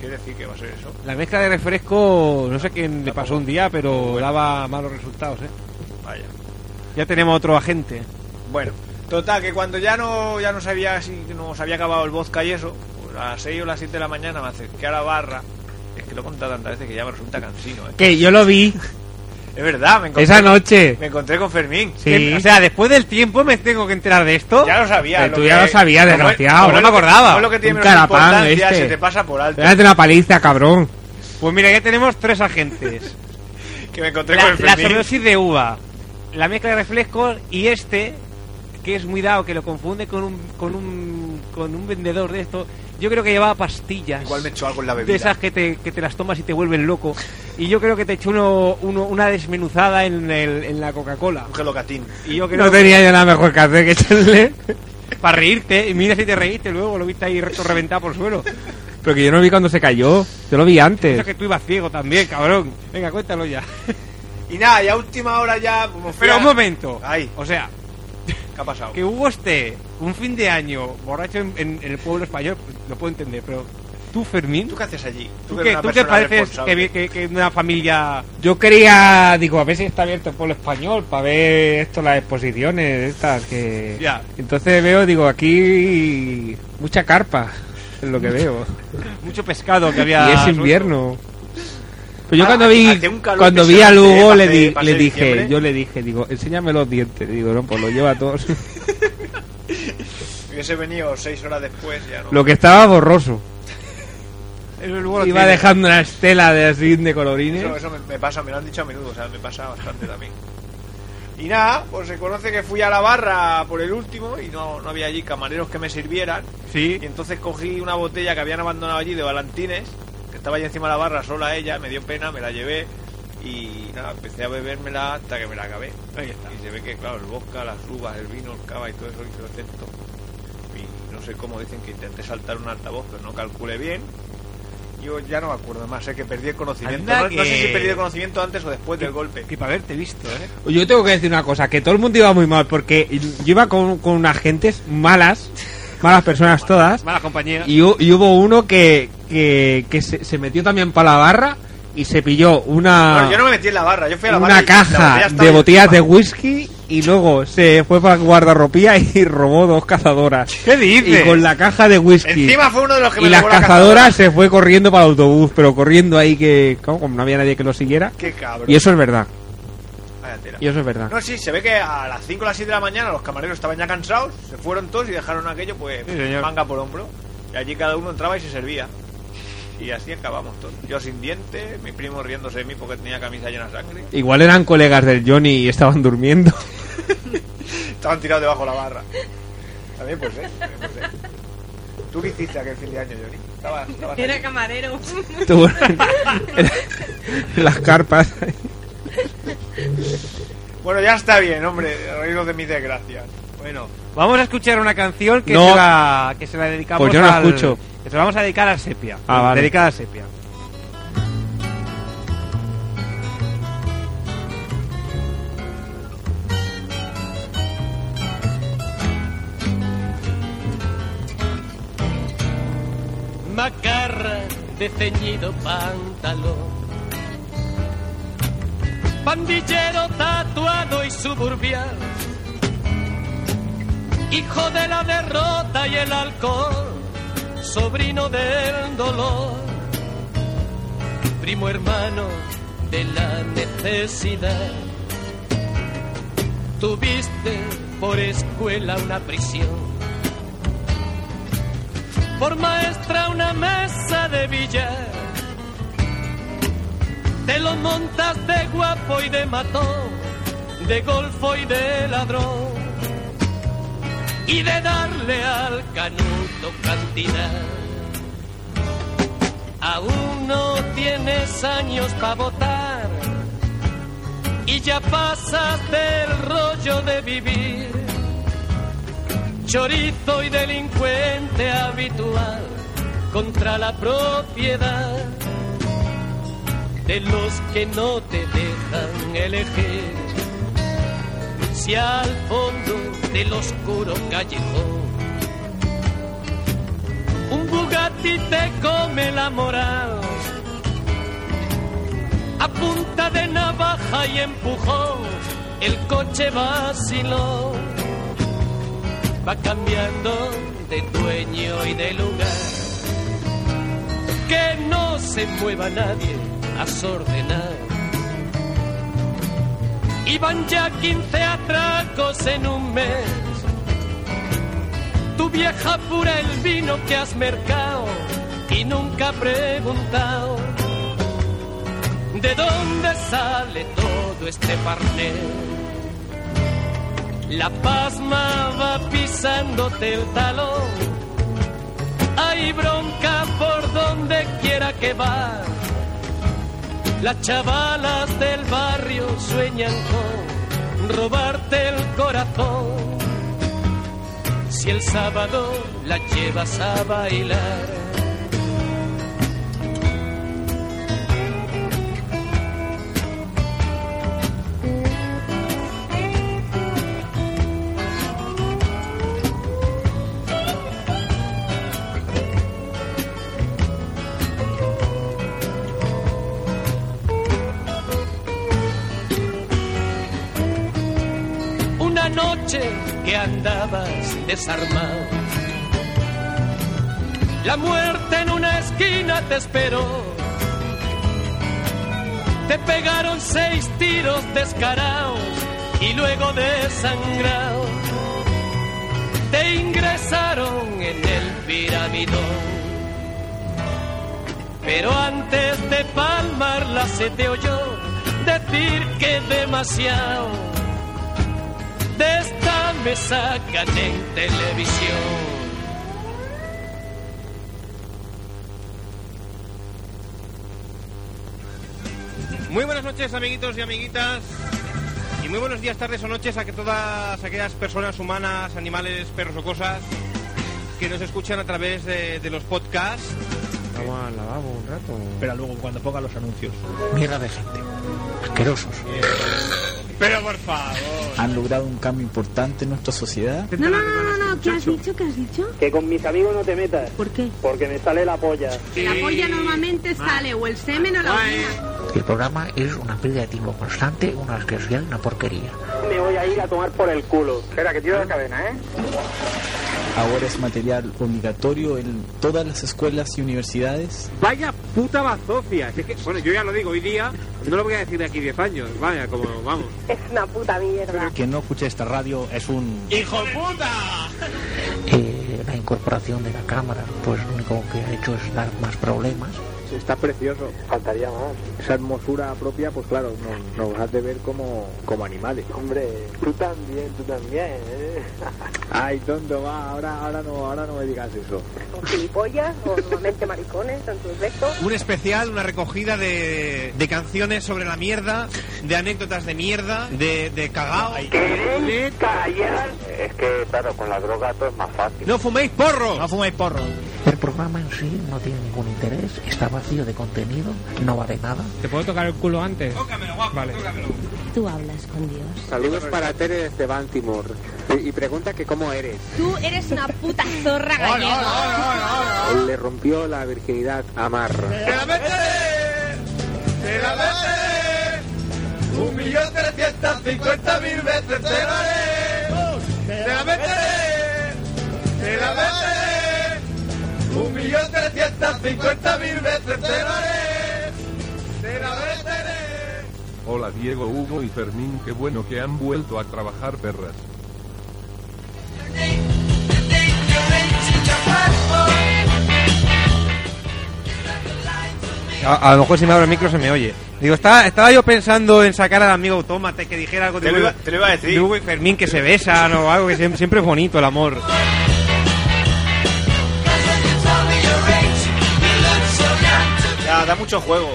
Speaker 1: ¿Qué decir que va a ser Pues eso?
Speaker 2: la mezcla de refresco, no sé quién le pasó un día, pero daba malos resultados, ¿eh?
Speaker 1: Vaya.
Speaker 2: Ya tenemos otro agente.
Speaker 1: Bueno, total, que cuando ya no ya no sabía si nos había acabado el vodka y eso, pues a las 6 o las 7 de la mañana me acerqué a la barra. Es que lo he contado tantas veces que ya me resulta cansino, ¿eh?
Speaker 2: Que yo lo vi.
Speaker 1: Es verdad, me encontré.
Speaker 2: Esa noche.
Speaker 1: Me encontré con Fermín.
Speaker 2: Sí. O sea, después del tiempo me tengo que enterar de esto.
Speaker 1: Ya lo sabía.
Speaker 2: Pero tú ya lo sabías,
Speaker 1: Eh, como es-
Speaker 2: desgraciado.
Speaker 1: como es
Speaker 2: No me
Speaker 1: lo que-
Speaker 2: acordaba.
Speaker 1: como es lo que tiene
Speaker 2: Un
Speaker 1: menos
Speaker 2: carapán
Speaker 1: importancia,
Speaker 2: este.
Speaker 1: se te pasa por alto.
Speaker 2: Date una paliza, cabrón.
Speaker 4: Pues mira, ya tenemos tres agentes.
Speaker 1: <laughs> que me encontré
Speaker 4: la,
Speaker 1: con
Speaker 4: la
Speaker 1: Fermín.
Speaker 4: sobredosis de uva, la mezcla de refrescos y este, que es muy dado, que lo confunde con un, con un, con un vendedor de esto. Yo creo que llevaba pastillas.
Speaker 1: Igual me echó algo en la bebida.
Speaker 4: De esas que te, que te las tomas y te vuelven loco. Y yo creo que te echó uno, uno- una desmenuzada en, el- en la Coca-Cola. Un
Speaker 1: gelocatín.
Speaker 4: Y yo creo
Speaker 2: No
Speaker 4: que-
Speaker 2: tenía yo nada mejor que hacer que echarle.
Speaker 4: Para reírte. Y mira si te reíste luego, lo viste ahí todo reventado por el suelo.
Speaker 2: Pero que yo no lo vi cuando se cayó. Yo lo vi
Speaker 4: Eso
Speaker 2: antes.
Speaker 4: que tú ibas ciego también, cabrón. Venga, cuéntalo ya.
Speaker 1: Y nada, y a última hora ya. como fui
Speaker 4: Pero
Speaker 1: a-
Speaker 4: un momento.
Speaker 1: Ahí.
Speaker 4: O sea,
Speaker 1: ¿Qué ha pasado?
Speaker 4: que hubo este un fin de año borracho en, en- en el pueblo español, lo puedo entender, pero tú, Fermín. ¿Tú
Speaker 1: qué haces allí?
Speaker 4: ¿Tú,
Speaker 1: que
Speaker 4: qué,
Speaker 1: eres una
Speaker 4: tú qué
Speaker 1: persona
Speaker 4: pareces que,
Speaker 1: responsable.
Speaker 4: vi- que- que una familia.
Speaker 2: Yo quería, digo, a ver si está abierto el pueblo español para ver esto, las exposiciones estas que...
Speaker 4: Ya.
Speaker 2: Entonces veo, digo, aquí mucha carpa, es lo que
Speaker 1: <laughs>
Speaker 2: veo.
Speaker 4: Mucho pescado que había. Ah,
Speaker 2: y es invierno. Pero yo cuando vi,
Speaker 4: hace un calor
Speaker 2: cuando vi a
Speaker 4: impresionante,
Speaker 2: Lugo
Speaker 4: ¿eh?
Speaker 2: le,
Speaker 4: Pa'
Speaker 2: di-
Speaker 4: ser- pa'
Speaker 2: le
Speaker 4: ser
Speaker 2: dije,
Speaker 4: diciembre.
Speaker 2: yo le dije, digo, enséñame los dientes, digo, no, pues lo lleva a todos.
Speaker 1: Hubiese venido seis horas después, ya no.
Speaker 2: <laughs> lo que estaba borroso.
Speaker 1: Eso luego lo
Speaker 2: Iba
Speaker 1: tiene.
Speaker 2: dejando una estela de así de colorines.
Speaker 1: Eso, eso me, me pasa, me lo han dicho a menudo, o sea, me pasa bastante también. Y nada, pues se conoce que fui a la barra por el último y no, no había allí camareros que me sirvieran.
Speaker 4: Sí.
Speaker 1: Y entonces cogí una botella que habían abandonado allí de Valentines, que estaba allí encima de la barra sola ella, me dio pena, me la llevé y nada, empecé a bebérmela hasta que me la acabé.
Speaker 4: Ahí está.
Speaker 1: Y se ve que, claro, el vodka, las uvas, el vino, el cava y todo eso hizo efecto. Y no sé cómo dicen que intenté saltar un altavoz, pero no calculé bien. Yo ya no me acuerdo más, sé que perdí el conocimiento.
Speaker 2: Anda
Speaker 1: No, no sé
Speaker 2: que-
Speaker 1: si perdí el conocimiento antes o después del golpe.
Speaker 4: Que para haberte visto, ¿eh?
Speaker 2: Yo tengo que decir una cosa, que todo el mundo iba muy mal, porque yo iba con, con unas gentes malas, malas personas todas,
Speaker 4: Mala compañía.
Speaker 2: y, hu- y hubo uno que, que, que se, se metió también para la barra y se pilló una,
Speaker 1: Bueno, yo no me metí en la barra, yo fui a la barra.
Speaker 2: Ah. una
Speaker 1: y la botella
Speaker 2: caja
Speaker 1: estaba
Speaker 2: de
Speaker 1: ahí
Speaker 2: botellas de
Speaker 1: encima.
Speaker 2: whisky y luego se fue para guardarropía y <laughs> robó dos cazadoras.
Speaker 1: ¿Qué dices?
Speaker 2: Y con la caja de whisky.
Speaker 1: Encima fue uno de los que me
Speaker 2: y la
Speaker 1: robó la
Speaker 2: cazadora,
Speaker 1: cazadora.
Speaker 2: se fue corriendo para el autobús, pero corriendo ahí que como como no había nadie que lo siguiera.
Speaker 1: Qué cabrón.
Speaker 2: Y eso es verdad.
Speaker 1: Vaya tela.
Speaker 2: Y eso es verdad.
Speaker 1: No, sí, se ve que a las 5 o las 6 de la mañana los camareros estaban ya cansados, se fueron todos y dejaron aquello, pues,
Speaker 2: Sí, señor.
Speaker 1: manga por hombro. Y allí cada uno entraba y se servía. Y así acabamos todos. Yo sin dientes, mi primo riéndose de mí porque tenía camisa llena de sangre.
Speaker 2: Igual eran colegas del Johnny y estaban durmiendo.
Speaker 1: Estaban tirados debajo de la barra. También pues, ¿eh? También, pues, ¿eh? ¿Tú qué hiciste aquel fin de año, Johnny? Estabas, estabas
Speaker 5: Era
Speaker 1: allí.
Speaker 5: camarero.
Speaker 2: Tú-
Speaker 5: <laughs>
Speaker 2: <laughs> Las carpas.
Speaker 1: Bueno, ya está bien, hombre, reíros de mis desgracias. Bueno,
Speaker 4: Vamos a escuchar una canción que,
Speaker 2: No.
Speaker 4: se, la, que se la dedicamos
Speaker 2: Pues yo no la
Speaker 4: al-
Speaker 2: escucho.
Speaker 4: Que se la vamos a dedicar a Sepia.
Speaker 2: Ah, vale.
Speaker 4: Dedicada a Sepia.
Speaker 24: macarra de ceñido pantalón. Pandillero tatuado y suburbial, hijo de la derrota y el alcohol, sobrino del dolor, primo hermano de la necesidad. Tuviste por escuela una prisión por maestra una mesa de billar. Te lo montas de guapo y de matón, de golfo y de ladrón. Y de darle al canuto cantina. Aún no tienes años para votar. Y ya pasas del rollo de vivir. Chorizo y delincuente habitual contra la propiedad de los que no te dejan elegir. Si al fondo del oscuro callejón un Bugatti te come la moral, a punta de navaja y empujón, el coche vaciló, va cambiando de dueño y de lugar. Que no se mueva nadie, has ordenado. Y van ya 15 atracos en un mes. Tu vieja pura el vino que has mercado y nunca ha preguntado de dónde sale todo este parnero. La pasma va pisándote el talón. Hay bronca por donde quiera que vas. Las chavalas del barrio sueñan con robarte el corazón. Si el sábado la llevas a bailar. Una noche que andabas desarmado. La muerte en una esquina te esperó. Te pegaron seis tiros descarados y luego desangrados. Te ingresaron en el piramidón. Pero antes de palmarla se te oyó decir que demasiado de esta me sacan en televisión.
Speaker 2: Muy buenas noches, amiguitos y amiguitas. Y muy buenos días, tardes o noches a que todas aquellas personas humanas, animales, perros o cosas que nos escuchan a través de, de los podcasts.
Speaker 4: Vamos al lavabo un rato.
Speaker 1: Pero luego cuando ponga los anuncios.
Speaker 8: Mierda de gente. Asquerosos.
Speaker 1: Eh,
Speaker 2: Pero por favor.
Speaker 8: Han logrado un cambio importante en nuestra sociedad.
Speaker 25: No, no, no, no, no, ¿qué has dicho? ¿Qué has dicho?
Speaker 26: Que con mis amigos no te metas.
Speaker 25: ¿Por qué?
Speaker 26: Porque me sale la polla.
Speaker 25: La polla normalmente sale o el semen o la orina.
Speaker 8: El programa es una pérdida de tiempo constante, una asquerosidad y una porquería. Ah.
Speaker 26: Me voy a ir a tomar por el culo. Espera, que tiro la cadena, ¿eh?
Speaker 8: Ahora es material obligatorio en todas las escuelas y universidades.
Speaker 27: Vaya puta bazofia. Es que, bueno, yo ya lo digo hoy día, no lo voy a decir de aquí 10 años. Vaya, como vamos.
Speaker 25: Es una puta mierda.
Speaker 8: Quien no escuche esta radio es un...
Speaker 2: ¡Hijo puta!
Speaker 8: Eh, la incorporación de la cámara, pues lo único que ha hecho es dar más problemas.
Speaker 26: Está precioso. Faltaría más.
Speaker 28: Esa hermosura propia, pues claro, nos, nos has de ver como, como animales.
Speaker 26: Hombre, tú también, tú también, ¿eh?
Speaker 28: Ay, tonto, va, ahora, ahora, no, ahora no me digas eso.
Speaker 25: Son gilipollas o normalmente maricones, son sus rectos.
Speaker 2: Un especial, una recogida de, de canciones sobre la mierda, de anécdotas de mierda, de, de cagao.
Speaker 26: ¿Queréis callar? Es que, claro, con la droga todo es más fácil.
Speaker 2: ¡No fuméis porro!
Speaker 4: No fumáis porro.
Speaker 8: El programa en sí no tiene ningún interés, está vacío de contenido, no vale nada.
Speaker 4: ¿Te puedo tocar el culo antes?
Speaker 2: Tócamelo, guapo,
Speaker 4: Vale.
Speaker 2: tócamelo.
Speaker 25: Tú hablas con Dios.
Speaker 28: Saludos para Tere desde Baltimore. Y y pregunta que cómo eres.
Speaker 25: Tú eres una puta zorra
Speaker 7: Hola,
Speaker 25: gallega.
Speaker 28: Le rompió la virginidad a Mar.
Speaker 7: ¡Te la meteré! ¡Un millón trescientas cincuenta mil veces te la haré! ¡Te la meteré! ¡Te la meteré! ¡Un millón trescientas cincuenta mil veces te la haré! ¡Te la meteré!
Speaker 29: Hola Diego, Hugo y Fermín, qué bueno que han vuelto a trabajar, perras.
Speaker 2: A, a lo mejor si me abro el micro se me oye.
Speaker 4: Digo, estaba, estaba yo pensando en sacar al amigo Autómata y que dijera algo de
Speaker 1: Te lo
Speaker 4: Hugo-
Speaker 1: iba- te lo iba a decir.
Speaker 4: de Hugo y Fermín que se besan o algo que siempre, siempre es bonito el amor.
Speaker 1: Ya, da mucho juego.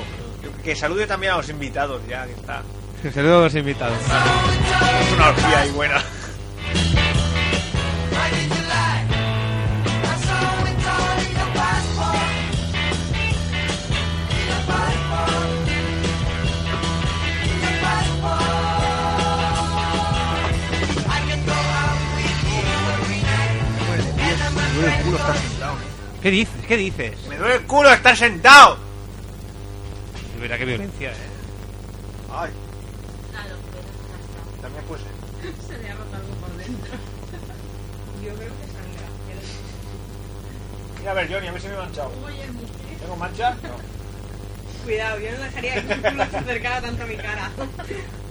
Speaker 1: Que salude también a los invitados, ya, que está.
Speaker 4: Saludos a los invitados.
Speaker 1: Es una orgía ahí buena. Me duele el culo estar sentado.
Speaker 4: ¿Qué dices? ¿Qué dices?
Speaker 1: Me duele el culo estar sentado.
Speaker 4: De verdad, qué violencia, eh.
Speaker 1: Ay. También puede ser.
Speaker 16: Se le ha roto algo por dentro. Yo creo que sangra.
Speaker 1: Mira, a ver, Johnny, a ver si me he manchado. ¿Tengo mancha? No.
Speaker 16: Cuidado, ¿eh? yo no dejaría que un culo se acercara tanto a mi <laughs> cara.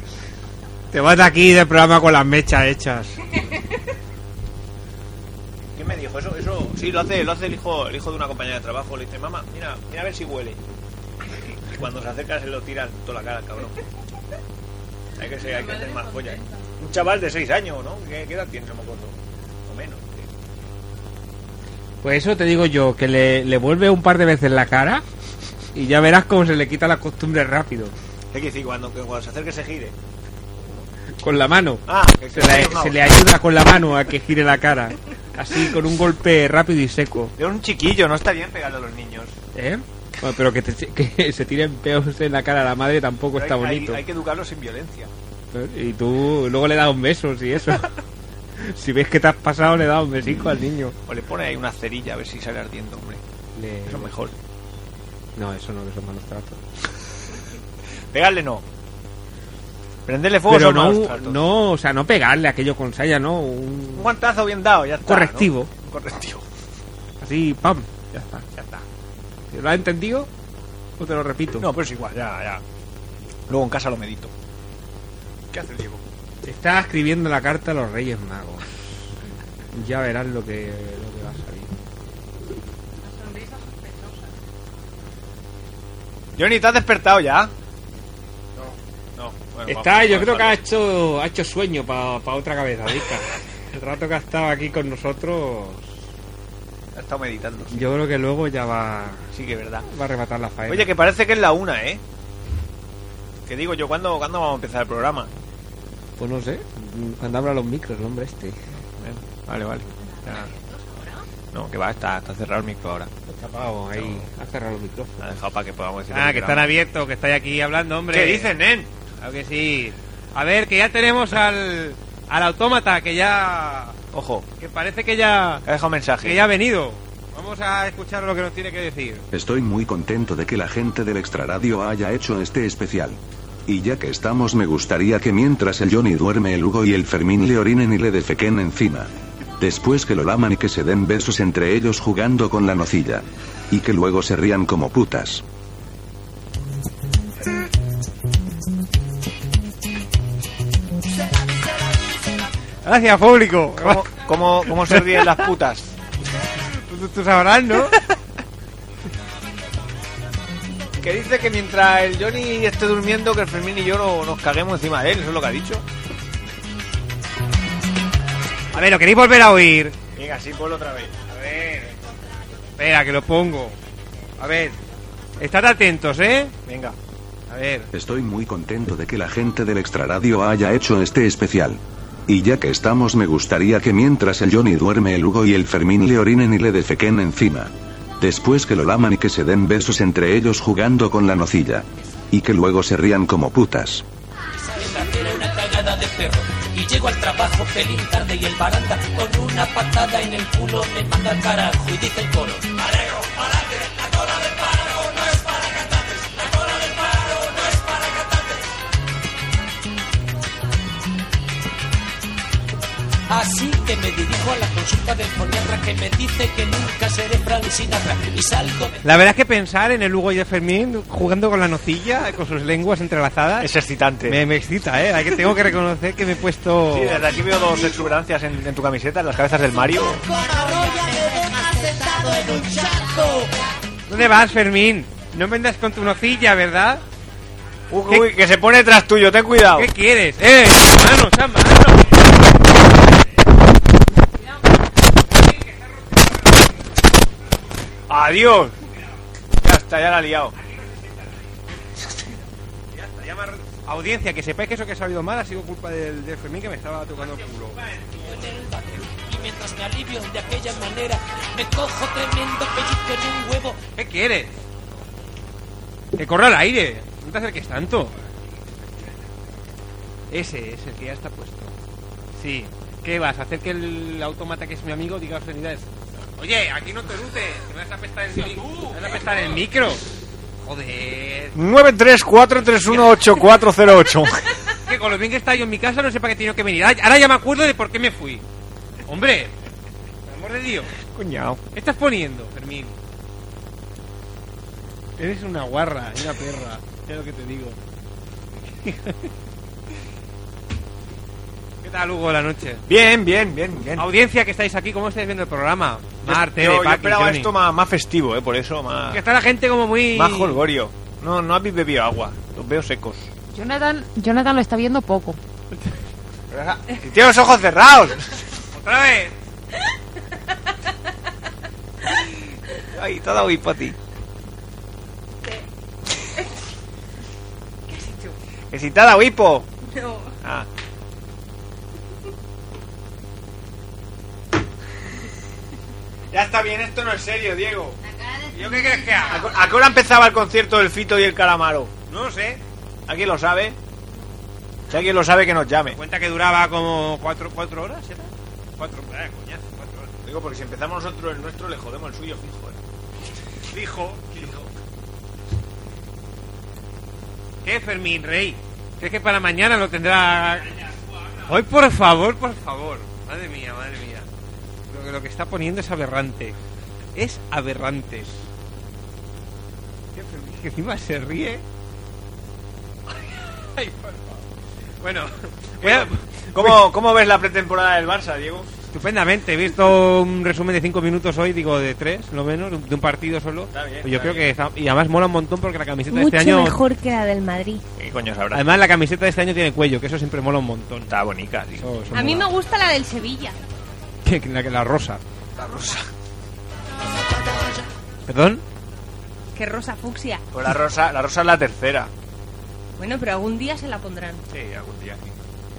Speaker 2: <laughs> Te vas de aquí del programa con las mechas hechas.
Speaker 1: ¿Qué me dijo? Eso, eso, sí, lo hace, lo hace el hijo, el hijo de una compañera de trabajo. Le dice, mamá, mira, mira a ver si huele. Y cuando se acerca se lo tiran toda la cara, al cabrón. Hay que, ser- hay que hacer más ¿eh? joyas. Un chaval de 6 años, ¿no? ¿Qué, qué edad tiene, no me acuerdo? O menos.
Speaker 2: Pues eso te digo yo, que le, le vuelve un par de veces la cara y ya verás cómo se le quita la costumbre rápido.
Speaker 1: Hay que decir, cuando, que cuando se acerque se gire.
Speaker 2: Con la mano.
Speaker 1: Ah, que
Speaker 2: se,
Speaker 1: se
Speaker 2: le,
Speaker 1: le-
Speaker 2: se le ayuda con la mano a que gire la cara. Así, con un golpe rápido y seco.
Speaker 1: Era un chiquillo, no está bien pegarle a los niños.
Speaker 2: ¿Eh? Bueno, pero que, te- que <laughs> se tiren peos en la cara a la madre tampoco
Speaker 1: Pero
Speaker 2: está
Speaker 1: hay- hay-
Speaker 2: bonito. ¿Eh?
Speaker 1: Hay, que educarlos sin violencia.
Speaker 2: Y tú luego le das un beso, si eso. <laughs> si ves que te has pasado, le das un besico al niño.
Speaker 1: O le pone ahí una cerilla a ver si sale ardiendo, hombre.
Speaker 2: Le-
Speaker 1: Eso es mejor.
Speaker 2: No, eso no, que son malos tratos.
Speaker 1: Pegarle no. Prenderle fuego
Speaker 2: pero
Speaker 1: son malos
Speaker 2: no,
Speaker 1: tratos.
Speaker 2: no, o sea, no pegarle aquello con saya, ¿no? Un
Speaker 1: Un guantazo bien dado, ya está.
Speaker 2: correctivo.
Speaker 1: ¿no? Un Correctivo.
Speaker 2: Así, pam, ya está, ya está. ¿Lo has entendido? ¿O te lo repito?
Speaker 1: No, pero es igual, ya, ya. Luego en casa lo medito. ¿Qué hace Diego?
Speaker 2: Está escribiendo la carta a los Reyes Magos. Ya verás lo que, lo que va a salir.
Speaker 1: Johnny, ¿te has despertado ya? No. No. Bueno,
Speaker 2: Está,
Speaker 1: vamos,
Speaker 2: yo
Speaker 1: vamos,
Speaker 2: creo que ha
Speaker 1: vale.
Speaker 2: hecho, ha hecho sueño para otra cabeza, Vizca. El rato que ha estado aquí con nosotros,
Speaker 1: Ha estado meditando. sí.
Speaker 2: yo creo que luego ya va,
Speaker 1: Sí, que es verdad.
Speaker 2: va a arrebatar la faena.
Speaker 1: Oye, que parece que es la una, ¿eh? Que digo yo, ¿cuándo, ¿cuándo vamos a empezar el programa?
Speaker 2: Pues no sé, cuando abra los micros el hombre este.
Speaker 1: Vale, vale. Ya. No, que va, está,
Speaker 8: Ah,
Speaker 1: está cerrado el micro ahora.
Speaker 2: ahí, ha cerrado el micrófono.
Speaker 1: Ha dejado para que podamos decir. lo
Speaker 4: Ah, que están
Speaker 1: queramos.
Speaker 4: abiertos, que estáis aquí hablando, hombre.
Speaker 1: ¿Qué dices, nen?
Speaker 4: Claro que sí. A ver, que ya tenemos al, al autómata, que ya...
Speaker 1: Ojo,
Speaker 4: Que parece que ya...
Speaker 1: que ha dejado mensaje.
Speaker 4: Que ya ha venido. Vamos a escuchar lo que nos tiene que decir.
Speaker 6: Estoy muy contento de que la gente del extraradio haya hecho este especial. Y ya que estamos, me gustaría que mientras el Johnny duerme, el Hugo y el Fermín le orinen y le defequen encima. Después que lo laman y que se den besos entre ellos jugando con la nocilla. Y que luego se rían como putas.
Speaker 4: Gracias, público.
Speaker 1: ¿Cómo, cómo, cómo se ríen las putas?
Speaker 4: Tú, tú sabrás, ¿no?
Speaker 1: <laughs> Que dice que mientras el Johnny esté durmiendo, que el Fermín y yo no- nos caguemos encima de él, eso es lo que ha dicho.
Speaker 4: A ver, ¿lo queréis volver a oír?
Speaker 1: Venga, sí, ponlo otra vez. A ver.
Speaker 4: Espera, que lo pongo. A ver. Estad atentos, ¿eh?
Speaker 1: Venga.
Speaker 4: A ver.
Speaker 6: Estoy muy contento de que la gente del extraradio haya hecho este especial. Y ya que estamos, me gustaría que mientras el Johnny duerme, el Hugo y el Fermín le orinen y le defequen encima. Después que lo laman y que se den besos entre ellos jugando con la nocilla. Y que luego se rían como putas.
Speaker 24: Era una cagada de perro y llego al trabajo feliz tarde y el baranda con una patada en el culo me manda al carajo y dice el coro. "Pareo, parate, la cola del paro no es para cantantes, la cola del paro no es para cantantes". Así que me dirijo a la consulta del foniatra que me dice que nunca seré Frank Sinatra y salgo de
Speaker 4: La verdad es que pensar en el Hugo y el Fermín jugando con la nocilla, con sus lenguas entrelazadas...
Speaker 1: Es excitante.
Speaker 4: Me, me excita, ¿eh? Hay que, tengo que reconocer que me he puesto...
Speaker 1: Sí, desde aquí veo dos exuberancias en, en tu camiseta, en las cabezas del Mario.
Speaker 24: sentado en un chaco.
Speaker 4: ¿Dónde vas, Fermín? No me andas con tu nocilla, ¿verdad?
Speaker 1: Uy, uy, que se pone detrás tuyo, ten cuidado.
Speaker 2: ¿Qué quieres? ¡Eh! ¡Mano, Sam, mano!
Speaker 1: ¡Adiós! Ya está, ya la ha liado.
Speaker 2: Audiencia, que sepáis que eso que he sabido mal ha sido culpa del, del Fermín que me estaba tocando el culo.
Speaker 9: Y mientras me alivio de aquella manera, me cojo tremendo pellizco en un huevo.
Speaker 2: ¿Qué quieres? Que corra al aire. No te acerques tanto. Ese es el que ya está puesto. Sí. ¿Qué vas? ¿A ¿Hacer que el automata que es mi amigo diga obscenidades? Oye, aquí no te lutes. Que me vas a apestar el, mi- me vas a apestar el micro. Joder.
Speaker 1: 934318408.
Speaker 2: Que con lo bien que estaba yo en mi casa no sé para qué he tenido que venir. Ahora ahora ya me acuerdo de por qué me fui. Hombre, por amor de Dios.
Speaker 1: Cuñado.
Speaker 2: ¿Qué estás poniendo, Fermín? Eres una guarra, una perra. Es lo que te digo. ¿Qué tal, Hugo, la noche?
Speaker 1: Bien, bien, bien, bien.
Speaker 2: Audiencia que estáis aquí, ¿cómo estáis viendo el programa? Marte,
Speaker 1: yo, yo
Speaker 2: Paqui,
Speaker 1: esperaba
Speaker 2: Johnny.
Speaker 1: esto más, más festivo, ¿eh? Por eso, más...
Speaker 2: Que está la gente como muy...
Speaker 1: Más jolgorio. No, no habéis bebido agua. Los veo secos.
Speaker 10: Jonathan, Jonathan lo está viendo poco.
Speaker 1: Y tiene los ojos cerrados.
Speaker 2: ¡Otra vez!
Speaker 1: Ay, todo hoy para ti. Excitada, Wipo.
Speaker 5: No.
Speaker 1: Ah. Ya está bien, esto no es serio, Diego.
Speaker 2: ¿Yo qué crees que haga?
Speaker 1: ¿A qué hora empezaba el concierto del Fito y el Calamaro?
Speaker 2: No lo sé.
Speaker 1: ¿Alguien lo sabe? Si alguien lo sabe, que nos llame.
Speaker 2: Cuenta que duraba como cuatro, cuatro horas, ¿era? Cuatro, ah,
Speaker 1: eh,
Speaker 2: coñazo, cuatro horas.
Speaker 1: Digo, porque si empezamos nosotros el nuestro, le jodemos el suyo, fijo. ¿eh? Fijo, fijo.
Speaker 2: ¿Qué, Fermín Rey? ¿Crees que para mañana lo tendrá...? Hoy, por favor, por favor. Madre mía, madre mía. Lo que, lo que está poniendo es aberrante. Es aberrante. ¿Qué, Fermín? Que encima se ríe. Ay, por favor. Bueno, voy a-
Speaker 1: <laughs> ¿Cómo, ¿Cómo ves la pretemporada del Barça, Diego?
Speaker 2: Estupendamente, he visto un resumen de 5 minutos hoy, digo de 3, lo menos, de un partido solo. Pues
Speaker 1: bien,
Speaker 2: Yo
Speaker 1: está bien.
Speaker 2: creo que está- y además mola un montón porque la camiseta de este
Speaker 11: Mucho
Speaker 2: año. Eh,
Speaker 11: mejor que la del Madrid.
Speaker 1: ¿Qué coño sabrá?
Speaker 2: Además, la camiseta de este año tiene cuello, que eso siempre mola un montón.
Speaker 1: Está bonita, sí.
Speaker 12: A mí me gusta la del Sevilla.
Speaker 2: <laughs> la, la rosa. ¿Perdón?
Speaker 5: Qué rosa fucsia.
Speaker 1: Pues la rosa, la rosa es la tercera.
Speaker 5: Bueno, pero algún día se la pondrán.
Speaker 1: Sí, algún día.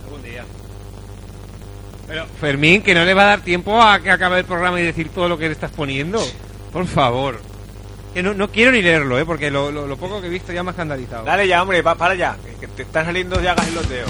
Speaker 1: Algún día.
Speaker 2: Pero, Fermín, que no le va a dar tiempo a que acabe el programa y decir todo lo que le estás poniendo. Por favor. Que no, no quiero ni leerlo, ¿eh? porque lo, lo- lo poco que he visto ya me ha escandalizado.
Speaker 1: Dale ya, hombre, va, para ya. Que te están saliendo llagas en los dedos.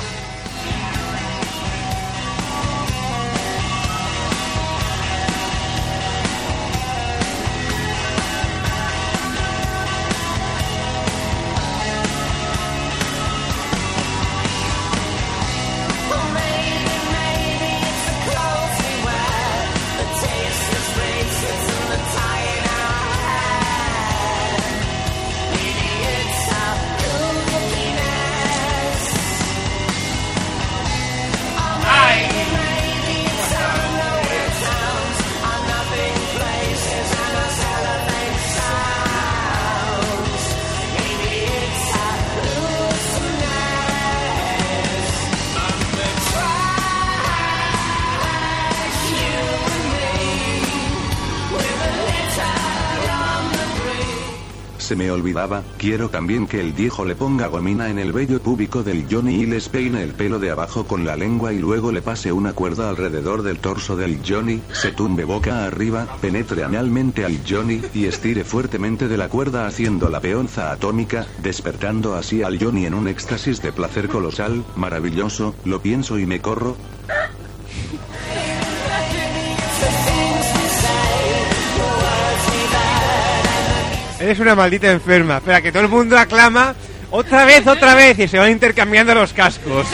Speaker 6: Se me olvidaba, quiero también que el viejo le ponga gomina en el vello púbico del Johnny y les peine el pelo de abajo con la lengua y luego le pase una cuerda alrededor del torso del Johnny, se tumbe boca arriba, penetre analmente al Johnny y estire fuertemente de la cuerda haciendo la peonza atómica, despertando así al Johnny en un éxtasis de placer colosal, maravilloso, lo pienso y me corro,
Speaker 2: Eres una maldita enferma. Espera, que todo el mundo aclama otra vez, otra vez, y se van intercambiando los cascos.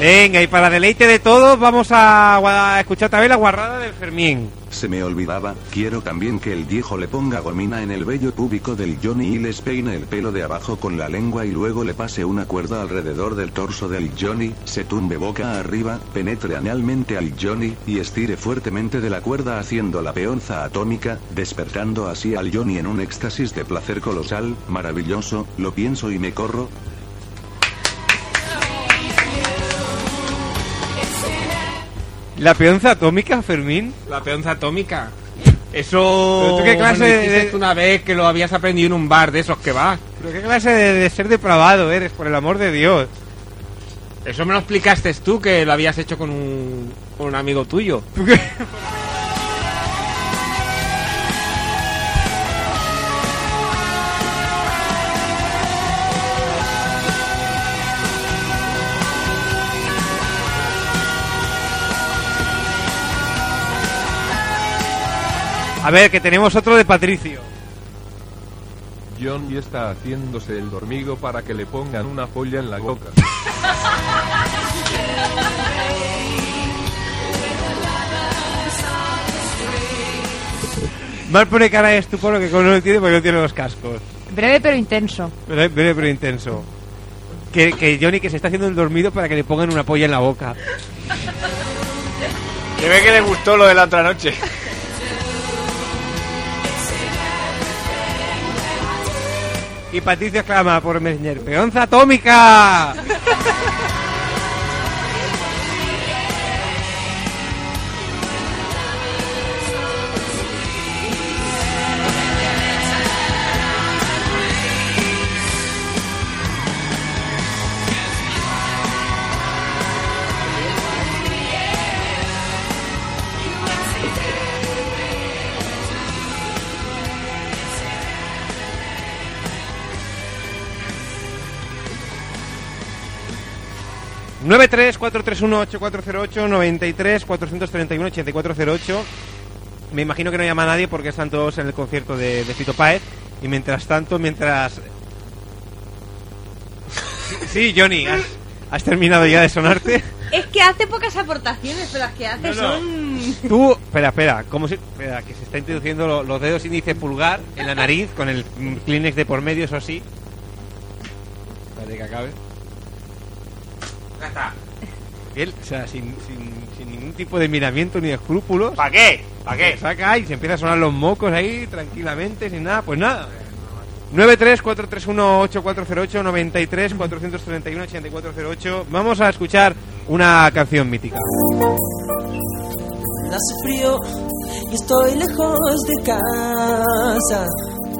Speaker 2: Venga, y para deleite de todos, vamos a, gua- a escuchar otra vez la guarrada del Fermín.
Speaker 6: Se me olvidaba, quiero también que el viejo le ponga gomina en el vello púbico del Johnny y les peine el pelo de abajo con la lengua y luego le pase una cuerda alrededor del torso del Johnny, se tumbe boca arriba, penetre analmente al Johnny y estire fuertemente de la cuerda haciendo la peonza atómica, despertando así al Johnny en un éxtasis de placer colosal, maravilloso, lo pienso y me corro,
Speaker 2: ¿La peonza atómica, Fermín?
Speaker 4: La peonza atómica.
Speaker 2: Eso.
Speaker 4: ¿Pero tú qué clase
Speaker 2: Bueno,
Speaker 4: de-
Speaker 2: dijiste tú-
Speaker 4: una vez que lo habías aprendido en un bar de esos que vas?
Speaker 2: ¿Pero qué clase de, de ser depravado eres, por el amor de Dios?
Speaker 4: Eso me lo explicaste tú, que lo habías hecho con un, con un amigo tuyo.
Speaker 2: A ver, que tenemos otro de Patricio.
Speaker 29: Johnny está haciéndose el dormigo para que le pongan una polla en la boca.
Speaker 2: Más pone cara de estupor que no lo tiene porque no tiene los cascos.
Speaker 10: Breve pero intenso.
Speaker 2: Pero, pero, pero intenso. Que, que Johnny que se está haciendo el dormido para que le pongan una polla en la boca.
Speaker 1: Se ve que le gustó lo de la otra noche.
Speaker 2: Y Patricio exclama por Messenger,
Speaker 1: <laughs>
Speaker 2: ¡Peonza atómica! uno 8408 Me imagino que no llama a nadie porque están todos en el concierto de, de Fito Páez. Y mientras tanto, mientras... Sí, Johnny, has, has terminado ya de sonarte.
Speaker 1: <laughs>
Speaker 5: Es que hace pocas aportaciones, pero las que hace
Speaker 2: No, no.
Speaker 5: son.
Speaker 2: Tú, espera, espera, ¿cómo se, espera, que se está introduciendo lo- los dedos índice pulgar en la nariz con el mm, Kleenex de por medio, eso sí. Espérate que acabe. Ya está. Él, o sea, sin, sin- sin ningún tipo de miramiento ni de escrúpulos. ¿Para qué? ¿Para qué? Saca y se empieza a sonar los mocos ahí tranquilamente, sin nada, pues nada. 93-431-8408-93-431-8408. Vamos a escuchar una canción mítica.
Speaker 11: Hace frío y estoy lejos de casa.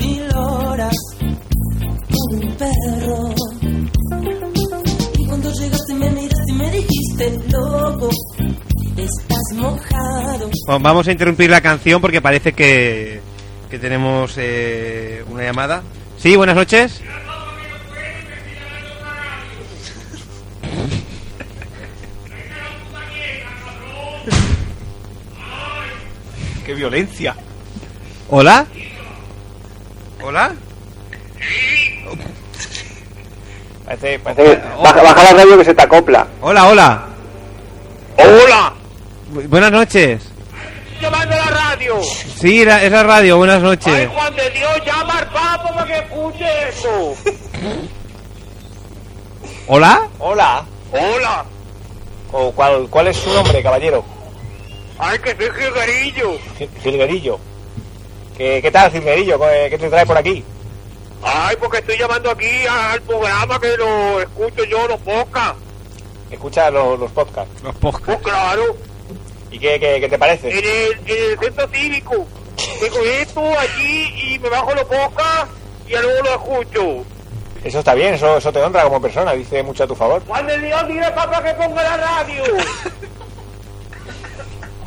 Speaker 11: mil horas, como un perro. Y cuando llegaste me miraste y me dijiste, loco, estás mojado.
Speaker 2: Bueno, vamos a interrumpir la canción porque parece que, que tenemos eh, una llamada. Sí, buenas noches.
Speaker 1: <laughs> ¡Qué violencia!
Speaker 2: Hola. Hola.
Speaker 1: Parece,
Speaker 28: Eh, Baja, baja la radio que se te acopla.
Speaker 2: Hola, hola.
Speaker 28: ¡Hola!
Speaker 2: Bu- Buenas noches.
Speaker 7: Llamando a la radio.
Speaker 2: Sí, la- es la radio, buenas
Speaker 1: Eh,
Speaker 2: noches.
Speaker 7: Juan de Dios, llama al papo para que escuche
Speaker 28: <laughs>
Speaker 7: eso.
Speaker 2: Hola.
Speaker 1: Hola. Hola. ¿O cuál, ¿Cuál es su nombre, caballero?
Speaker 7: Ay, que soy Gilgarillo.
Speaker 1: Gil- Gilguerillo. ¿Qué, qué <laughs> tal, Gilguerillo? pues, ¿Qué qué te trae por aquí?
Speaker 7: Ay, porque estoy llamando aquí al programa que lo escucho yo, los pocas.
Speaker 1: Escucha los, los podcasts.
Speaker 2: Los podcasts.
Speaker 7: Pues claro,
Speaker 1: ¿Y qué, qué- qué te
Speaker 7: en
Speaker 1: parece?
Speaker 7: el, en el centro cívico. Tengo esto allí y me bajo los pocas y ya luego lo escucho.
Speaker 1: Eso está bien, eso, eso te honra como persona, dice mucho a tu favor.
Speaker 4: Cuando el Dios diré papá que ponga la radio.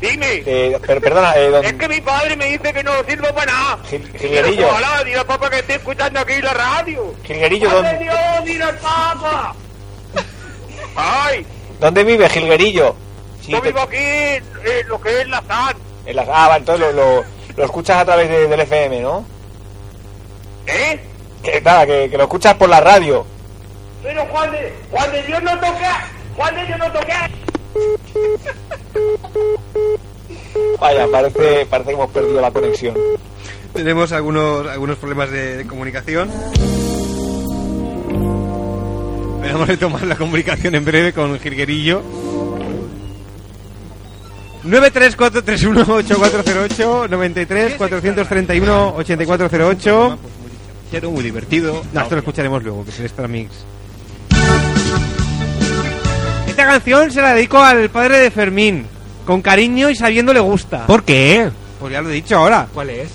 Speaker 4: Dime.
Speaker 1: Eh, per- perdona, eh, don
Speaker 4: Es que mi padre me dice que no sirvo para nada.
Speaker 1: Gil- Gilguerillo.
Speaker 4: Ojalá, dirá el papá que estoy escuchando aquí la radio.
Speaker 1: Gilguerillo,
Speaker 4: Cuando
Speaker 1: don-
Speaker 4: el Dios diré al papa. Ay,
Speaker 1: ¿Dónde vive Gilguerillo? Sí,
Speaker 4: yo
Speaker 1: te-
Speaker 4: vivo aquí, eh, lo que es la SAT.
Speaker 1: en las- Ah, vale, entonces lo, lo- lo escuchas a través de- del FM, ¿no?
Speaker 4: ¿Eh?
Speaker 1: Que, nada, que, que lo escuchas por la radio.
Speaker 4: Pero Juan de, Juan de Dios no toca, Juan de Dios no toca.
Speaker 1: Vaya, parece, parece que hemos perdido la conexión.
Speaker 30: Tenemos algunos, algunos problemas de, de comunicación. Esperamos retomar la comunicación en breve con Jirguerillo. 934318408 93 431 8408 muy divertido. No, esto lo escucharemos luego, que es el extra mix.
Speaker 6: Esta canción se la dedico al padre de Fermín, con cariño y sabiendo le gusta.
Speaker 2: ¿Por qué?
Speaker 6: Pues ya lo he dicho ahora.
Speaker 2: ¿Cuál es?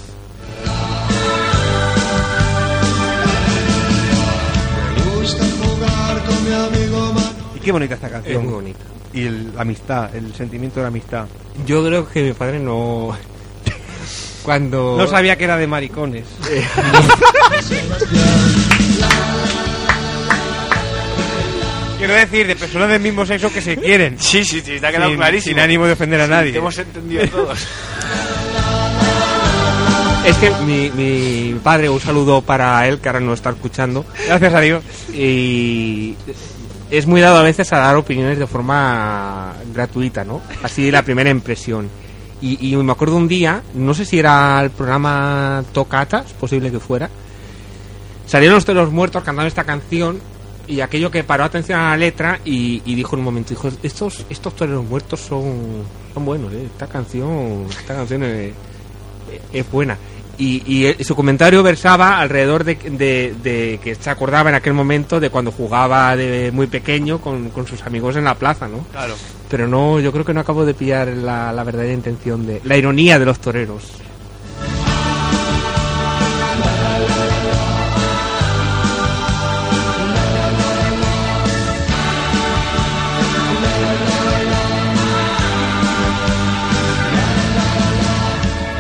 Speaker 6: Y qué bonita esta canción.
Speaker 30: Es muy bonita.
Speaker 6: Y el- la amistad, el sentimiento de la amistad.
Speaker 2: Yo creo que mi padre no. Cuando.
Speaker 6: No sabía que era de
Speaker 2: <laughs>
Speaker 6: maricones. Quiero decir, de personas del mismo sexo que se quieren.
Speaker 1: Sí, sí, sí, está quedado
Speaker 6: sin,
Speaker 1: clarísimo.
Speaker 6: Sin ánimo de ofender a
Speaker 1: Sí,
Speaker 6: nadie.
Speaker 1: te hemos
Speaker 2: <laughs>
Speaker 1: entendido todos.
Speaker 2: Es que mi, mi padre, un saludo para él, que ahora no está escuchando.
Speaker 6: Gracias a Dios.
Speaker 2: Y es muy dado a veces a dar opiniones de forma gratuita, ¿no? Así la primera impresión. Y, y me acuerdo un día, no sé si era el programa Tocatas, posible que fuera, salieron los de los muertos cantando esta canción y aquello que paró atención a la letra y, y dijo en un momento, dijo, estos, estos toreros muertos son, son buenos, ¿eh? esta canción, esta canción es, es buena. Y, y eh, su comentario versaba alrededor de, de- de que se acordaba en aquel momento de cuando jugaba de muy pequeño con, con sus amigos en la plaza, ¿no?
Speaker 1: Claro.
Speaker 2: Pero no, yo creo que no acabo de pillar la, la verdadera intención de... La ironía de los toreros.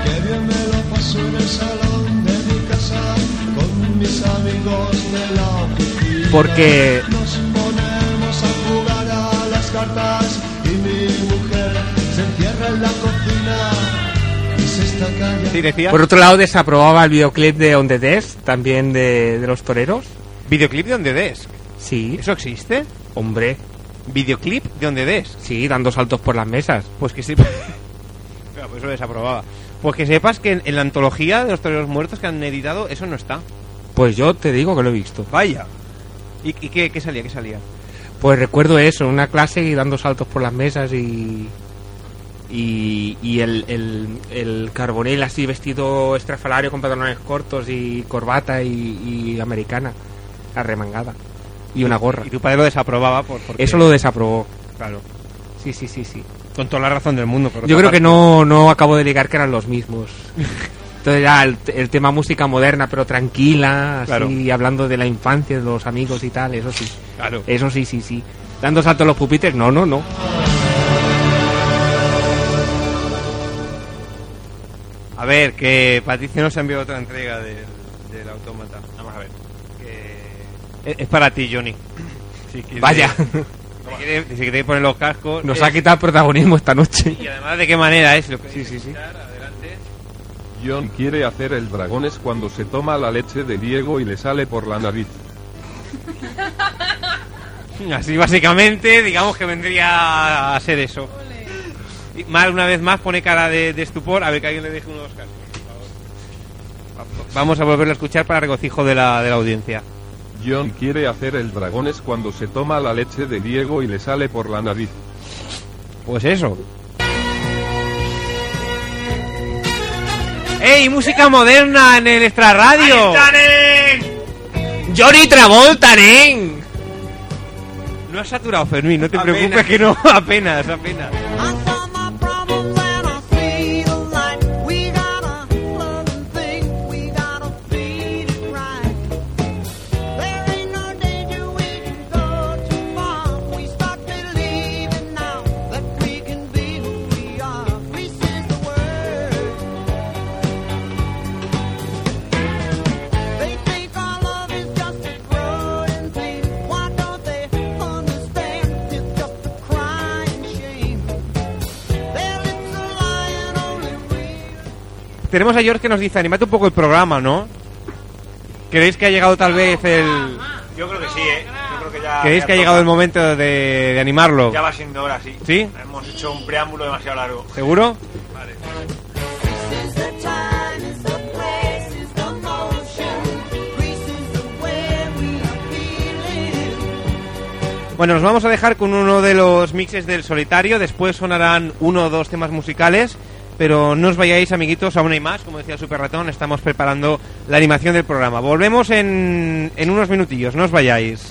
Speaker 4: Que bien me lo paso en el salón de mi casa con mis amigos de la oficina.
Speaker 2: Porque-
Speaker 4: nos ponemos a jugar a las cartas y mi mujer se encierra en la cocina y se está callando.
Speaker 2: Por otro lado, desaprobaba el videoclip de On The Desk, también de, de los toreros.
Speaker 6: ¿Videoclip de On The Desk?
Speaker 2: Sí.
Speaker 6: ¿Eso existe?
Speaker 2: Hombre.
Speaker 6: ¿Videoclip de On The Desk?
Speaker 2: Sí, dando saltos por las mesas.
Speaker 6: Pues que <laughs> sepas... pues eso desaprobaba. Pues que sepas que en, en la antología de los toreros muertos que han editado, eso no está.
Speaker 2: Pues yo te digo que lo he visto.
Speaker 6: Vaya. ¿Y, y qué, qué salía? ¿Qué salía?
Speaker 2: Pues recuerdo eso, una clase y dando saltos por las mesas y. Y, y el, el, el carbonel así vestido estrafalario con pantalones cortos y corbata y, y americana arremangada y una gorra.
Speaker 6: Y tu padre lo desaprobaba por... porque-
Speaker 2: Eso lo desaprobó.
Speaker 6: Claro.
Speaker 2: Sí, sí, sí, sí.
Speaker 6: Con toda la razón del mundo. por
Speaker 2: Yo
Speaker 6: otra
Speaker 2: creo
Speaker 6: parte.
Speaker 2: que no, no acabo de ligar que eran
Speaker 6: <laughs>
Speaker 2: los mismos. Entonces ya el, el tema música moderna pero tranquila, así
Speaker 6: Claro.
Speaker 2: hablando de la infancia, de los amigos y tal, eso sí.
Speaker 6: Claro.
Speaker 2: Eso sí, sí, sí. Dando saltos a los pupitres, no, no, no.
Speaker 6: A ver, que Patricio nos ha enviado otra entrega del, del autómata. Vamos a ver. Que... Es, es para ti, Johnny. Si quieres- <laughs>
Speaker 2: Vaya.
Speaker 6: Si quieres, si quieres poner los cascos.
Speaker 2: Nos
Speaker 6: es-
Speaker 2: ha quitado el protagonismo esta noche.
Speaker 6: eh, Y además, ¿de qué manera es? Lo que
Speaker 2: sí, sí, sí.
Speaker 29: John quiere hacer el dragones cuando se toma la leche de Diego y le sale por la nariz.
Speaker 6: <laughs> Así básicamente, digamos que vendría a ser eso. Y Mal una vez más pone cara de, de estupor. A ver que alguien le deje uno de los cascos. por favor. Va- Vamos a volverlo a escuchar para regocijo de la, de la audiencia.
Speaker 29: John quiere hacer el dragones cuando se toma la leche de Diego y le sale por la nariz.
Speaker 6: Pues eso. ¡Ey! ¡Música moderna en el extra radio!
Speaker 2: ¡Johnny Travolta, nen!
Speaker 6: No has saturado, Fermín, no te
Speaker 2: Apenas.
Speaker 6: preocupes que no, <laughs> apenas, apenas.
Speaker 16: There ain't
Speaker 2: Tenemos a George que nos dice, animate un poco el programa, ¿no? ¿Creéis que ha llegado tal vez el...
Speaker 5: Yo creo que sí, ¿eh? Yo creo que ya.
Speaker 2: ¿Creéis
Speaker 5: ya
Speaker 2: que ha
Speaker 5: toca.
Speaker 2: llegado el momento de, de animarlo?
Speaker 5: Ya va siendo hora, sí.
Speaker 2: ¿Sí?
Speaker 5: Hemos hecho un preámbulo demasiado largo.
Speaker 2: ¿Seguro?
Speaker 5: Vale.
Speaker 2: Bueno, nos vamos a dejar con uno de los mixes del solitario. Después sonarán uno o dos temas musicales. Pero no os vayáis, amiguitos, aún hay más. Como decía el Super Ratón, estamos preparando la animación del programa. Volvemos en, en unos minutillos, no os vayáis.